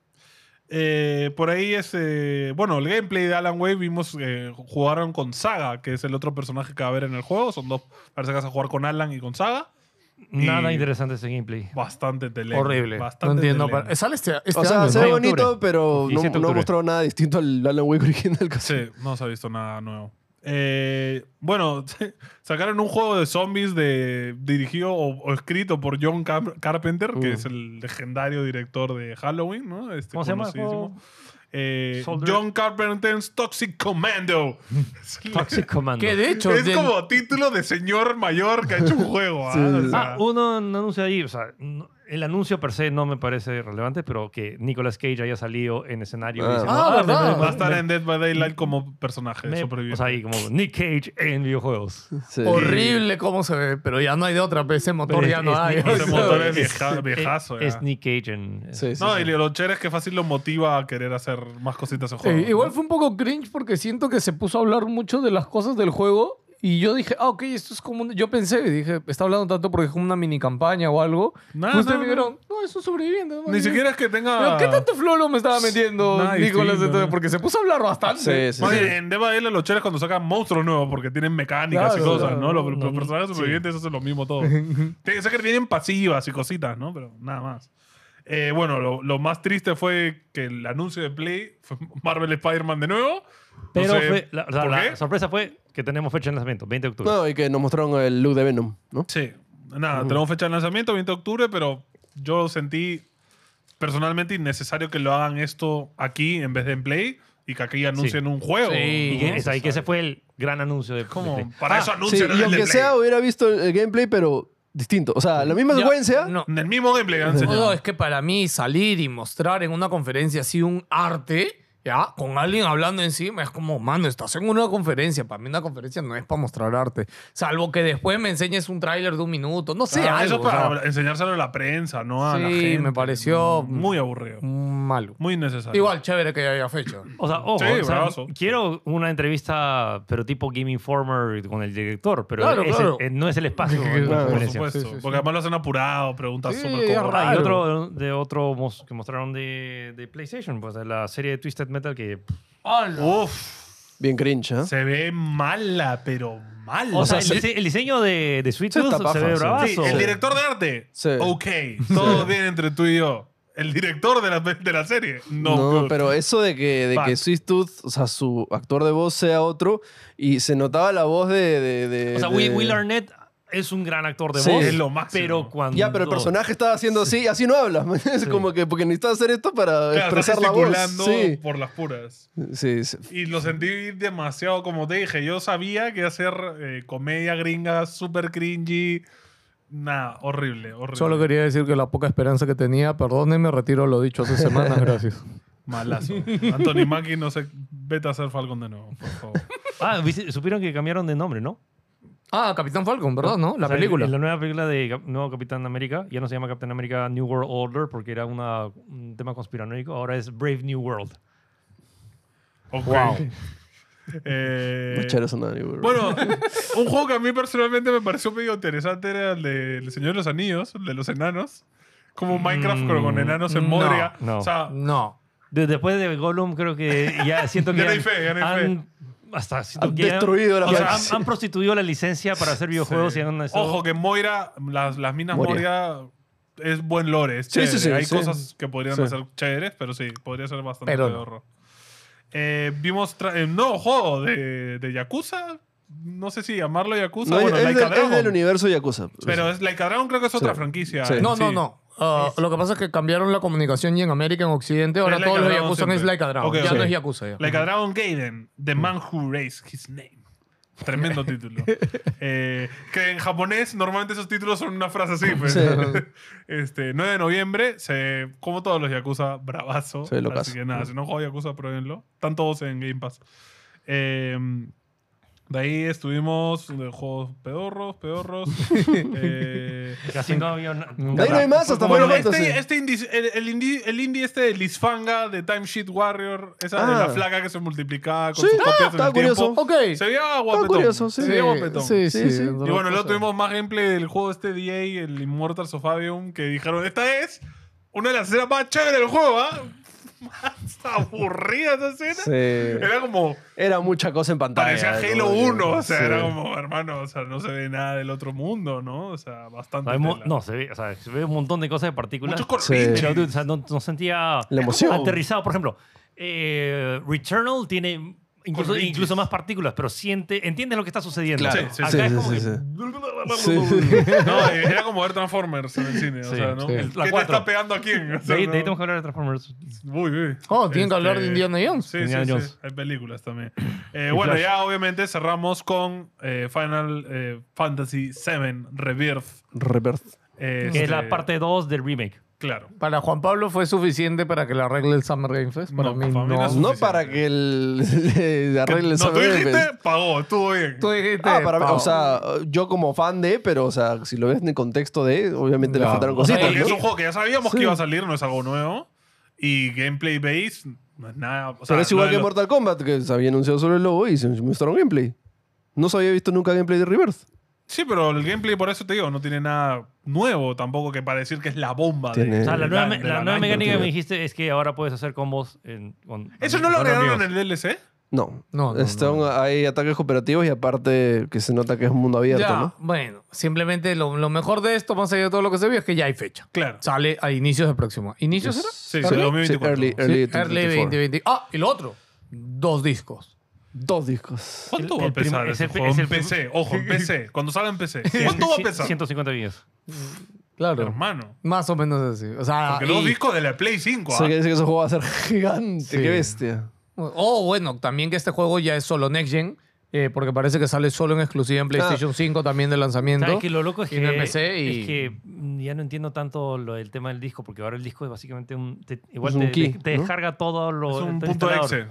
Speaker 1: Eh, por ahí es. eh, bueno, el gameplay de Alan Wake vimos. eh, jugaron con Saga, que es el otro personaje que va a haber en el juego. Son dos. Parece que vas a jugar con Alan y con Saga. Y-
Speaker 3: Nada interesante ese gameplay.
Speaker 1: Bastante tele.
Speaker 4: Horrible. No
Speaker 1: Bastante
Speaker 4: entiendo.
Speaker 1: teleno.
Speaker 4: para- Sale este, este
Speaker 2: O sea,
Speaker 4: año,
Speaker 2: se
Speaker 4: ¿no?
Speaker 2: ve
Speaker 3: octubre.
Speaker 2: bonito, pero no,
Speaker 3: 17 de
Speaker 2: no
Speaker 3: octubre.
Speaker 2: mostró nada distinto al Alan Wake original. casi.
Speaker 1: Sí, no se ha visto nada nuevo. Eh, bueno, sacaron un juego de zombies de, dirigido o, o escrito por John Car- Carpenter, que
Speaker 4: Uh.
Speaker 2: Mm.
Speaker 1: es el legendario director de Halloween, ¿no? Este,
Speaker 3: ¿Cómo se llama el
Speaker 1: conocidísimo.
Speaker 3: juego?
Speaker 1: eh,
Speaker 3: Soldier-
Speaker 1: John Carpenter's Toxic Commando. Es la-
Speaker 3: Toxic Commando.
Speaker 4: Que de hecho,
Speaker 1: es
Speaker 4: de-
Speaker 1: como título de señor mayor que ha hecho un juego. ¿ah? O sea,
Speaker 3: Ah, uno no anuncia ahí, o sea, no- el anuncio per se no me parece relevante, pero que Nicolas Cage haya salido en escenario
Speaker 2: Ah.
Speaker 3: y diciendo,
Speaker 4: Ah, ¿verdad?
Speaker 3: me-
Speaker 1: va a estar
Speaker 3: me-
Speaker 1: en Dead by Daylight como personaje
Speaker 3: me-
Speaker 1: sobreviviente.
Speaker 3: o sea, ahí como Nick Cage en videojuegos.
Speaker 2: Sí.
Speaker 4: horrible cómo se ve, pero ya no hay de otra, pues, ese motor
Speaker 3: Pero
Speaker 4: ya
Speaker 3: es-
Speaker 4: no
Speaker 3: es
Speaker 4: hay.
Speaker 3: Nick-
Speaker 1: Ese
Speaker 3: es-
Speaker 1: motor es
Speaker 3: es-
Speaker 1: vieja- viejazo.
Speaker 3: Es
Speaker 1: ya.
Speaker 3: Nick Cage en...
Speaker 2: Sí, sí,
Speaker 1: no,
Speaker 2: sí.
Speaker 1: y lo chévere es que fácil lo motiva a querer hacer más cositas en
Speaker 4: Eh,
Speaker 1: juego.
Speaker 4: igual fue un poco cringe porque siento que se puso a hablar mucho de las cosas del juego y yo dije, ah, ok, esto es como... un- Yo pensé, dije, está hablando tanto porque es como una mini campaña o algo.
Speaker 1: No,
Speaker 4: Justo
Speaker 1: no,
Speaker 4: me
Speaker 1: no.
Speaker 4: dijeron, no, eso es sobreviviente.
Speaker 1: Ni siquiera es que
Speaker 4: ¿Pero
Speaker 1: tenga...
Speaker 4: qué tanto floro me estaba metiendo
Speaker 1: Nada
Speaker 4: Nicolás?
Speaker 1: distinto,
Speaker 4: Entonces,
Speaker 1: ¿no?
Speaker 4: Porque se puso a hablar bastante.
Speaker 2: Sí, sí,
Speaker 1: Más
Speaker 2: sí.
Speaker 1: bien, en Dead by Daylight lo chévere es cuando sacan monstruos nuevos porque tienen mecánicas y
Speaker 4: Claro,
Speaker 1: cosas,
Speaker 4: claro.
Speaker 1: ¿no? Los, los
Speaker 3: No, no,
Speaker 1: personajes
Speaker 3: sí.
Speaker 1: sobrevivientes hacen lo mismo todo. Tienen- sé que tienen pasivas y cositas, ¿no? Pero nada más. Eh, bueno, lo, lo más triste fue que el anuncio de Play fue Marvel Spider-Man de nuevo. No
Speaker 3: Pero
Speaker 1: sé
Speaker 3: fue- la, o sea,
Speaker 1: ¿por
Speaker 3: la
Speaker 1: qué?
Speaker 3: sorpresa fue que tenemos fecha de lanzamiento, 20 de octubre.
Speaker 2: No, y que nos mostraron el look de Venom, ¿no?
Speaker 1: Sí, nada, tenemos fecha de lanzamiento, 20 de octubre, pero yo sentí personalmente innecesario que lo hagan esto aquí en vez de en Play y que aquí anuncien un juego.
Speaker 4: Sí.
Speaker 3: y que, es ahí que ese fue el gran anuncio de... de
Speaker 1: Como,
Speaker 3: Play.
Speaker 1: para
Speaker 4: Ah,
Speaker 1: eso
Speaker 2: Sí,
Speaker 1: anuncian en
Speaker 2: y
Speaker 1: el de
Speaker 2: aunque
Speaker 1: Play.
Speaker 2: sea, hubiera visto el, el gameplay, pero distinto. O sea, la misma
Speaker 4: Ya,
Speaker 2: secuencia.
Speaker 4: No.
Speaker 1: En el mismo gameplay han
Speaker 4: No,
Speaker 1: enseñado.
Speaker 4: es que para mí salir y mostrar en una conferencia así un arte, ya, con alguien hablando encima, es como, mano, estás en una conferencia. Para mí una conferencia no es para mostrar arte. Salvo que después me enseñes un tráiler de un minuto, no sé,
Speaker 1: Ah,
Speaker 4: algo.
Speaker 1: eso
Speaker 4: o sea,
Speaker 1: para enseñárselo a la prensa, no a la
Speaker 4: Sí,
Speaker 1: gente.
Speaker 4: me pareció-
Speaker 1: muy aburrido,
Speaker 4: malo.
Speaker 1: muy innecesario.
Speaker 4: Igual, chévere que haya fecha.
Speaker 3: O sea, ojo,
Speaker 1: Sí,
Speaker 3: o sea,
Speaker 1: bravazo.
Speaker 3: quiero una entrevista, pero tipo Game Informer con el director, pero
Speaker 4: Claro,
Speaker 3: ese-
Speaker 4: claro.
Speaker 3: eh, no es el espacio.
Speaker 4: Claro,
Speaker 3: en la
Speaker 2: por
Speaker 1: por
Speaker 3: conferencia.
Speaker 1: supuesto,
Speaker 4: Sí, sí, sí.
Speaker 1: porque además lo hacen apurado, preguntas
Speaker 4: Sí,
Speaker 1: súper
Speaker 4: es
Speaker 1: cortas.
Speaker 4: raro.
Speaker 3: Ah, y otro de otro mos- que mostraron de, de PlayStation, pues de la serie de Twisted Metal que pff,
Speaker 1: Uf,
Speaker 2: Bien cringe, ¿eh?
Speaker 1: se ve mala, pero mala.
Speaker 3: o sea,
Speaker 1: Sí,
Speaker 3: el, dise- el diseño de, de Sweet
Speaker 2: Sí,
Speaker 3: Tooth
Speaker 2: está
Speaker 3: se
Speaker 2: paja,
Speaker 3: ve
Speaker 2: sí.
Speaker 3: bravazo.
Speaker 1: el director de arte,
Speaker 2: Sí.
Speaker 1: ok, todo bien entre tú y yo. El director de la, de la serie, no.
Speaker 2: No,
Speaker 1: good.
Speaker 2: pero eso de que, de
Speaker 1: Fuck.
Speaker 2: que Swiss Tooth, o sea, su actor de voz sea otro, y se notaba la voz de. de- de-
Speaker 3: o sea,
Speaker 2: de-
Speaker 3: Will, Will Arnett es un gran actor de
Speaker 2: Sí.
Speaker 3: voz,
Speaker 1: Es lo máximo.
Speaker 3: pero cuando
Speaker 2: Ya, pero el personaje estaba haciendo así, y así no hablas. man. Es como que porque necesitas hacer esto para
Speaker 1: Claro, está
Speaker 2: expresar la voz.
Speaker 1: gesticulando
Speaker 2: Sí.
Speaker 1: por las puras.
Speaker 2: Sí, sí.
Speaker 1: Y lo sentí demasiado, como te dije. Yo sabía que hacer eh, comedia gringa súper cringy. Nada, horrible, horrible.
Speaker 4: Solo quería decir que la poca esperanza que tenía, perdónenme, retiro lo dicho hace semanas, gracias.
Speaker 1: Malazo. Anthony Mackie, no sé, vete a hacer Falcon de nuevo, por favor.
Speaker 3: Ah, ¿viste? supieron que cambiaron de nombre, ¿no?
Speaker 4: Ah, Capitán Falcon, ¿verdad? ¿No? La
Speaker 3: O sea,
Speaker 4: película.
Speaker 3: en La nueva película de Cap- Nuevo Capitán América ya no se llama Capitán América New World Order porque era una- un tema conspiranoico, ahora es Brave New World.
Speaker 1: Ok.
Speaker 4: Wow.
Speaker 1: Eh,
Speaker 2: Muy chévere sonar, bro.
Speaker 1: bueno, un juego que a mí personalmente me pareció medio interesante era el de El Señor de los Anillos, el de los enanos. Como Minecraft pero con enanos en
Speaker 4: no,
Speaker 1: Modria.
Speaker 3: no.
Speaker 1: O sea,
Speaker 4: No.
Speaker 3: De- después de Gollum, creo que ya siento que.
Speaker 1: Ya no hay
Speaker 3: han-
Speaker 1: fe, ya no hay
Speaker 3: han- Hasta siento
Speaker 2: Han
Speaker 3: que ya-
Speaker 2: destruido la
Speaker 3: o sea, han,
Speaker 2: franquicia.
Speaker 3: han prostituido la licencia para hacer videojuegos
Speaker 1: Sí.
Speaker 3: y han estado-
Speaker 1: Ojo, que Moira, las, las minas Moria.
Speaker 2: Moria.
Speaker 1: es buen lore. Es
Speaker 2: Sí,
Speaker 1: chévere.
Speaker 2: sí, sí,
Speaker 1: Hay
Speaker 2: sí.
Speaker 1: cosas que podrían
Speaker 2: Sí.
Speaker 1: hacer chéveres, pero sí, podría ser bastante
Speaker 4: Pero no.
Speaker 1: pedorro. Eh, vimos tra- el nuevo juego de, de Yakuza. No sé si llamarlo Yakuza.
Speaker 2: No,
Speaker 1: bueno,
Speaker 2: es,
Speaker 1: Laika
Speaker 2: del, es del
Speaker 1: Dragon.
Speaker 2: universo Yakuza.
Speaker 1: Pero es Laika Dragon creo que es otra
Speaker 2: Sí.
Speaker 1: franquicia.
Speaker 2: Sí.
Speaker 1: en
Speaker 4: No,
Speaker 1: sí.
Speaker 4: no, no. Ah, lo que pasa es que cambiaron la comunicación y en América, en Occidente, ahora
Speaker 1: Es Like
Speaker 4: todos
Speaker 1: a
Speaker 4: los
Speaker 1: Dragon
Speaker 4: Yakuza
Speaker 1: siempre.
Speaker 4: es Like a Dragon.
Speaker 1: Ok,
Speaker 4: ya
Speaker 1: ok.
Speaker 4: no es Yakuza. Ya.
Speaker 1: Like a Dragon Gaiden, The Man Who Raised His Name. Tremendo título. Eh, que en japonés normalmente esos títulos son una frase así. pues.
Speaker 2: Sí.
Speaker 1: este, 9 de noviembre, se, como todos los Yakuza, bravazo.
Speaker 2: Sí, lo
Speaker 1: así
Speaker 2: caso.
Speaker 1: que nada, si no han jugado Yakuza, pruébenlo. Están todos en Game Pass. Eh, de ahí estuvimos de juegos pedorros, pedorros. eh,
Speaker 3: Casi no había. na-
Speaker 2: De ahí no hay más, hasta
Speaker 1: bueno,
Speaker 2: Final Fantasy.
Speaker 1: este, este indie- el, el indie, el indie este de Lisfanga de Time Sheet Warrior, esa de
Speaker 2: Ah.
Speaker 1: la flaca que se multiplicaba con
Speaker 2: Sí.
Speaker 1: sus copias
Speaker 2: Ah,
Speaker 1: en
Speaker 2: estaba
Speaker 1: el tiempo.
Speaker 2: curioso.
Speaker 4: Ok.
Speaker 1: Se veía guapetón.
Speaker 2: curioso, sí.
Speaker 1: Se veía guapetón.
Speaker 4: Sí, sí,
Speaker 2: Sí, sí.
Speaker 4: sí.
Speaker 1: Y bueno, luego tuvimos más gameplay del juego este DA, el Immortals of Avium, que dijeron, esta es una de las escenas más chéveres del juego, ¿ah? Más aburrida esa escena.
Speaker 2: Sí.
Speaker 1: Era como,
Speaker 2: Era mucha cosa en pantalla.
Speaker 1: parecía
Speaker 2: ¿no?
Speaker 1: Halo
Speaker 2: Sí.
Speaker 1: 1, o sea,
Speaker 2: Sí.
Speaker 1: era como, hermano, o sea, no se ve nada del otro mundo, ¿no? O sea, bastante.
Speaker 3: No, hay mo-
Speaker 1: tela.
Speaker 3: no, se ve, o sea, se ve un montón de cosas de partículas.
Speaker 1: Muchos colorines.
Speaker 3: Pero, dude, o sea, no, no sentía
Speaker 2: La emoción.
Speaker 3: aterrizado. Por ejemplo, eh, Returnal tiene incluso,
Speaker 1: Colorines.
Speaker 3: incluso más partículas, pero siente, entiendes lo que está sucediendo.
Speaker 1: Claro. Sí, sí,
Speaker 3: Acá
Speaker 2: sí,
Speaker 3: es
Speaker 2: sí,
Speaker 3: como
Speaker 2: sí,
Speaker 3: que-
Speaker 2: sí. Sí.
Speaker 1: No, eh, era como ver Transformers en el cine. o
Speaker 3: Sí,
Speaker 1: sea, ¿no?
Speaker 4: sí.
Speaker 1: ¿Qué
Speaker 3: La
Speaker 1: te
Speaker 3: cuatro.
Speaker 1: está pegando a quién? O
Speaker 3: De
Speaker 1: sea,
Speaker 3: ahí,
Speaker 1: ¿no?
Speaker 3: de ahí tenemos que hablar de Transformers.
Speaker 1: Uy, uy. Este,
Speaker 4: Oh, tienen que hablar de Indiana Jones.
Speaker 1: Sí,
Speaker 3: Indiana
Speaker 1: sí,
Speaker 3: Jones.
Speaker 1: sí. Hay películas también. Eh, bueno,
Speaker 3: Flash.
Speaker 1: ya obviamente cerramos con eh, Final eh, Fantasy VII Rebirth.
Speaker 2: Reverse.
Speaker 1: Eh,
Speaker 3: Que es
Speaker 1: este,
Speaker 3: la parte 2 del remake.
Speaker 1: Claro.
Speaker 4: Para Juan Pablo fue suficiente para que le arregle el Summer Game Fest. Para
Speaker 1: No,
Speaker 4: mí,
Speaker 1: para mí no
Speaker 4: no.
Speaker 1: es-
Speaker 2: No para que el, le arregle el
Speaker 1: no, tú
Speaker 2: Summer Game
Speaker 1: dijiste,
Speaker 2: Fest.
Speaker 1: pagó, estuvo bien.
Speaker 4: Tú dijiste,
Speaker 2: Ah, para mí,
Speaker 4: Este, Pau.
Speaker 2: o sea, yo como fan de, pero, o sea, si lo ves en el contexto de, obviamente le
Speaker 4: No.
Speaker 2: faltaron
Speaker 1: O sea,
Speaker 2: cositas.
Speaker 1: porque
Speaker 2: ¿no?
Speaker 1: es un juego que ya sabíamos
Speaker 2: Sí.
Speaker 1: que iba a salir, no es algo nuevo. Y gameplay base, no es nada. O sea,
Speaker 2: pero es igual
Speaker 1: lo
Speaker 2: que
Speaker 1: de lo-
Speaker 2: Mortal Kombat, que se había anunciado sobre el logo y se mostraron gameplay. No se había visto nunca gameplay de Rebirth.
Speaker 1: Sí, pero el gameplay, por eso te digo, no tiene nada nuevo tampoco que para decir que es la bomba. de-
Speaker 2: Tiene-
Speaker 3: O sea, Ah, la
Speaker 1: de
Speaker 3: nueva, me-
Speaker 1: de
Speaker 3: la
Speaker 1: la
Speaker 3: nueva
Speaker 1: line.
Speaker 3: mecánica que
Speaker 2: tío.
Speaker 3: me dijiste es que ahora puedes hacer combos en, con-
Speaker 1: ¿Eso
Speaker 3: con-
Speaker 1: no lo
Speaker 3: con
Speaker 1: agregaron
Speaker 3: amigos.
Speaker 1: en el DLC?
Speaker 2: No.
Speaker 4: No, no,
Speaker 2: Están- Hay ataques cooperativos y aparte que se nota que es un mundo abierto,
Speaker 4: Ya,
Speaker 2: ¿no?
Speaker 4: bueno, simplemente lo, lo mejor de esto, más allá de todo lo que se vio, es que ya hay fecha.
Speaker 1: Claro.
Speaker 4: Sale a inicios del próximo. ¿Inicios será?
Speaker 1: Sí,
Speaker 2: Sí,
Speaker 1: sí, 2024.
Speaker 2: early,
Speaker 4: Sí,
Speaker 2: early,
Speaker 4: early
Speaker 2: 2024.
Speaker 4: 2020. Ah, y lo otro. Dos discos.
Speaker 2: Dos discos.
Speaker 1: ¿Cuánto
Speaker 3: El-
Speaker 1: va a
Speaker 3: el prim-
Speaker 1: pesar
Speaker 3: es
Speaker 1: ese
Speaker 3: el-
Speaker 1: juego?
Speaker 3: es
Speaker 1: En
Speaker 3: el prim-
Speaker 1: PC, ojo, en PC. Cuando salga en PC. ¿Cuánto va a pesar?
Speaker 3: 150 gigas.
Speaker 4: Claro.
Speaker 1: Hermano.
Speaker 4: Más o menos así. O sea,
Speaker 1: Porque los
Speaker 4: Ah, y-
Speaker 1: discos de la Play 5.
Speaker 2: O
Speaker 1: ah.
Speaker 2: sea, quiere decir que ese juego va a ser gigante.
Speaker 4: Sí.
Speaker 2: Qué bestia.
Speaker 4: Oh, bueno, también que este juego ya es solo Next Gen, eh, porque parece que sale solo en exclusiva en PlayStation 5 también de lanzamiento.
Speaker 3: ¿Sabes que lo loco es
Speaker 4: Y
Speaker 3: que,
Speaker 4: en MPC y-
Speaker 3: es que mm, ya no entiendo tanto lo del tema del disco, porque ahora el disco es básicamente un. te- igual
Speaker 2: Es un
Speaker 3: te,
Speaker 2: key,
Speaker 3: te- te
Speaker 2: ¿no?
Speaker 3: descarga todo lo.
Speaker 1: Es un
Speaker 3: está
Speaker 1: punto
Speaker 3: instalado.
Speaker 1: exe,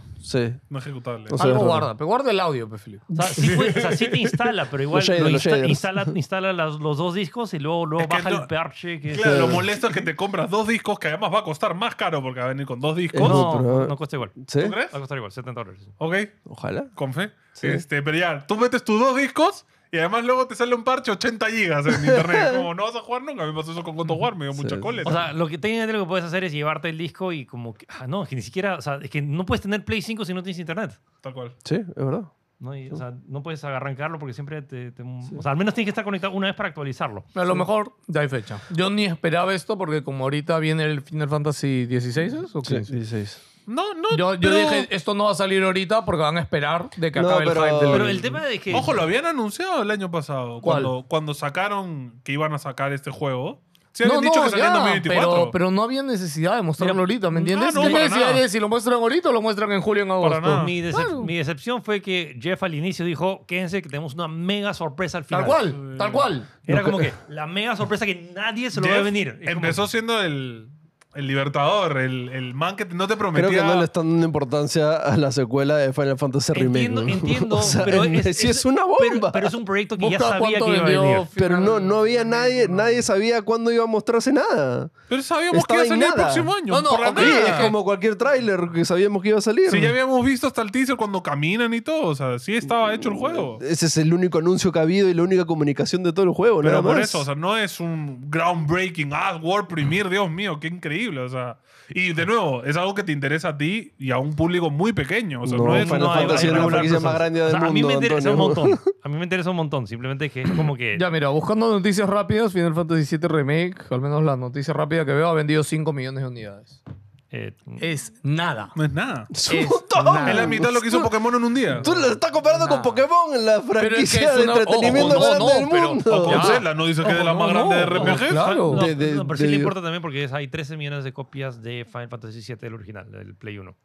Speaker 2: Sí.
Speaker 1: no ejecutable.
Speaker 2: O sea,
Speaker 4: Algo
Speaker 2: es raro.
Speaker 4: guarda, pero guarda el audio, pues, Felipe.
Speaker 3: O sea, sí, puede- o sea, sí te instala, pero igual
Speaker 2: Los shaders,
Speaker 3: lo
Speaker 2: los
Speaker 3: insta-
Speaker 2: shaders.
Speaker 3: instala, instala las- los dos discos y luego, luego
Speaker 1: Es que
Speaker 3: baja
Speaker 1: no-
Speaker 3: el parche. Que
Speaker 1: Claro, lo
Speaker 2: Claro.
Speaker 1: molesto es que te compras dos discos que además va a costar más caro porque va a venir con dos discos.
Speaker 2: Es-
Speaker 3: Eh, No,
Speaker 2: pero-
Speaker 3: no cuesta igual.
Speaker 2: ¿Sí?
Speaker 1: ¿Tú crees?
Speaker 3: Va a costar igual, 70 dólares.
Speaker 1: Ok,
Speaker 2: Ojalá.
Speaker 1: con fe.
Speaker 2: Sí.
Speaker 1: Este, pero ya, tú metes tus dos discos y además luego te sale un parche 80 gigas en internet. Como no vas a jugar nunca, a mí me pasó eso con cuánto jugar, me dio
Speaker 2: Sí,
Speaker 1: mucha
Speaker 2: sí.
Speaker 1: cólera.
Speaker 3: O sea, lo que técnicamente lo que puedes hacer es llevarte el disco y como que, ah, no, es que ni siquiera, o sea, es que no puedes tener Play 5 si no tienes internet.
Speaker 1: Tal cual.
Speaker 2: Sí, es verdad.
Speaker 3: No, Y, o sea, no puedes arrancarlo porque siempre te, te- O sea, al menos tienes que estar conectado una vez para actualizarlo.
Speaker 4: A lo mejor ya hay fecha. Yo ni esperaba esto porque como ahorita viene el Final Fantasy XVI o
Speaker 2: Sí,
Speaker 4: 15.
Speaker 2: 16.
Speaker 1: No, no.
Speaker 4: Yo, yo
Speaker 1: pero-
Speaker 4: dije, esto no va a salir ahorita porque van a esperar de que
Speaker 2: No,
Speaker 4: acabe
Speaker 2: pero-
Speaker 4: el hype del...
Speaker 3: Pero el tema es que...
Speaker 1: Ojo, lo habían anunciado el año pasado.
Speaker 4: ¿Cuál?
Speaker 1: Cuando, cuando sacaron que iban a sacar este juego. Se
Speaker 4: no,
Speaker 1: habían dicho
Speaker 4: no,
Speaker 1: que salía en
Speaker 4: ya,
Speaker 1: 2024.
Speaker 4: pero, pero no había necesidad de mostrarlo
Speaker 3: Mira,
Speaker 4: ahorita, ¿me entiendes?
Speaker 1: no,
Speaker 4: ¿Qué
Speaker 1: para
Speaker 4: necesidad
Speaker 1: nada.
Speaker 4: hay de si lo muestran ahorita o lo muestran en julio o en agosto?
Speaker 1: nada.
Speaker 3: Pues mi, decep-
Speaker 4: Claro.
Speaker 3: mi decepción fue que Jeff al inicio dijo, quédense que tenemos una mega sorpresa al final. Mm.
Speaker 4: Tal cual, tal cual.
Speaker 3: Era como
Speaker 2: eh,
Speaker 3: que la mega sorpresa que nadie se lo va a
Speaker 1: Jeff
Speaker 3: venir. Es como-
Speaker 1: Empezó siendo el, el libertador, el, el man que no te prometía.
Speaker 2: Creo que no le están dando importancia a la secuela de Final Fantasy Remake.
Speaker 3: Entiendo,
Speaker 2: ¿no?
Speaker 3: entiendo,
Speaker 2: O sea,
Speaker 3: pero
Speaker 2: en- sí es una bomba.
Speaker 3: Pero, pero es un proyecto que ya
Speaker 4: Busca
Speaker 3: sabía
Speaker 4: cuánto
Speaker 3: que iba a
Speaker 4: vendió
Speaker 3: venir.
Speaker 2: Pero no,
Speaker 4: Final-
Speaker 2: no había nadie, nadie sabía cuándo iba a mostrarse nada.
Speaker 1: Pero sabíamos que iba a
Speaker 2: Estaba en
Speaker 1: salir el
Speaker 2: nada.
Speaker 1: próximo año.
Speaker 4: No, no,
Speaker 1: por la
Speaker 4: ok,
Speaker 2: Sí,
Speaker 1: nada.
Speaker 2: es como cualquier tráiler que sabíamos que iba a salir.
Speaker 1: Si ya habíamos visto hasta el teaser cuando caminan y todo. O sea, sí estaba
Speaker 2: Mm,
Speaker 1: hecho el juego.
Speaker 2: Ese es el único anuncio que ha habido y la única comunicación de todo el juego,
Speaker 1: Pero
Speaker 2: nada
Speaker 1: por
Speaker 2: más.
Speaker 1: eso, o sea, no es un groundbreaking, ah, World Premiere, Dios mío, qué increíble, o sea. Y de nuevo, es algo que te interesa a ti y a un público muy pequeño, o sea, no,
Speaker 2: No,
Speaker 1: es...
Speaker 2: Final
Speaker 3: hay-
Speaker 2: Fantasy
Speaker 3: hay
Speaker 2: era la
Speaker 3: regular
Speaker 2: franquicia
Speaker 3: personas.
Speaker 2: más grande del
Speaker 3: a mí
Speaker 2: mundo,
Speaker 3: me interesa un
Speaker 2: Antonio.
Speaker 3: montón. A mí me interesa un montón. Simplemente que es como que...
Speaker 4: Ya, mira, buscando noticias rápidas, Final Fantasy VII Remake, al menos la noticia rápida que veo, ha vendido 5 millones de unidades.
Speaker 3: eh,
Speaker 4: Es nada.
Speaker 1: no es nada.
Speaker 2: Es un
Speaker 4: Es
Speaker 2: montón.
Speaker 4: nada.
Speaker 1: Es la mitad de lo que hizo
Speaker 2: Ah, Tú-
Speaker 1: Pokémon en un día.
Speaker 2: Tú lo estás comparando
Speaker 4: Nada.
Speaker 2: con Pokémon, la
Speaker 4: Pero es que
Speaker 2: franquicia
Speaker 4: es
Speaker 2: de
Speaker 4: una-
Speaker 2: entretenimiento
Speaker 4: ojo, no,
Speaker 2: más grande
Speaker 4: no,
Speaker 2: del
Speaker 4: pero-
Speaker 2: mundo.
Speaker 1: Con
Speaker 4: Ya.
Speaker 1: Zelda, no dices que es de
Speaker 4: Ojo,
Speaker 1: la más
Speaker 4: no,
Speaker 1: grande de
Speaker 4: no,
Speaker 1: RPG.
Speaker 4: claro.
Speaker 3: no,
Speaker 2: de- de-
Speaker 3: no, pero sí
Speaker 2: de-
Speaker 3: le importa también porque es- hay 13 millones de copias de Final Fantasy VII, el original, del Play 1.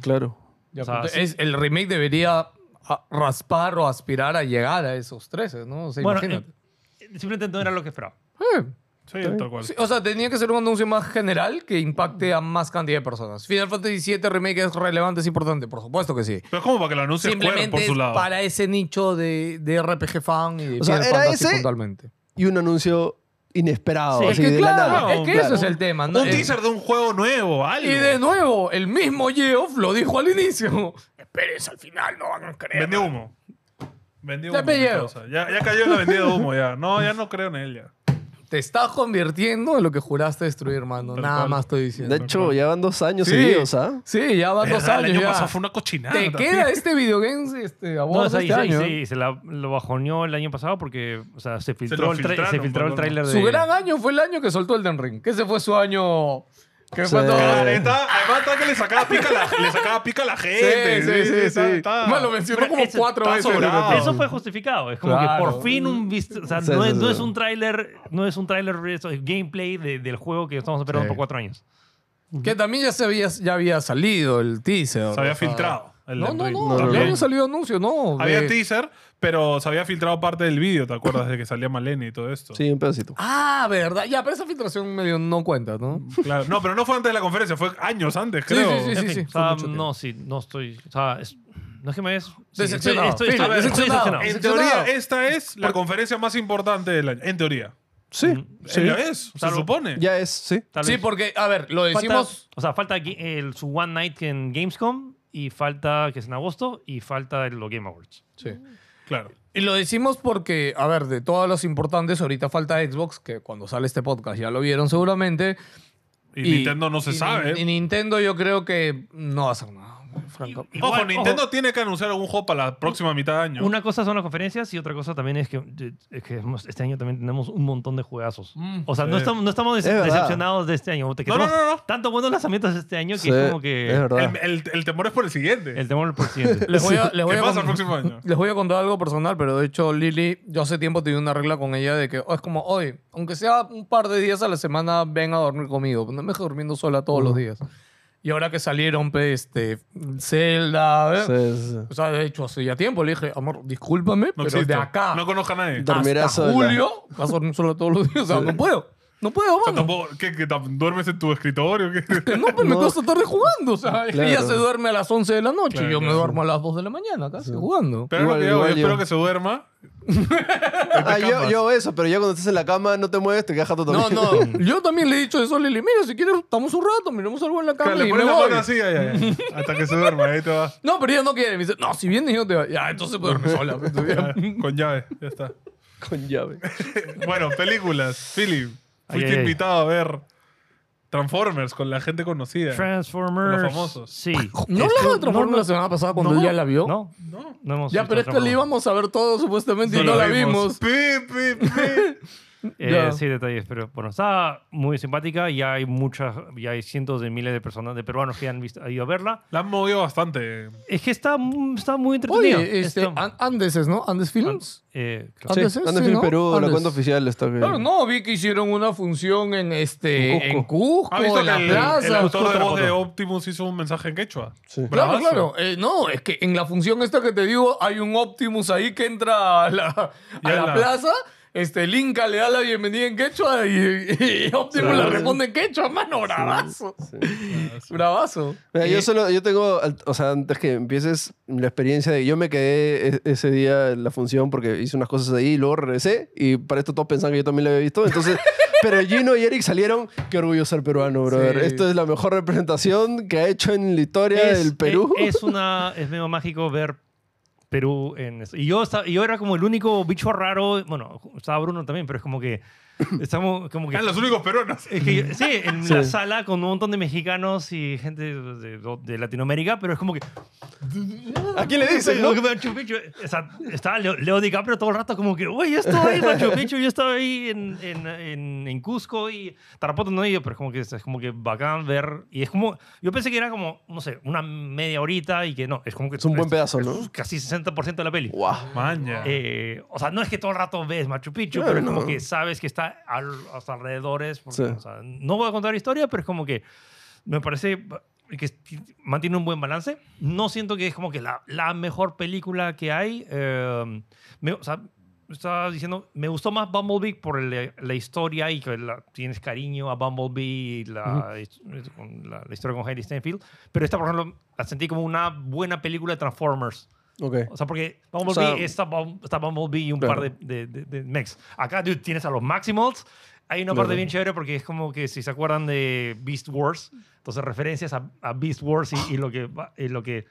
Speaker 2: Claro.
Speaker 4: Ya,
Speaker 3: O sea,
Speaker 4: pues,
Speaker 3: sí.
Speaker 4: es- el remake debería a- raspar o aspirar a llegar a esos 13, ¿no? O sea,
Speaker 3: Bueno,
Speaker 4: imagínate.
Speaker 3: eh, simplemente no era lo que esperaba.
Speaker 4: Eh,
Speaker 1: Sí, tal cual.
Speaker 4: sí, o sea, tenía que ser un anuncio más general que impacte a más cantidad de personas. Final Fantasy VII Remake es relevante, es importante, por supuesto que sí.
Speaker 1: Pero es como para que lo anuncie Square por
Speaker 4: Simplemente
Speaker 1: su
Speaker 4: es
Speaker 1: lado.
Speaker 4: para ese nicho de, de RPG fan y de
Speaker 2: O sea,
Speaker 4: Final
Speaker 2: era
Speaker 4: Fantasy
Speaker 2: ese-
Speaker 4: puntualmente.
Speaker 2: y un anuncio inesperado,
Speaker 3: Sí,
Speaker 2: así
Speaker 4: es que
Speaker 2: de
Speaker 4: claro,
Speaker 2: la nada.
Speaker 4: es que
Speaker 2: Claro.
Speaker 4: eso es el tema. ¿no?
Speaker 1: Un
Speaker 4: Eh,
Speaker 1: teaser de un juego nuevo, algo.
Speaker 4: Y de nuevo, el mismo Geoff lo dijo al inicio. Esperes al final, no van a creer.
Speaker 1: Vendió humo. Vendió
Speaker 4: Ya
Speaker 1: humo.
Speaker 4: pilleo.
Speaker 1: mi causa. Ya, ya cayó en la vendida de humo, ya. No, ya no creo en ella.
Speaker 4: Te estás convirtiendo en lo que juraste destruir, hermano.
Speaker 1: Tal
Speaker 4: Nada
Speaker 1: cual.
Speaker 4: más estoy diciendo.
Speaker 2: De hecho, ya van dos años
Speaker 4: Sí.
Speaker 2: seguidos, ¿ah?
Speaker 4: Sí, ya van dos
Speaker 1: Verdad, El
Speaker 4: años.
Speaker 1: año
Speaker 4: ya.
Speaker 1: pasado fue una cochinada.
Speaker 4: Te
Speaker 1: también.
Speaker 4: queda este videogame este, a vos
Speaker 3: No, o sea,
Speaker 4: este
Speaker 3: y, se- y
Speaker 4: año.
Speaker 3: se- y se la- lo bajoneó el año pasado porque o sea, se filtró,
Speaker 1: lo
Speaker 3: el, tra- se
Speaker 1: filtraron,
Speaker 3: filtró el
Speaker 1: boludo.
Speaker 3: tráiler de...
Speaker 4: Su gran año fue el año que soltó Elden Ring. Que ese fue su año ¿Qué
Speaker 2: Sí.
Speaker 4: faltó?
Speaker 2: Claro.
Speaker 1: Careta, además está que le sacaba pica a la, le sacaba pica a la gente.
Speaker 4: Sí, sí, sí. sí.
Speaker 1: Está- está-
Speaker 4: Bueno, lo mencionó como
Speaker 3: Eso-
Speaker 4: cuatro
Speaker 1: está
Speaker 4: veces.
Speaker 1: sobrado.
Speaker 4: pero-
Speaker 1: Claro.
Speaker 3: Eso fue justificado. Es como
Speaker 4: Claro.
Speaker 3: que por fin un vist- o sea,
Speaker 2: Sí,
Speaker 3: no, es,
Speaker 2: sí,
Speaker 3: no
Speaker 2: sí.
Speaker 3: es un tráiler, no es un tráiler, eso es gameplay de- del juego que estamos esperando
Speaker 4: Sí.
Speaker 3: por cuatro años.
Speaker 4: Que también ya, se había, ya había salido el teaser.
Speaker 1: se había
Speaker 4: o sea.
Speaker 1: filtrado. el
Speaker 4: No, no,
Speaker 1: Android.
Speaker 4: no.
Speaker 2: No,
Speaker 4: No
Speaker 2: no,
Speaker 4: había
Speaker 2: no.
Speaker 4: salido anuncio, no.
Speaker 1: Había
Speaker 4: de-
Speaker 1: teaser, pero se había filtrado parte del vídeo, ¿te acuerdas de que salía Malenia y todo esto?
Speaker 2: Sí, un pedacito.
Speaker 4: Ah, verdad. Ya, pero esa filtración medio no cuenta, ¿no?
Speaker 1: Claro. No, pero no fue antes de la conferencia, fue años antes,
Speaker 4: Sí,
Speaker 1: creo.
Speaker 4: sí, sí,
Speaker 3: En
Speaker 4: sí,
Speaker 3: fin,
Speaker 4: fue
Speaker 3: o sea,
Speaker 4: mucho tiempo.
Speaker 3: no, sí, no estoy. O sea, es- no es que me des. sí, estoy-
Speaker 4: Decepcionado.
Speaker 3: Estoy,
Speaker 4: Fin, decepcionado.
Speaker 3: estoy- estoy decepcionado.
Speaker 1: En
Speaker 4: Decepcionado.
Speaker 1: teoría, esta es la conferencia más importante del año. En teoría.
Speaker 4: Mm,
Speaker 2: Sí, sí.
Speaker 1: Lo es, se
Speaker 3: Claro.
Speaker 1: supone.
Speaker 2: Ya es, sí.
Speaker 3: Tal
Speaker 4: Sí,
Speaker 3: vez
Speaker 4: porque, a ver, lo
Speaker 3: falta-
Speaker 4: decimos.
Speaker 3: o sea, falta gui- el, su One Night en Gamescom y falta que es en agosto y falta el- los Game Awards.
Speaker 4: Sí.
Speaker 1: Claro.
Speaker 4: Y lo decimos porque, a ver, de todos los importantes, ahorita falta Xbox, que cuando sale este podcast ya lo vieron seguramente.
Speaker 1: Y, Nintendo no se
Speaker 4: y-
Speaker 1: sabe.
Speaker 4: Y Nintendo yo creo que no va a hacer nada. Franco.
Speaker 3: Igual,
Speaker 1: Ojo,
Speaker 3: ojo,
Speaker 1: Nintendo tiene que anunciar algún juego para la próxima mitad de año.
Speaker 3: Una cosa son las conferencias y otra cosa también es que, es que hemos- este año también tenemos un montón de juegazos. O sea, no
Speaker 1: sí.
Speaker 3: estamos, no estamos des-
Speaker 2: Es verdad.
Speaker 3: decepcionados de este año. Te- que
Speaker 1: Mm. No, no,
Speaker 3: tenemos
Speaker 1: no, no.
Speaker 3: Tanto buenos lanzamientos este año que
Speaker 2: Sí,
Speaker 3: es como que
Speaker 2: es verdad.
Speaker 1: El, el- el temor es por el siguiente.
Speaker 3: el temor por siguiente.
Speaker 4: Les voy a, les voy
Speaker 1: ¿Qué
Speaker 4: a
Speaker 1: pasa el
Speaker 4: con-
Speaker 1: próximo año?
Speaker 4: Les voy a contar algo personal, pero de hecho Lili, yo hace tiempo tuve una regla con ella de que oh, es como hoy, aunque sea un par de días a la semana, ven a dormir conmigo. No me dejes durmiendo sola todos los días. Y ahora que salieron, pe, este, Zelda, ¿eh?
Speaker 2: Sí, sí, sí.
Speaker 4: o sea, de hecho hace ya tiempo le dije, amor, discúlpame,
Speaker 1: No
Speaker 4: pero de
Speaker 1: existe.
Speaker 4: acá
Speaker 1: No conozco a nadie. Ah,
Speaker 2: Da- Dormirás
Speaker 4: hasta
Speaker 2: sola.
Speaker 4: julio vas a dormir sola todos los días. O sea, no puedo, no puedo,
Speaker 1: O sea,
Speaker 4: mano.
Speaker 1: tampoco- ¿qué- qué, tam- ¿Duermes en tu escritorio? ¿Qué?
Speaker 4: No, pero me
Speaker 2: No.
Speaker 4: quedo hasta tarde jugando. O sea, ella
Speaker 2: Claro.
Speaker 4: se duerme a las 11 de la noche
Speaker 1: Claro,
Speaker 4: y yo me
Speaker 1: claro.
Speaker 4: duermo a las 2 de la mañana, casi jugando.
Speaker 1: Pero es lo
Speaker 2: Igual-
Speaker 1: que hago, yo
Speaker 2: igual yo.
Speaker 1: espero que se duerma. Este,
Speaker 2: Ah, yo,
Speaker 1: camas.
Speaker 2: yo eso, pero ya cuando estás en la cama, no te mueves, te quedas jato
Speaker 4: No,
Speaker 2: también.
Speaker 4: no. Yo también le he dicho eso a Lili. Mira, si quieres, estamos un rato, miramos algo en la
Speaker 1: Claro,
Speaker 4: cama
Speaker 1: le
Speaker 4: y me
Speaker 1: pones la
Speaker 4: voy.
Speaker 1: mano así, ay, ay, ay, hasta que se duerma. Ahí te vas.
Speaker 4: No, pero ella no quiere. Me dice, no, si vienes yo te voy. Ya, entonces puedo dormir sola.
Speaker 1: Con llave, pues, ya está.
Speaker 2: Con llave.
Speaker 1: Bueno, películas. Philip, fuiste
Speaker 3: Ay, ay, ay.
Speaker 1: invitado a ver Transformers con la gente conocida.
Speaker 3: Transformers.
Speaker 1: Los famosos.
Speaker 3: Sí.
Speaker 4: ¿No
Speaker 3: Esto-
Speaker 4: hablamos de Transformers
Speaker 3: no-
Speaker 4: la semana pasada cuando
Speaker 3: no,
Speaker 4: ella la vio?
Speaker 3: No,
Speaker 1: No.
Speaker 3: no hemos
Speaker 4: Ya, pero es
Speaker 3: visto
Speaker 4: que la
Speaker 3: Transformers.
Speaker 4: íbamos a ver todo supuestamente y no
Speaker 1: lo
Speaker 4: la vimos.
Speaker 1: Pi, pi, pi.
Speaker 3: Eh,
Speaker 4: Ya.
Speaker 3: Sí, detalles, pero bueno, está muy simpática y hay muchas, ya hay cientos de miles de personas, de peruanos que han visto- han ido a verla.
Speaker 1: La han movido bastante.
Speaker 3: Es que está, mu- está muy entretenida.
Speaker 4: Oye, este,
Speaker 3: Está-
Speaker 4: An- Andes es, ¿no? Andes Films.
Speaker 3: eh, claro.
Speaker 2: Sí,
Speaker 4: Antes
Speaker 2: antes
Speaker 4: sí,
Speaker 2: en
Speaker 4: ¿no?
Speaker 2: Perú,
Speaker 4: Antes.
Speaker 2: la cuenta oficial está que...
Speaker 4: Claro, no, vi que hicieron una función en este
Speaker 2: En
Speaker 4: en Cusco,
Speaker 1: ¿Has
Speaker 4: en,
Speaker 1: visto que
Speaker 4: la
Speaker 1: el,
Speaker 4: plaza.
Speaker 1: el autor de voz
Speaker 3: Foto.
Speaker 1: de Optimus hizo un mensaje en quechua?
Speaker 2: Sí.
Speaker 4: Claro,
Speaker 1: Bravazo.
Speaker 4: claro. Eh, no, es que en la función esta que te digo, hay un Optimus ahí que entra a la, a
Speaker 1: Ya
Speaker 4: la
Speaker 1: la-
Speaker 4: plaza. Este, el Inca le da la bienvenida en quechua y, y Optimus
Speaker 2: Claro.
Speaker 4: le responde en quechua, mano. Bravazo. Bravazo.
Speaker 2: Mira,
Speaker 4: Eh,
Speaker 2: yo solo, yo tengo, al- o sea, antes que empieces la experiencia de yo me quedé e- ese día en la función porque hice unas cosas ahí y luego regresé y para esto todos pensaban que yo también lo había visto, entonces, pero Gino y Eric salieron, qué orgullo ser peruano, brother.
Speaker 4: Sí.
Speaker 2: Esto es la mejor representación que ha hecho en la historia
Speaker 3: Es- eh, e,
Speaker 2: del Perú.
Speaker 3: Es, es una, es medio mágico ver Perú en eso. Y yo, esta- y yo era como el único bicho raro, bueno, estaba Bruno también, pero es como que estamos como que...
Speaker 1: Eran los únicos peruanos.
Speaker 3: Es que yo- sí, en
Speaker 2: Sí.
Speaker 3: la sala con un montón de mexicanos y gente de, de- de Latinoamérica, pero es como que.
Speaker 2: ¿A quién le dicen, no?
Speaker 3: Como que Machu Picchu. O sea, estaba Leo, Leo DiCaprio todo el rato, como que, güey, yo estaba ahí en Machu Picchu, yo estaba ahí en, en, en- en Cusco y Tarapoto no he ido, pero es como que es como que bacán ver. Y es como. Yo pensé que era como, no sé, una media horita y que no, es como que. este,
Speaker 2: Es un buen pedazo, ¿no?
Speaker 3: es Casi 60% de la peli.
Speaker 2: Guau.
Speaker 1: Maña.
Speaker 3: Eh, o sea, no es que todo el rato ves Machu Picchu,
Speaker 2: Claro,
Speaker 3: pero es como
Speaker 2: no.
Speaker 3: que sabes que está a los alrededores. porque,
Speaker 2: Sí.
Speaker 3: o sea, no voy a contar historia, pero es como que me parece que mantiene un buen balance. No siento que es como que la, la mejor película que hay. Eh, me- o sea, estaba diciendo, me gustó más Bumblebee por el- la historia y que la- tienes cariño a Bumblebee y la, his- con la- la historia con Haley Steinfeld. Pero esta, por ejemplo, la sentí como una buena película de Transformers.
Speaker 2: Ok.
Speaker 3: O sea, porque Bumblebee
Speaker 2: O sea,
Speaker 3: está, Bum- está Bumblebee y un
Speaker 2: claro.
Speaker 3: par de, de, de- de mechs. Acá, dude, tienes a los Maximals. Hay una parte
Speaker 2: Claro.
Speaker 3: bien chévere porque es como que si se acuerdan de Beast Wars, entonces referencias a, a Beast Wars y, y lo que va- y lo que,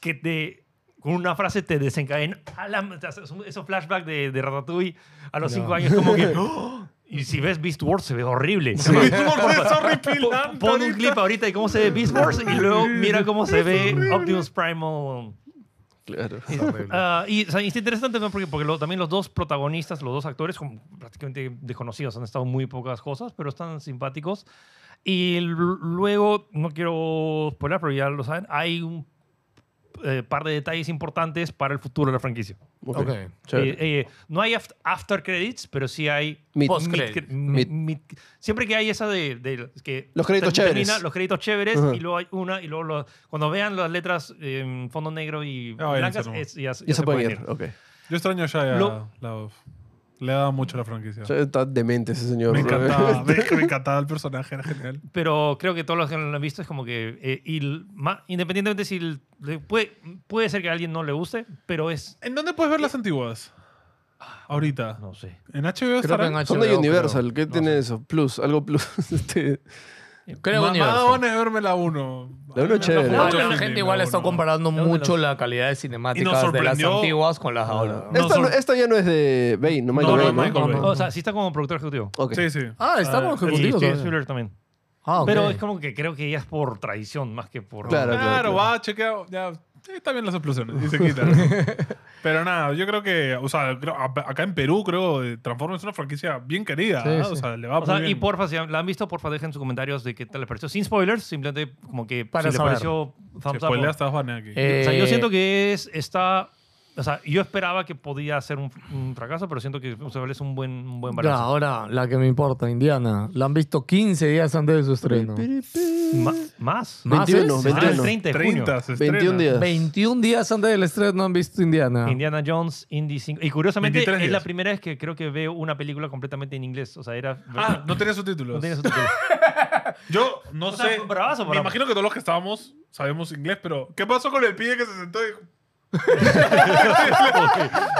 Speaker 3: que te con una frase te desencadena a la- te hace un- esos flashbacks de, de Ratatouille a los cinco años como que ¡oh! y si ves Beast Wars se ve horrible
Speaker 1: Es
Speaker 3: Pon-
Speaker 1: horripilante
Speaker 3: Pon un
Speaker 1: ahorita.
Speaker 3: clip ahorita de cómo se ve Beast Wars y luego mira cómo se ve Optimus Primal
Speaker 2: Claro.
Speaker 3: Ah, y o sea, y es interesante ¿no? porque, porque lo- también los dos protagonistas, los dos actores, como prácticamente desconocidos, han estado en muy pocas cosas, pero están simpáticos. Y l- luego, no quiero spoiler, pero ya lo saben, hay un eh, par de detalles importantes para el futuro de la franquicia.
Speaker 2: Ok,
Speaker 4: Ok.
Speaker 2: chévere.
Speaker 3: Eh, eh, no hay aft- after credits, pero sí hay
Speaker 2: Mid-
Speaker 4: post-
Speaker 3: mid-
Speaker 4: Post-credits.
Speaker 3: mid- mid- siempre que hay esa de, de- que
Speaker 2: Los créditos
Speaker 3: termina
Speaker 2: chéveres.
Speaker 3: los créditos chéveres
Speaker 2: Ajá.
Speaker 3: y luego hay una y luego lo- cuando vean las letras en fondo negro y
Speaker 1: Ah, váyanse
Speaker 3: blancas
Speaker 1: nomás.
Speaker 3: es- ya, ya
Speaker 2: Ya, se pueden ir. Ok.
Speaker 1: Yo extraño ya a
Speaker 3: Lo-
Speaker 1: la- Le daba mucho a la franquicia.
Speaker 2: O sea, Está demente ese señor.
Speaker 1: Me encantaba, me, me encantaba el personaje, era genial.
Speaker 3: pero creo que todos los que lo han visto es como que eh, y l- ma- independientemente si l- le puede, puede ser que a alguien no le guste pero es
Speaker 1: ¿En dónde puedes ver las antiguas? Ahorita.
Speaker 3: no sé
Speaker 1: ¿En HBO
Speaker 4: Creo que
Speaker 1: estarán?
Speaker 4: en
Speaker 2: Son de
Speaker 4: HBO,
Speaker 2: Universal. ¿Qué
Speaker 4: creo. No
Speaker 2: tiene
Speaker 4: sé.
Speaker 2: eso? Plus, algo plus. Este,
Speaker 4: Creo
Speaker 1: Ma-
Speaker 4: Universal.
Speaker 1: Más van es verme la 1.
Speaker 2: La uno es chévere.
Speaker 4: Mucho,
Speaker 2: Ah,
Speaker 4: la gente igual ha estado comparando
Speaker 3: Uno de
Speaker 4: mucho
Speaker 3: los-
Speaker 4: la calidad de cinemáticas de las
Speaker 1: sorprendió.
Speaker 4: antiguas con las ahora.
Speaker 1: No,
Speaker 2: esta, no-
Speaker 1: son-
Speaker 2: esta ya no es de Bane, no
Speaker 1: No,
Speaker 2: Michael
Speaker 1: no,
Speaker 2: Bay, ¿no?
Speaker 1: Michael Bay.
Speaker 3: o sea sí está como productor ejecutivo
Speaker 2: Ok.
Speaker 1: Sí, sí.
Speaker 4: Ah, está
Speaker 1: Ah,
Speaker 4: como
Speaker 3: y
Speaker 4: ejecutivo.
Speaker 3: Steven
Speaker 4: todavía.
Speaker 3: Spielberg también
Speaker 4: Ah, ok.
Speaker 3: pero es como que creo que ya es por tradición más que por
Speaker 2: Claro,
Speaker 1: Claro,
Speaker 2: claro.
Speaker 1: va, chequea. Ya, eh, está bien las explosiones. Y se quita. Pero nada, yo creo que. O sea, creo- a- acá en Perú, creo eh, Transformers es una franquicia bien querida.
Speaker 4: Sí,
Speaker 1: ¿ah?
Speaker 4: sí.
Speaker 1: O sea, le va
Speaker 3: O sea,
Speaker 1: muy
Speaker 3: y
Speaker 1: bien.
Speaker 3: porfa, si la han visto, porfa, dejen sus comentarios de qué tal les pareció. Sin spoilers, simplemente como que
Speaker 4: Para
Speaker 3: si les
Speaker 4: saber.
Speaker 3: pareció thumbs
Speaker 1: Se
Speaker 3: up.
Speaker 1: spoilea
Speaker 3: o-
Speaker 1: hasta Juan aquí.
Speaker 4: Eh,
Speaker 3: o sea, yo siento que es está o sea, yo esperaba que podía ser un, un fracaso, pero siento que Usable es un buen un buen
Speaker 4: Ya,
Speaker 3: balance.
Speaker 4: ahora, la que me importa, Indiana. La han visto 15 días antes de su estreno.
Speaker 3: Ma- más.
Speaker 4: ¿Más
Speaker 2: 21,
Speaker 4: es?
Speaker 2: 21.
Speaker 3: Ah, el 30 de junio.
Speaker 1: 30 se
Speaker 2: 21
Speaker 1: estrena.
Speaker 2: días.
Speaker 4: 21 días antes del estreno no han visto Indiana.
Speaker 3: Indiana Jones, Indy 5. Y curiosamente,
Speaker 1: 23
Speaker 3: es la
Speaker 1: días.
Speaker 3: primera vez que creo que veo una película completamente en inglés. O sea, era.
Speaker 1: Ah, no tenía subtítulos.
Speaker 3: no tenía subtítulos.
Speaker 1: Yo no
Speaker 3: sea,
Speaker 1: sé.
Speaker 3: fue bravazo
Speaker 1: me
Speaker 3: para-
Speaker 1: imagino que todos los que estábamos sabemos inglés, pero ¿qué pasó con el pibe que se sentó y dijo?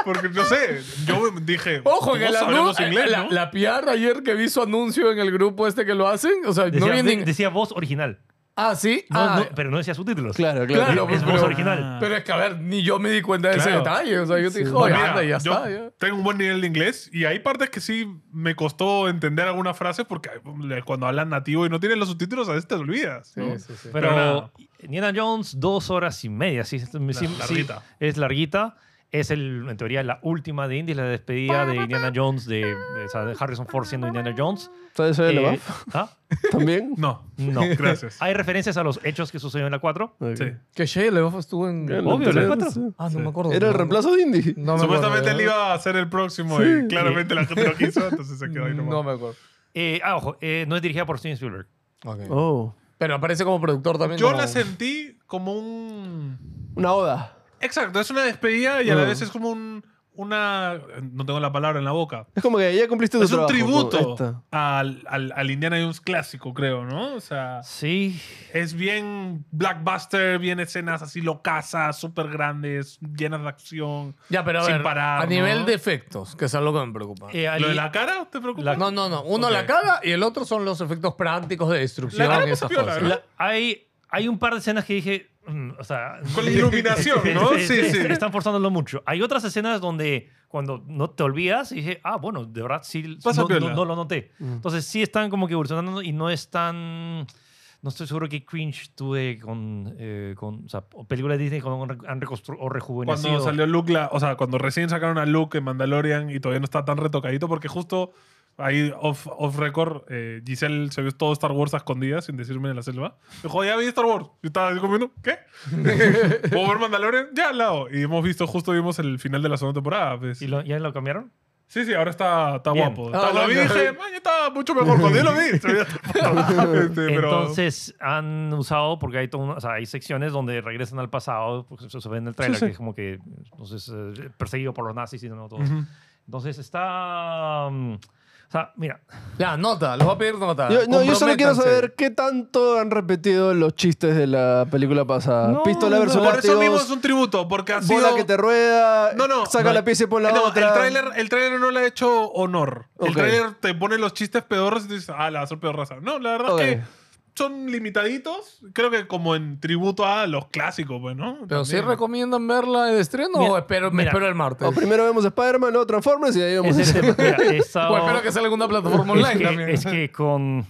Speaker 1: Porque no sé, yo dije,
Speaker 4: Ojo, que
Speaker 1: todos
Speaker 4: la,
Speaker 1: sabemos
Speaker 4: anun-
Speaker 1: inglés,
Speaker 4: la,
Speaker 1: ¿no?
Speaker 4: la PR ayer que vi su anuncio en el grupo este que lo hacen, o sea,
Speaker 3: Decía,
Speaker 4: no vi
Speaker 3: de-
Speaker 4: ni-
Speaker 3: decía voz original.
Speaker 4: Ah, sí.
Speaker 3: No,
Speaker 4: Ah,
Speaker 3: no, pero no decía subtítulos.
Speaker 2: Claro, claro.
Speaker 4: claro,
Speaker 3: Es
Speaker 4: pero,
Speaker 3: voz original.
Speaker 4: pero es que, a ver, ni yo me di cuenta de ese
Speaker 1: Claro.
Speaker 4: detalle. O sea, yo te dije,
Speaker 1: Pues
Speaker 4: oye,
Speaker 1: mira,
Speaker 4: anda, ya
Speaker 1: yo
Speaker 4: está. ya.
Speaker 1: Tengo un buen nivel de inglés y hay partes que sí me costó entender algunas frases porque le- cuando hablan nativo y no tienen los subtítulos a veces te olvidas. ¿no?
Speaker 4: Sí, sí, sí.
Speaker 1: Pero
Speaker 3: Pero
Speaker 1: nada.
Speaker 3: Indiana Jones, dos horas y media. Sí, es- sí, sí,
Speaker 1: larguita.
Speaker 3: es larguita. Es, el, en teoría, la última de Indy, la despedida de Indiana Jones, de, de- o sea, de Harrison Ford siendo Indiana Jones.
Speaker 2: ¿Sabes de
Speaker 3: Eh,
Speaker 2: la
Speaker 3: ¿ah?
Speaker 2: ¿También?
Speaker 1: No,
Speaker 3: No.
Speaker 1: gracias.
Speaker 3: Hay referencias a los hechos que sucedieron en la 4.
Speaker 2: Ok.
Speaker 1: Sí.
Speaker 4: Que Shia LaBeouf estuvo en...
Speaker 2: Claro,
Speaker 3: Obvio, la
Speaker 2: entonces,
Speaker 3: cuatro.
Speaker 2: sí.
Speaker 4: Ah, no me acuerdo.
Speaker 2: Era el
Speaker 4: No,
Speaker 2: reemplazo de Indy.
Speaker 4: no me acuerdo,
Speaker 1: Supuestamente él
Speaker 4: ¿verdad?
Speaker 1: iba a ser el próximo
Speaker 2: Sí.
Speaker 1: y claramente la gente lo quiso, entonces se quedó ahí nomás.
Speaker 4: No me acuerdo.
Speaker 3: Eh, ah, ojo, eh, no es dirigida por Steven Spielberg.
Speaker 4: Ok.
Speaker 2: Oh,
Speaker 4: Pero aparece como productor también.
Speaker 1: Yo
Speaker 4: como-
Speaker 1: la sentí como un.
Speaker 2: una oda.
Speaker 1: Exacto, es una despedida y a la
Speaker 2: Mm.
Speaker 1: vez es como un. Una. No tengo la palabra en la boca.
Speaker 2: Es como que ya cumpliste tu
Speaker 1: Es un
Speaker 2: trabajo, como
Speaker 1: tributo
Speaker 2: esta.
Speaker 1: al, al, al Indiana Jones clásico, creo, ¿no? O sea,
Speaker 3: Sí.
Speaker 1: es bien blackbuster, bien escenas así locasas, súper grandes, llenas de acción.
Speaker 4: Ya, pero a
Speaker 1: sin
Speaker 4: ver,
Speaker 1: parar,
Speaker 4: a
Speaker 1: ¿no?
Speaker 4: nivel de efectos, que es algo que me preocupa.
Speaker 3: eh,
Speaker 1: ¿Lo de
Speaker 3: Ali-
Speaker 1: la cara te preocupa?
Speaker 3: la-
Speaker 4: No, no, no. Uno
Speaker 1: Ok.
Speaker 4: la cara y el otro son los efectos prácticos de destrucción
Speaker 1: La cara
Speaker 4: y
Speaker 1: pasa
Speaker 4: esas
Speaker 1: piola,
Speaker 4: cosas.
Speaker 1: ¿no?
Speaker 3: la- hay, hay un par de escenas que dije. mm, o sea.
Speaker 1: Con la iluminación, ¿no?
Speaker 3: Es-
Speaker 1: Sí,
Speaker 3: es-
Speaker 1: sí.
Speaker 3: Están forzándolo mucho. Hay otras escenas donde cuando no te olvidas y dije, ah, bueno, de verdad sí
Speaker 1: Pasa
Speaker 3: no,
Speaker 1: piola.
Speaker 3: no- no lo noté. Entonces sí están como que evolucionando y no están... No estoy seguro que cringe tuve con, eh, con o sea, o películas de Disney cuando han re- han reconstruido o rejuvenecido.
Speaker 1: Cuando salió Luke, la- o sea, cuando recién sacaron a Luke en Mandalorian y todavía no está tan retocadito, porque justo ahí, off, off record, eh, Giselle se vio todo Star Wars a escondidas sin decirme en la selva. Dijo, ya vi Star Wars. Yo estaba así comiendo, ¿qué? ¿Puedo ver Mandalorian? Ya al lado. Y hemos visto, justo vimos el final de la segunda temporada. pues.
Speaker 3: ¿Y lo- ¿Ya lo cambiaron?
Speaker 1: Sí, sí, ahora está, está
Speaker 3: Bien.
Speaker 1: guapo.
Speaker 4: Ah,
Speaker 1: lo vi y
Speaker 4: bueno.
Speaker 1: dije, "Man, ya está mucho mejor. Cuando yo lo vi, se veía todo. Este, pero-
Speaker 3: Entonces han usado, porque hay, todo un- o sea, hay secciones donde regresan al pasado, porque eso se ve en el trailer,
Speaker 2: sí.
Speaker 3: que es como que entonces, eh, perseguido por los nazis y no, todo.
Speaker 1: Ujú.
Speaker 3: Entonces está... mm, o sea, mira,
Speaker 4: Ya, nota, les voy a pedir
Speaker 1: Ah,
Speaker 4: nota.
Speaker 2: Yo, no, yo solo quiero
Speaker 4: Comprométanse.
Speaker 2: saber qué tanto han repetido los chistes de la película pasada.
Speaker 3: No,
Speaker 2: Ah, Pistola
Speaker 3: no,
Speaker 2: versus
Speaker 1: Por eso mismo es
Speaker 2: látigos,
Speaker 1: un tributo, porque ha sido...
Speaker 2: bola que te rueda,
Speaker 1: No, no.
Speaker 2: saca
Speaker 1: No,
Speaker 2: la pieza y pon la
Speaker 1: no,
Speaker 2: otra.
Speaker 1: El tráiler el tráiler no le ha hecho honor.
Speaker 2: Ok.
Speaker 1: El tráiler te pone los chistes pedorros y te dices, ah, la son pedorraza. No, la verdad es
Speaker 2: Ok.
Speaker 1: que son limitaditos. Creo que como en tributo a los clásicos, pues, ¿no?
Speaker 4: ¿Pero sí
Speaker 1: También.
Speaker 4: recomiendan verla de estreno
Speaker 3: Mira,
Speaker 4: o espero, me
Speaker 3: mira.
Speaker 4: espero el martes?
Speaker 2: O primero vemos Spider-Man, luego Transformers y ahí vamos.
Speaker 3: ese es el tema. Mira, he estado-
Speaker 4: O espero que salga en una plataforma
Speaker 3: es
Speaker 4: online
Speaker 3: que,
Speaker 4: también.
Speaker 3: es que con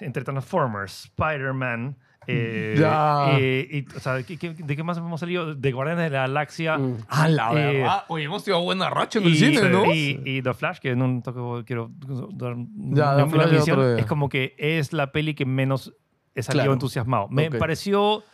Speaker 3: entre Transformers, Spider-Man, Eh,
Speaker 4: Ya.
Speaker 3: eh, y, o sea, ¿qué- qué- de qué más hemos salido? De Guardianes de la Galaxia.
Speaker 4: Ah, la
Speaker 3: Eh,
Speaker 4: verdad. Oye, hemos tenido buena racha en el
Speaker 3: Y,
Speaker 4: cine, ¿no?
Speaker 3: y, y The Flash, que en un toque quiero dar un-
Speaker 4: Ya, The
Speaker 3: una
Speaker 4: Flash es
Speaker 3: visión,
Speaker 4: otro día.
Speaker 3: es como que es la peli que menos he salido
Speaker 2: Claro.
Speaker 3: entusiasmado. Me
Speaker 2: Ok.
Speaker 3: pareció.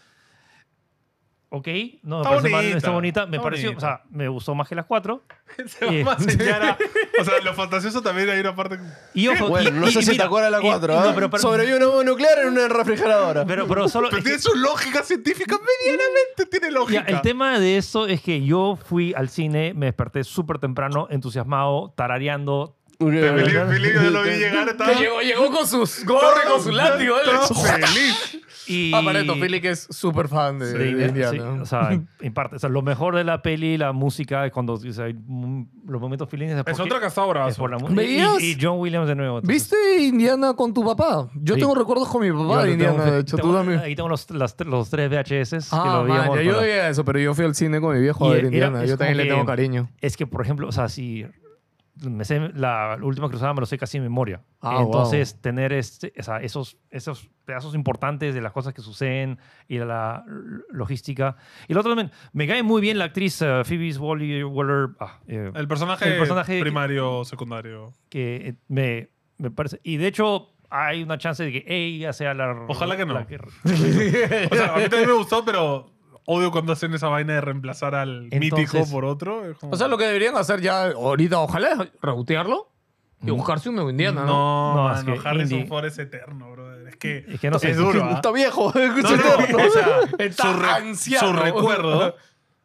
Speaker 3: Ok, no, me
Speaker 1: Está
Speaker 3: parece mal,
Speaker 1: bonita,
Speaker 3: está bonita. Me
Speaker 1: está
Speaker 3: pareció,
Speaker 1: bonita.
Speaker 3: o sea, me gustó más que las cuatro.
Speaker 1: Se va
Speaker 3: Eh,
Speaker 1: a enseñar a- O sea, lo fantasioso también hay una parte...
Speaker 3: Y ojo,
Speaker 2: Bueno,
Speaker 3: y-
Speaker 2: no
Speaker 3: y-
Speaker 2: sé
Speaker 3: y
Speaker 2: si
Speaker 3: mira,
Speaker 2: te acuerdas de la
Speaker 3: y-
Speaker 2: 4,
Speaker 3: no,
Speaker 4: ¿eh?
Speaker 2: ¿ah?
Speaker 3: pero- pero-
Speaker 2: Sobre una bomba nuclear en una refrigeradora.
Speaker 3: Pero, pero solo.
Speaker 1: Pero
Speaker 3: es que- Mm.
Speaker 1: tiene su lógica científica, medianamente tiene
Speaker 3: Ya,
Speaker 1: lógica.
Speaker 3: el tema de eso es que yo fui al cine, me desperté súper temprano, entusiasmado, tarareando.
Speaker 1: Felipe, Felipe, yo lo vi llegar, estaba...
Speaker 4: Que llegó, llegó con sus gorros, con su látigo. ¿eh?
Speaker 1: Estaba feliz.
Speaker 3: Y,
Speaker 4: Ah, para esto, Philly que es súper fan de,
Speaker 3: de
Speaker 4: de
Speaker 3: Indiana, sí.
Speaker 4: Indiana.
Speaker 3: o sea, en- en parte, o sea, lo mejor de la peli, la música, es cuando o sea, hay mm, los momentos feelings.
Speaker 1: Es otra casa
Speaker 3: es por la mu- y,
Speaker 4: ¿Veías?
Speaker 3: y- y John Williams de nuevo. entonces.
Speaker 4: ¿Viste Indiana con tu papá? Yo
Speaker 3: Sí.
Speaker 4: tengo recuerdos con mi
Speaker 3: Yo
Speaker 4: papá de
Speaker 3: tengo-
Speaker 4: Indiana,
Speaker 3: tengo-
Speaker 4: de hecho, tú
Speaker 3: tengo-
Speaker 4: también.
Speaker 3: Ahí tengo los, las- los tres VHS que
Speaker 4: Ah,
Speaker 3: lo
Speaker 4: man,
Speaker 3: veíamos.
Speaker 4: ya yo
Speaker 3: pero-
Speaker 4: veía eso, pero yo fui al cine con mi viejo
Speaker 3: Y
Speaker 4: a ver
Speaker 3: era-
Speaker 4: Indiana.
Speaker 3: es
Speaker 4: yo también
Speaker 3: como
Speaker 4: le
Speaker 3: que-
Speaker 4: tengo cariño.
Speaker 3: Es que, por ejemplo, o sea, si me sé la última cruzada me lo sé casi en memoria.
Speaker 4: Ah,
Speaker 3: Entonces, tener este, o sea, esos, esos pedazos importantes de las cosas que suceden y de la l- logística. Y lo otro también, me cae muy bien la actriz eh, Phoebe Waller, Waller ah, eh,
Speaker 1: El personaje,
Speaker 3: El personaje-
Speaker 1: primario, secundario.
Speaker 3: que eh, me, me parece. Y de hecho, hay una chance de que ella sea la.
Speaker 1: Ojalá que no.
Speaker 3: la
Speaker 1: O sea, a mí también me gustó, pero odio cuando hacen esa vaina de reemplazar al
Speaker 3: Entonces-
Speaker 1: mítico por otro. Es como-
Speaker 4: O sea, lo que deberían hacer ya ahorita, ojalá, es rautearlo y buscarse un nuevo Indiana, ¿no?
Speaker 1: No,
Speaker 3: No,
Speaker 1: mano,
Speaker 3: es que
Speaker 1: Harrison
Speaker 3: indie-
Speaker 1: Ford es eterno, brother. Es que
Speaker 3: Es que no sé, es
Speaker 1: duro, ¿ah?
Speaker 2: Está viejo.
Speaker 1: No, no, o sea,
Speaker 4: Está
Speaker 1: su, re-
Speaker 4: anciano.
Speaker 1: su recuerdo.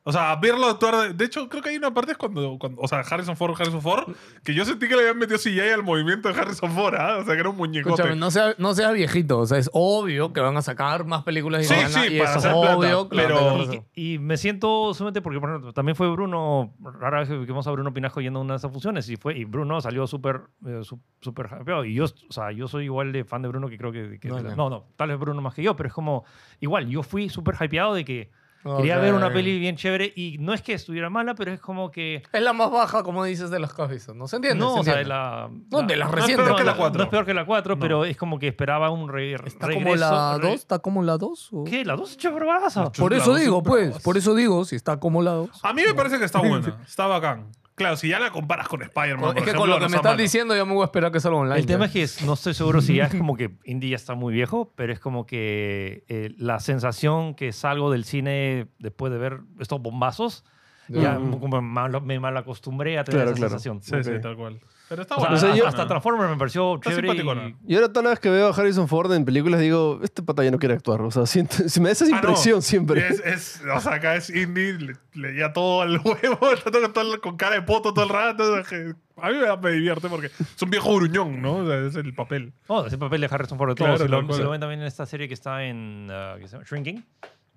Speaker 1: O sea, verlo actuar. de- De hecho, creo que hay una parte es cuando, cuando- O sea, Harrison Ford, Harrison Ford. Que yo sentí que le habían metido CGI al movimiento de Harrison Ford, ¿ah? O sea, que era un muñecote.
Speaker 4: Escúchame, no sea, no sea viejito. O sea, es obvio que van a sacar más películas de
Speaker 1: Sí,
Speaker 4: Indiana.
Speaker 1: sí,
Speaker 4: y
Speaker 1: para
Speaker 4: eso es
Speaker 1: hacer plata,
Speaker 4: obvio, claro,
Speaker 1: pero-
Speaker 4: tenés razón.
Speaker 3: Y, y me siento sumamente porque, por ejemplo, también fue Bruno, rara vez que vemos a Bruno Pinasco yendo a una de esas funciones, y, fue, y Bruno salió súper, eh, su- súper hypeado. Y yo, o sea, yo soy igual de fan de Bruno que creo que. que-
Speaker 4: No,
Speaker 3: que-
Speaker 4: no.
Speaker 3: no. no, tal vez Bruno más que yo, pero es como, igual, yo fui súper hypeado de que quería
Speaker 4: Ok.
Speaker 3: ver una peli bien chévere y no es que estuviera mala, pero es como que.
Speaker 4: Es la más baja, como dices, de las cafés. ¿No se entiende?
Speaker 3: No,
Speaker 4: se
Speaker 3: o sea, de
Speaker 4: entiende.
Speaker 3: la.
Speaker 4: No, de las
Speaker 1: es
Speaker 4: recientes.
Speaker 1: peor
Speaker 3: no,
Speaker 1: que la
Speaker 3: no,
Speaker 1: cuatro.
Speaker 3: no es peor que la 4, pero es como que esperaba un re,
Speaker 4: ¿Está
Speaker 3: regreso.
Speaker 4: como la
Speaker 3: re-
Speaker 4: 2? ¿Está como la 2?
Speaker 3: ¿Qué? ¿La 2 hecha bravaza?
Speaker 4: Por
Speaker 1: La
Speaker 4: eso
Speaker 1: dos
Speaker 4: digo,
Speaker 1: siempre
Speaker 4: pues.
Speaker 1: vas.
Speaker 4: Por eso digo, si está como la 2.
Speaker 1: A mí me parece que está buena. Está bacán. Claro, si ya la comparas con Spider-Man.
Speaker 4: Es
Speaker 1: por
Speaker 4: que
Speaker 1: ejemplo,
Speaker 4: con lo
Speaker 1: no
Speaker 4: que
Speaker 1: está
Speaker 4: me estás
Speaker 1: mala.
Speaker 4: diciendo, yo me voy a esperar que salga online.
Speaker 3: El tema es que es- no estoy seguro si ya es como que Indy ya está muy viejo, pero es como que eh, la sensación que salgo del cine después de ver estos bombazos, ya
Speaker 2: Ujú.
Speaker 3: como mal- me mal acostumbré a tener
Speaker 2: Claro,
Speaker 3: esa
Speaker 2: claro.
Speaker 3: sensación.
Speaker 1: Sí, sí,
Speaker 2: Ok.
Speaker 1: tal cual. Pero está
Speaker 3: O sea,
Speaker 1: buena.
Speaker 2: sea,
Speaker 3: hasta,
Speaker 2: yo-
Speaker 3: hasta Transformers me pareció
Speaker 1: Está Ah,
Speaker 3: chévere.
Speaker 1: simpaticona.
Speaker 3: y-
Speaker 2: Y ahora todas las vez que veo a Harrison Ford en películas digo, este pata ya no quiere actuar. O sea, siento- se me da esa
Speaker 1: Ah, no.
Speaker 2: impresión siempre.
Speaker 1: Es, es- o sea, acá es indie, le, leía todo al huevo, está todo- todo- con cara de poto todo el rato. o sea, que A mí me, da- me divierte porque es un viejo gruñón, ¿no? O sea, es el papel.
Speaker 3: No, Oh, ese papel de Harrison Ford de
Speaker 1: Claro,
Speaker 3: todo. Si
Speaker 1: tal
Speaker 3: lo,
Speaker 1: cual.
Speaker 3: si lo ven también en esta serie que está en uh, que se llama Shrinking.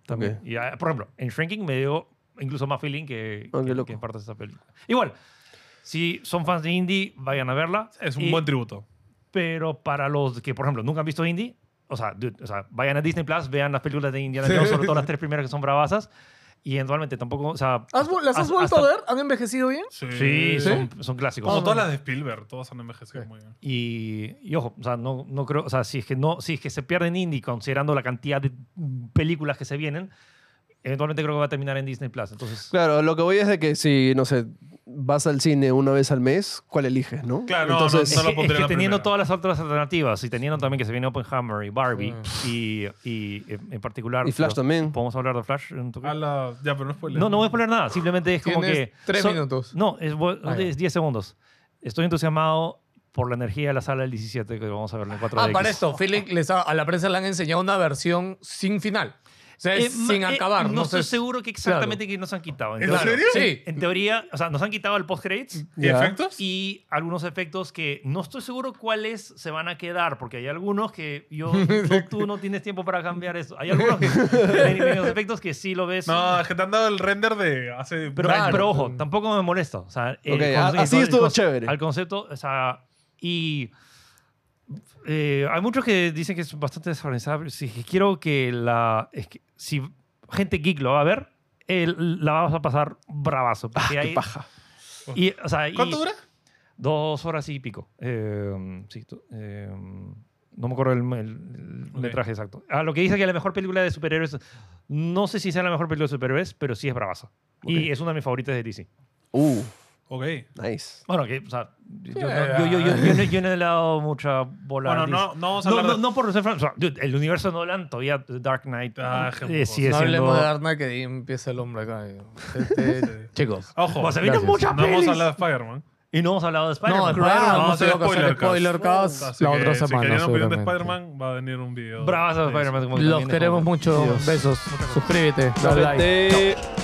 Speaker 3: También.
Speaker 2: Ok.
Speaker 3: Y, ah, por ejemplo, en Shrinking me dio incluso más feeling que,
Speaker 2: Ah, qué
Speaker 3: que-
Speaker 2: loco.
Speaker 3: que en parte de esta película. Igual, si son fans de Indie, vayan a verla.
Speaker 1: Es un
Speaker 3: Y-
Speaker 1: buen tributo.
Speaker 3: Pero para los que, por ejemplo, nunca han visto Indie, o sea, dude, o sea, vayan a Disney Plus, vean las películas de Indiana Jones, sobre todo las tres primeras que son bravasas. Y eventualmente tampoco, o sea.
Speaker 4: ¿Has vu- ¿Las has
Speaker 3: hasta-
Speaker 4: vuelto a
Speaker 3: hasta-
Speaker 4: ver? ¿Han envejecido bien?
Speaker 1: Eh,
Speaker 3: Sí, Son, son clásicos.
Speaker 1: Como
Speaker 3: Son-
Speaker 1: todas las de Spielberg, todas han envejecido muy bien.
Speaker 3: Y, y ojo, o sea, no, no creo, o sea, si es que no, si es que se pierde en Indie, considerando la cantidad de películas que se vienen, eventualmente creo que va a terminar en Disney Plus. Entonces,
Speaker 2: Claro, lo que voy es de que si, no sé, vas al cine una vez al mes, ¿cuál eliges, no?
Speaker 1: Claro, no,
Speaker 2: Entonces,
Speaker 1: no,
Speaker 3: es
Speaker 1: solo
Speaker 3: que,
Speaker 1: pondría
Speaker 3: es que
Speaker 1: la
Speaker 3: teniendo
Speaker 1: primera.
Speaker 3: todas las otras alternativas y teniendo también que se viene Oppenheimer y Barbie y, y, eh, en particular
Speaker 2: Y Flash
Speaker 3: los-
Speaker 2: también.
Speaker 3: podemos hablar de Flash en tu
Speaker 1: A la- ya, pero no spoiler.
Speaker 3: No, no voy a poner nada. Simplemente es como
Speaker 4: Tienes
Speaker 3: que.
Speaker 4: tres minutos.
Speaker 3: No, es, bo-
Speaker 4: Ah, ya.
Speaker 3: es 10 segundos. Estoy entusiasmado por la energía de la sala del 17 que vamos a ver en 4
Speaker 4: Ah, para esto, Philip les ha- a la prensa le han enseñado una versión sin final. O sea, es sin acabar.
Speaker 3: Eh, no,
Speaker 4: no
Speaker 3: estoy
Speaker 4: sé.
Speaker 3: seguro que exactamente que nos han quitado.
Speaker 1: ¿En
Speaker 3: teoría-
Speaker 1: serio?
Speaker 4: Sí.
Speaker 3: En teoría, o sea, nos han quitado el post-credits
Speaker 1: ¿Y
Speaker 2: Ya.
Speaker 1: efectos?
Speaker 3: y algunos efectos que no estoy seguro cuáles se van a quedar, porque hay algunos que yo, no- tú no tienes tiempo para cambiar eso. Hay algunos que, hay algunos efectos que sí lo ves.
Speaker 1: No, es que te han dado el render de hace.
Speaker 3: Pero,
Speaker 1: un año.
Speaker 3: pero ojo, tampoco me molesta. O sea, el
Speaker 2: Ok,
Speaker 3: conce-
Speaker 2: a- así
Speaker 3: el
Speaker 2: estuvo
Speaker 3: conce-
Speaker 2: chévere.
Speaker 3: Al concepto, o sea, y eh, hay muchos que dicen que es bastante desorganizado. Si quiero que la. es que si gente geek lo va a ver, el- la vas a pasar bravazo. Porque hay,
Speaker 2: Ah, paja.
Speaker 3: Y, o sea, y
Speaker 1: ¿Cuánto dura?
Speaker 3: Em, Dos horas y pico. Eh, sí, to- eh, No me acuerdo el, el- el
Speaker 1: Ok.
Speaker 3: metraje exacto. A lo que dice que la mejor película de superhéroes, no sé si sea la mejor película de superhéroes, pero sí es bravaza. Y es una de mis favoritas de DC.
Speaker 2: Uh,
Speaker 1: Ok.
Speaker 2: nice.
Speaker 3: Bueno, que, o sea, yo, no- eh, yo- yo- yo- yo no, yo no he dado mucha bola. a
Speaker 1: Bueno,
Speaker 3: DC.
Speaker 1: no, no vamos a
Speaker 3: No,
Speaker 1: hablar
Speaker 3: no,
Speaker 1: de-
Speaker 3: no por ser fan- o sea, dude, el universo de Nolan todavía Dark Knight
Speaker 1: Ah,
Speaker 3: eh, sigue
Speaker 4: no hablemos de
Speaker 3: siendo...
Speaker 4: Arna que ahí empieza el hombre acá. Este- Chicos.
Speaker 1: Ojo.
Speaker 3: O sea, vino
Speaker 4: Gracias.
Speaker 3: muchas
Speaker 1: No vamos
Speaker 3: pelis.
Speaker 1: a hablar de Spider-Man.
Speaker 3: Y no hemos hablado de
Speaker 4: No,
Speaker 3: Spider-Man.
Speaker 4: Spider-Man
Speaker 1: Vamos a
Speaker 4: no
Speaker 1: hacer
Speaker 4: tengo que hacer
Speaker 1: spoiler
Speaker 4: spoiler cast
Speaker 1: Así
Speaker 4: la
Speaker 1: que,
Speaker 4: otra
Speaker 1: Si
Speaker 4: semana.
Speaker 1: querían opinión de
Speaker 4: seguramente.
Speaker 1: Spider-Man, va a venir un video.
Speaker 3: Bravas a
Speaker 1: de eso.
Speaker 3: Spider-Man. como
Speaker 4: Los
Speaker 3: también
Speaker 4: queremos
Speaker 3: estamos-
Speaker 4: mucho.
Speaker 3: Dios.
Speaker 4: Besos. Suscríbete. Dale like.
Speaker 2: Vete.